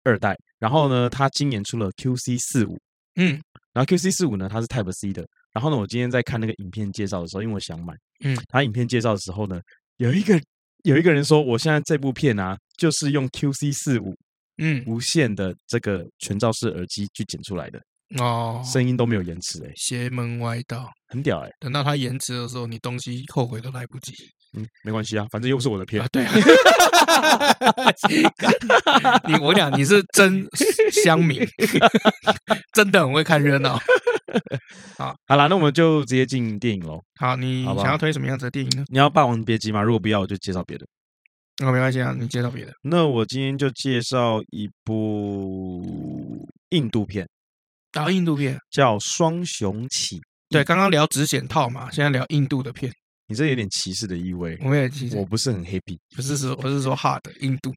S2: 二代，然后呢，它今年出了 QC 四五，
S1: 嗯
S2: 然后 QC 四五呢，它是 Type C 的。然后呢，我今天在看那个影片介绍的时候，因为我想买，
S1: 嗯，
S2: 他影片介绍的时候呢，有一个有一个人说，我现在这部片啊，就是用 QC 四五
S1: 嗯
S2: 无线的这个全罩式耳机去剪出来的，
S1: 哦，
S2: 声音都没有延迟，哎，
S1: 邪门歪道。
S2: 很屌哎、
S1: 等到它延迟的时候，你东西后悔都来不及
S2: 嗯，没关系啊，反正又不是我的片
S1: 啊！， <laughs> 对啊，你我讲你是真乡民， <laughs> 真的很会看热闹。
S2: 好啦，那我们就直接进电影喽。
S1: 好，你
S2: 好吧
S1: 想要推什么样子的电影呢？
S2: 你要《霸王别姬》吗？如果不要，我就介绍别的。
S1: 那、没关系啊，你介绍别的。
S2: 那我今天就介绍一部印度片，
S1: 然后印度片，
S2: 叫《双雄起》。
S1: 对，刚刚聊只险套嘛，现在聊印度的片，
S2: 你这有点歧视的意味，
S1: 我们也其实
S2: 我不是
S1: <laughs>
S2: 很 happy。
S1: 不是说我是说 hard 印度，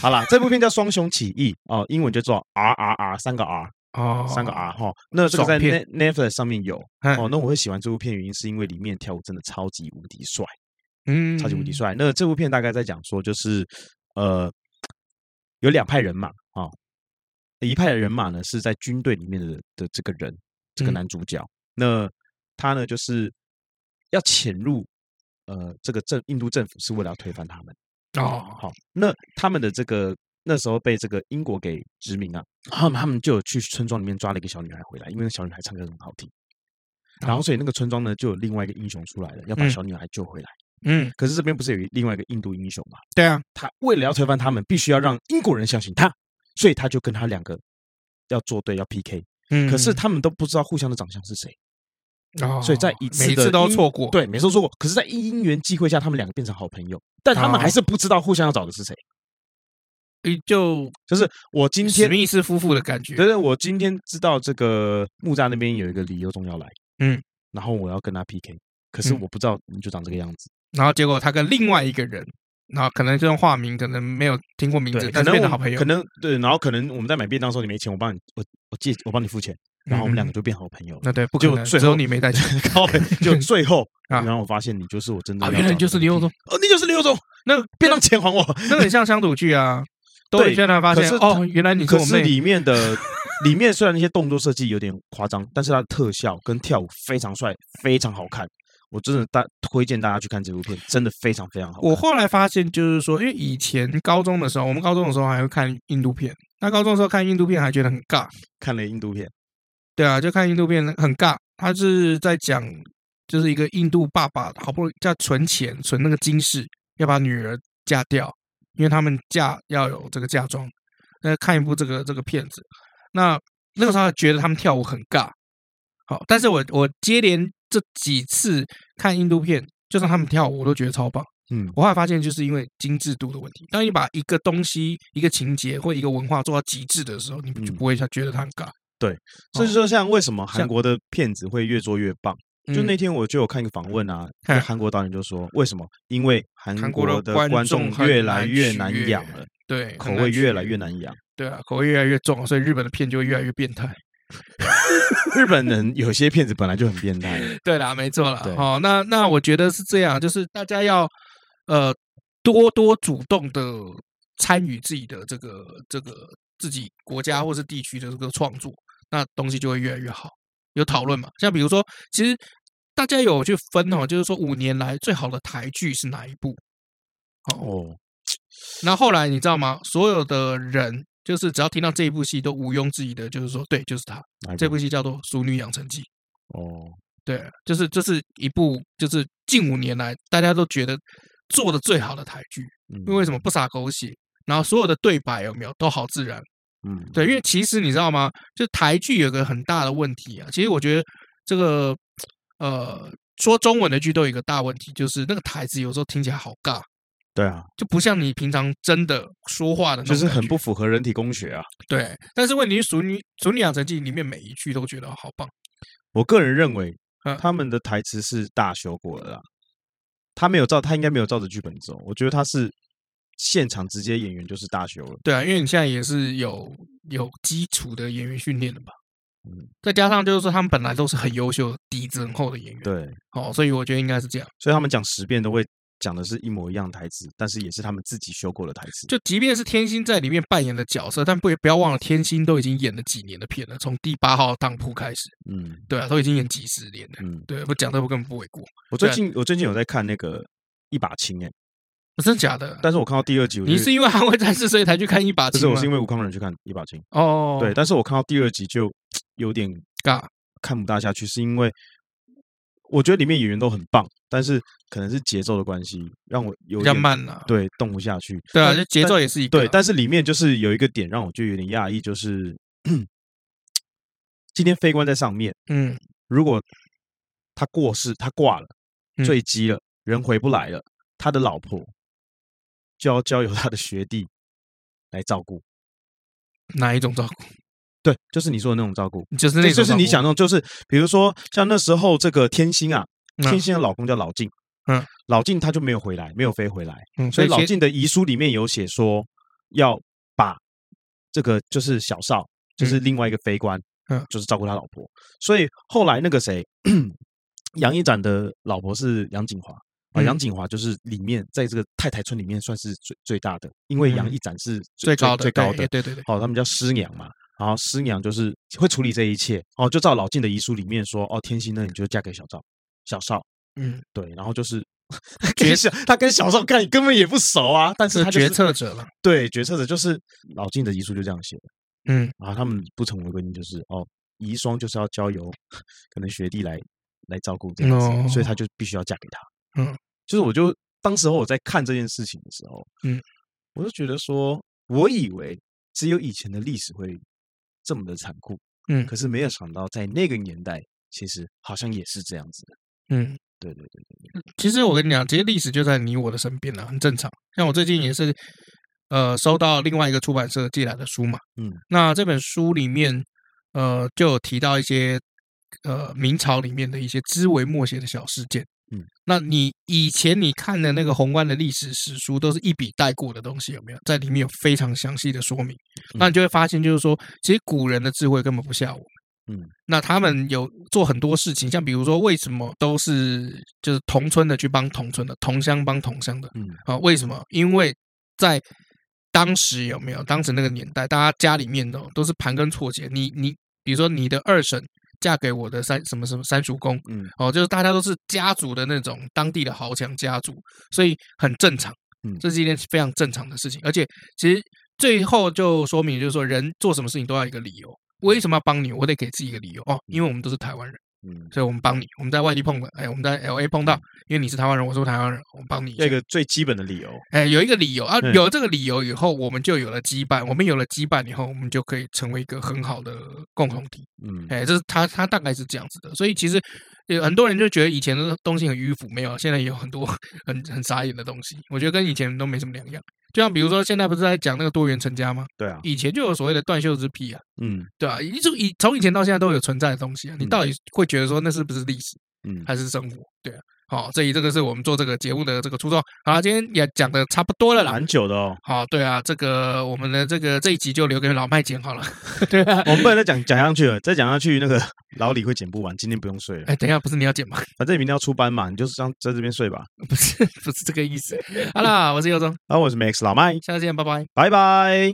S2: 好啦，这部片叫《双雄起义》哦，英文叫做 R R R 三个 R
S1: 哦，
S2: 三个 R 哈。那这个在
S1: 爽片
S2: Net- Netflix 上面有
S1: 嗯
S2: 哦。那我会喜欢这部片，原因是因为里面跳舞真的超级无敌帅。
S1: 嗯，
S2: 超级无敌帅。那这部片大概在讲说，就是呃，有两派人马啊、一派的人马呢是在军队里面的的这个人，这个
S1: 嗯
S2: 男主角，那他呢就是要潜入呃这个政印度政府，是为了要推翻他们。
S1: 哦，
S2: 好，那他们的这个那时候被这个英国给殖民啊，他们他们就有去村庄里面抓了一个小女孩回来，因为那小女孩唱歌很好听。然后，所以那个村庄呢，就有另外一个英雄出来了，要把
S1: 哦嗯
S2: 小女孩救回来。
S1: 嗯，
S2: 可是这边不是有一另外一个印度英雄嘛？
S1: 对啊，
S2: 他为了要推翻他们，必须要让英国人相信他，所以他就跟他两个要作对，要 PK。
S1: 嗯，
S2: 可是他们都不知道互相的长相是谁，
S1: 哦，
S2: 所以在一次
S1: 每
S2: 的
S1: 次都
S2: 因
S1: 错过，
S2: 对，没错，说过。可是，在因缘际会下，他们两个变成好朋友，但他们
S1: 哦
S2: 还是不知道互相要找的是谁。
S1: 对，就
S2: 就是我今
S1: 史
S2: 天，
S1: 密斯夫妇的感觉
S2: 对，对，我今天知道这个木栅那边有一个李佑忠要来，
S1: 嗯，
S2: 然后我要跟他 PK，可是
S1: 嗯
S2: 我不知道你就长这个样子，
S1: 然后结果他跟另外一个人，然后可能就用化名，可能没有听过名字
S2: 对，，可
S1: 但是
S2: 能
S1: 变
S2: 我
S1: 成好朋友，嗯
S2: 可能对，然后可能我们在买便当的时候你没钱，我帮你，我我借我帮你付钱，然后我们两个
S1: 嗯
S2: 就变好朋友了。 <laughs>
S1: 那对，不
S2: 就
S1: 可能，
S2: 最
S1: 只有
S2: 后
S1: 你没
S2: <laughs>
S1: 带去
S2: 靠北，
S1: <laughs>
S2: 就最后，
S1: 啊
S2: 然后我发现你就是我真的
S1: 啊，
S2: 要
S1: 原来
S2: 找
S1: 你就是
S2: 的
S1: 李
S2: 那
S1: 友
S2: 个
S1: 忠，
S2: 哦，你就是
S1: <laughs>
S2: 刘总，
S1: 那
S2: 别让钱还我。
S1: 那个很像乡土剧啊，都
S2: 对
S1: 会让他发
S2: 可
S1: 现
S2: 是他
S1: 哦，原来你是
S2: 可
S1: 我
S2: 是
S1: 妹，
S2: 里面的里面虽然那些动作设计有点夸张，但是它的特效跟跳舞非常帅，非常好看。我真的大推荐大家去看这部片，真的非常非常好看。
S1: 我后来发现，就是说，因为以前高中的时候，我们高中的时候还会看印度片。那高中的时候看印度片还觉得很尬，
S2: 看了印度片，
S1: 对啊，就看印度片很尬。他是在讲，就是一个印度爸爸好不容易要存钱，存那个金饰，要把女儿嫁掉，因为他们嫁要有这个嫁妆。那看一部这个这个片子，那那个时候还觉得他们跳舞很尬，好，但是我我接连这几次看印度片，就算他们跳舞，我都觉得超棒。
S2: 嗯，
S1: 我后来发现，就是因为精致度的问题。当你把一个东西、一个情节或一个文化做到极致的时候，你就
S2: 嗯
S1: 不会觉得它很尬。哦
S2: 所以说像为什么韩
S1: 像
S2: 国的片子会越做越棒？就
S1: 嗯
S2: 那天我就有看一个访问啊，
S1: 嗨
S2: 就韩国导演就说为什么？因为韩
S1: 韩国的
S2: 的
S1: 观
S2: 观
S1: 众
S2: 众
S1: 很
S2: 越
S1: 难
S2: 来越
S1: 取
S2: 难
S1: 悦
S2: 养了，
S1: 对
S2: 口味越来越，难
S1: 很
S2: 养。
S1: 难去对啊，口味越来越重，所以日本的片就会越来越变态。 <laughs>
S2: 日本人有些片子本来就很变态，
S1: <laughs> 对啦，没错啦
S2: 对。
S1: 哦，那那我觉得是这样，就是大家要呃多多主动的参与自己的这个这个自己国家或是地区的这个创作，那东西就会越来越好。有讨论嘛？像比如说，其实大家有去分哦，就是说五年来最好的台剧是哪一部？哦，
S2: 哦，
S1: 那后来你知道吗？所有的人就是只要听到这一部戏，都毋庸置疑的，就是说，对，就是它。
S2: 哪一
S1: 这部戏叫做《熟女养成记》。
S2: 哦，
S1: 对，就是这、是一部就是近五年来大家都觉得做的最好的台剧，
S2: 嗯
S1: 因为什么不洒狗血，然后所有的对白有没有都好自然。
S2: 嗯，
S1: 对，因为其实你知道吗？就台剧有个很大的问题啊，其实我觉得这个呃说中文的剧都有一个大问题，就是那个台词有时候听起来好尬，
S2: 对啊，
S1: 就不像你平常真的说话的那
S2: 就
S1: 种
S2: 是
S1: 感
S2: 很
S1: 觉
S2: 不符合人体工学啊。
S1: 对。但是问题是《熟女熟女养成记》里面每一句都觉得好棒，
S2: 我个人认为
S1: 嗯，
S2: 他们的台词是大修过的啦。他没有照，他应该没有照着剧本走。我觉得他是现场直接演员就是大修了。
S1: 对啊，因为你现在也是有有基础的演员训练的嘛，
S2: 嗯
S1: 再加上就是说他们本来都是很优秀、底子很厚的演员，
S2: 对，
S1: 哦，所以我觉得应该是这样。
S2: 所以他们讲十遍都会讲的是一模一样的台词，但是也是他们自己修过的台词。
S1: 就即便是天心在里面扮演的角色，但不不要忘了，天心都已经演了几年的片了，从第八号当铺开始，
S2: 嗯
S1: 对啊，都已经演几十年了。
S2: 嗯，
S1: 对，我讲这我根本不为过，
S2: 我最
S1: 对
S2: 近我最近有在看那个一把青哎，
S1: 哦真的假的？
S2: 但是我看到第二集，我就
S1: 你是因为《捍卫战士》所以才去看一把
S2: 不
S1: 青
S2: 是
S1: 吗？
S2: 我是因为吴康仁去看一把青，
S1: 哦，
S2: 对，，但是我看到第二集就有点
S1: 尬，
S2: 看不大下去，是因为我觉得里面演员都很棒，但是可能是节奏的关系，让我有
S1: 比较
S2: 点
S1: 慢了。
S2: 对动不下去。
S1: 对啊，
S2: 但
S1: 就节
S2: 但
S1: 奏也是一个
S2: 对，但是里面就是有一个点让我就有点讶异，就是 <clears throat> 今天飞官在上面，
S1: 嗯，
S2: 如果他过世，他挂了，
S1: 嗯
S2: 坠机了，人回不来了，他的老婆就要交由他的学弟来照顾。
S1: 哪一种照顾？
S2: 对，就是你说的那种照顾，
S1: 就是那
S2: 这
S1: 种
S2: 就是你
S1: 照
S2: 想那种，就是比如说像那时候这个天心啊，
S1: 顾，
S2: 天
S1: 嗯
S2: 心的老公叫老静，
S1: 嗯，
S2: 老静他就没有回来，没有飞回来，
S1: 嗯，
S2: 所以老
S1: 先
S2: 静的遗书里面有写说要把这个就是小少，就是另外一个非官，
S1: 嗯
S2: 就是照顾他老婆，所以后来那个谁，杨一展的老婆是杨锦华。啊，
S1: 嗯
S2: 杨锦华就是里面在这个太太村里面算是最最大的，因为杨
S1: 嗯
S2: 一展是
S1: 最高的
S2: 最高的
S1: 对，对对对，
S2: 哦，他们叫师娘嘛。然后师娘就是会处理这一切哦，就照老晋的遗书里面说哦，天心呢你就嫁给小赵，小少
S1: 嗯，
S2: 对，然后就是
S1: <laughs> 决
S2: 决小他跟小少看根本也不熟啊，但是
S1: 是
S2: 他、就是、
S1: 决策者了。
S2: 对决策者就是老晋的遗书就这样写的，
S1: 嗯，
S2: 然后他们不成文规定就是哦，遗孀就是要交由 <laughs> 可能学弟来来照顾这样子，所以他就必须要嫁给他。
S1: 哦嗯，
S2: 就是我就当时候我在看这件事情的时候，
S1: 嗯，
S2: 我就觉得说，我以为只有以前的历史会这么的残酷，
S1: 嗯
S2: 可是没有想到在那个年代，其实好像也是这样子的。
S1: 嗯，
S2: 对对对对，
S1: 其实我跟你讲，其实历史就在你我的身边了，很正常。像我最近也是，呃，收到另外一个出版社寄来的书嘛，
S2: 嗯，
S1: 那这本书里面，呃，就有提到一些，呃，明朝里面的一些枝微末节的小事件。
S2: 嗯，
S1: 那你以前你看的那个宏观的历史史书，都是一笔带过的东西，有没有？在里面有非常详细的说明。
S2: 嗯
S1: 那你就会发现，就是说，其实古人的智慧根本不下我们。
S2: 嗯，
S1: 那他们有做很多事情，像比如说，为什么都是就是同村的去帮同村的，同乡帮同乡的
S2: 嗯
S1: 啊？为什么？因为在当时有没有当时那个年代，大家家里面的都是盘根错节。你你比如说，你的二婶嫁给我的三什么什么三叔公，
S2: 嗯
S1: 哦，就是大家都是家族的那种当地的豪强家族，所以很正常。
S2: 嗯
S1: 这是一件非常正常的事情，而且其实最后就说明，就是说人做什么事情都要有一个理由。为什么要帮你？我得给自己一个理由哦，因为我们都是台湾人，
S2: 嗯，
S1: 所以我们帮你。我们在外地碰的，哎，我们在 L A 碰到，因为你是台湾人，我是台湾人，我们帮你一下
S2: 要一。个最基本的理由，
S1: 哎，有一个理由啊，
S2: 嗯
S1: 有这个理由以后，我们就有了羁绊。我们有了羁绊以后，我们就可以成为一个很好的共同体。
S2: 嗯，
S1: 哎，这是他他大概是这样子的。所以其实呃很多人就觉得以前的东西很迂腐，没有，现在也有很多很很傻眼的东西。我觉得跟以前都没什么两样。就像比如说，现在不是在讲那个多元成家吗？
S2: 对啊，
S1: 以前就有所谓的断袖之癖啊，
S2: 嗯
S1: 对吧、啊？一直以从以前到现在都有存在的东西啊，你
S2: 嗯
S1: 到底会觉得说那是不是历史？
S2: 嗯，
S1: 还是生活，对啊。好、所以这个是我们做这个节目的这个初衷。好，今天也讲的差不多了啦。
S2: 蛮久的哦。
S1: 好，对啊，这个我们的这个这一集就留给老麦剪好了。对啊，
S2: 我们不能再讲讲下去了，再讲下去那个 <laughs> 老李会剪不完，今天不用睡了，
S1: 哎，等一下，不是你要剪吗？ <laughs>
S2: 反正明天要出班嘛，你就这样在这边睡吧。
S1: 不是，不是这个意思。好啦，我是尤忠，
S2: 啊，我是 Max 老麦，
S1: 下次见，拜拜。
S2: 拜拜。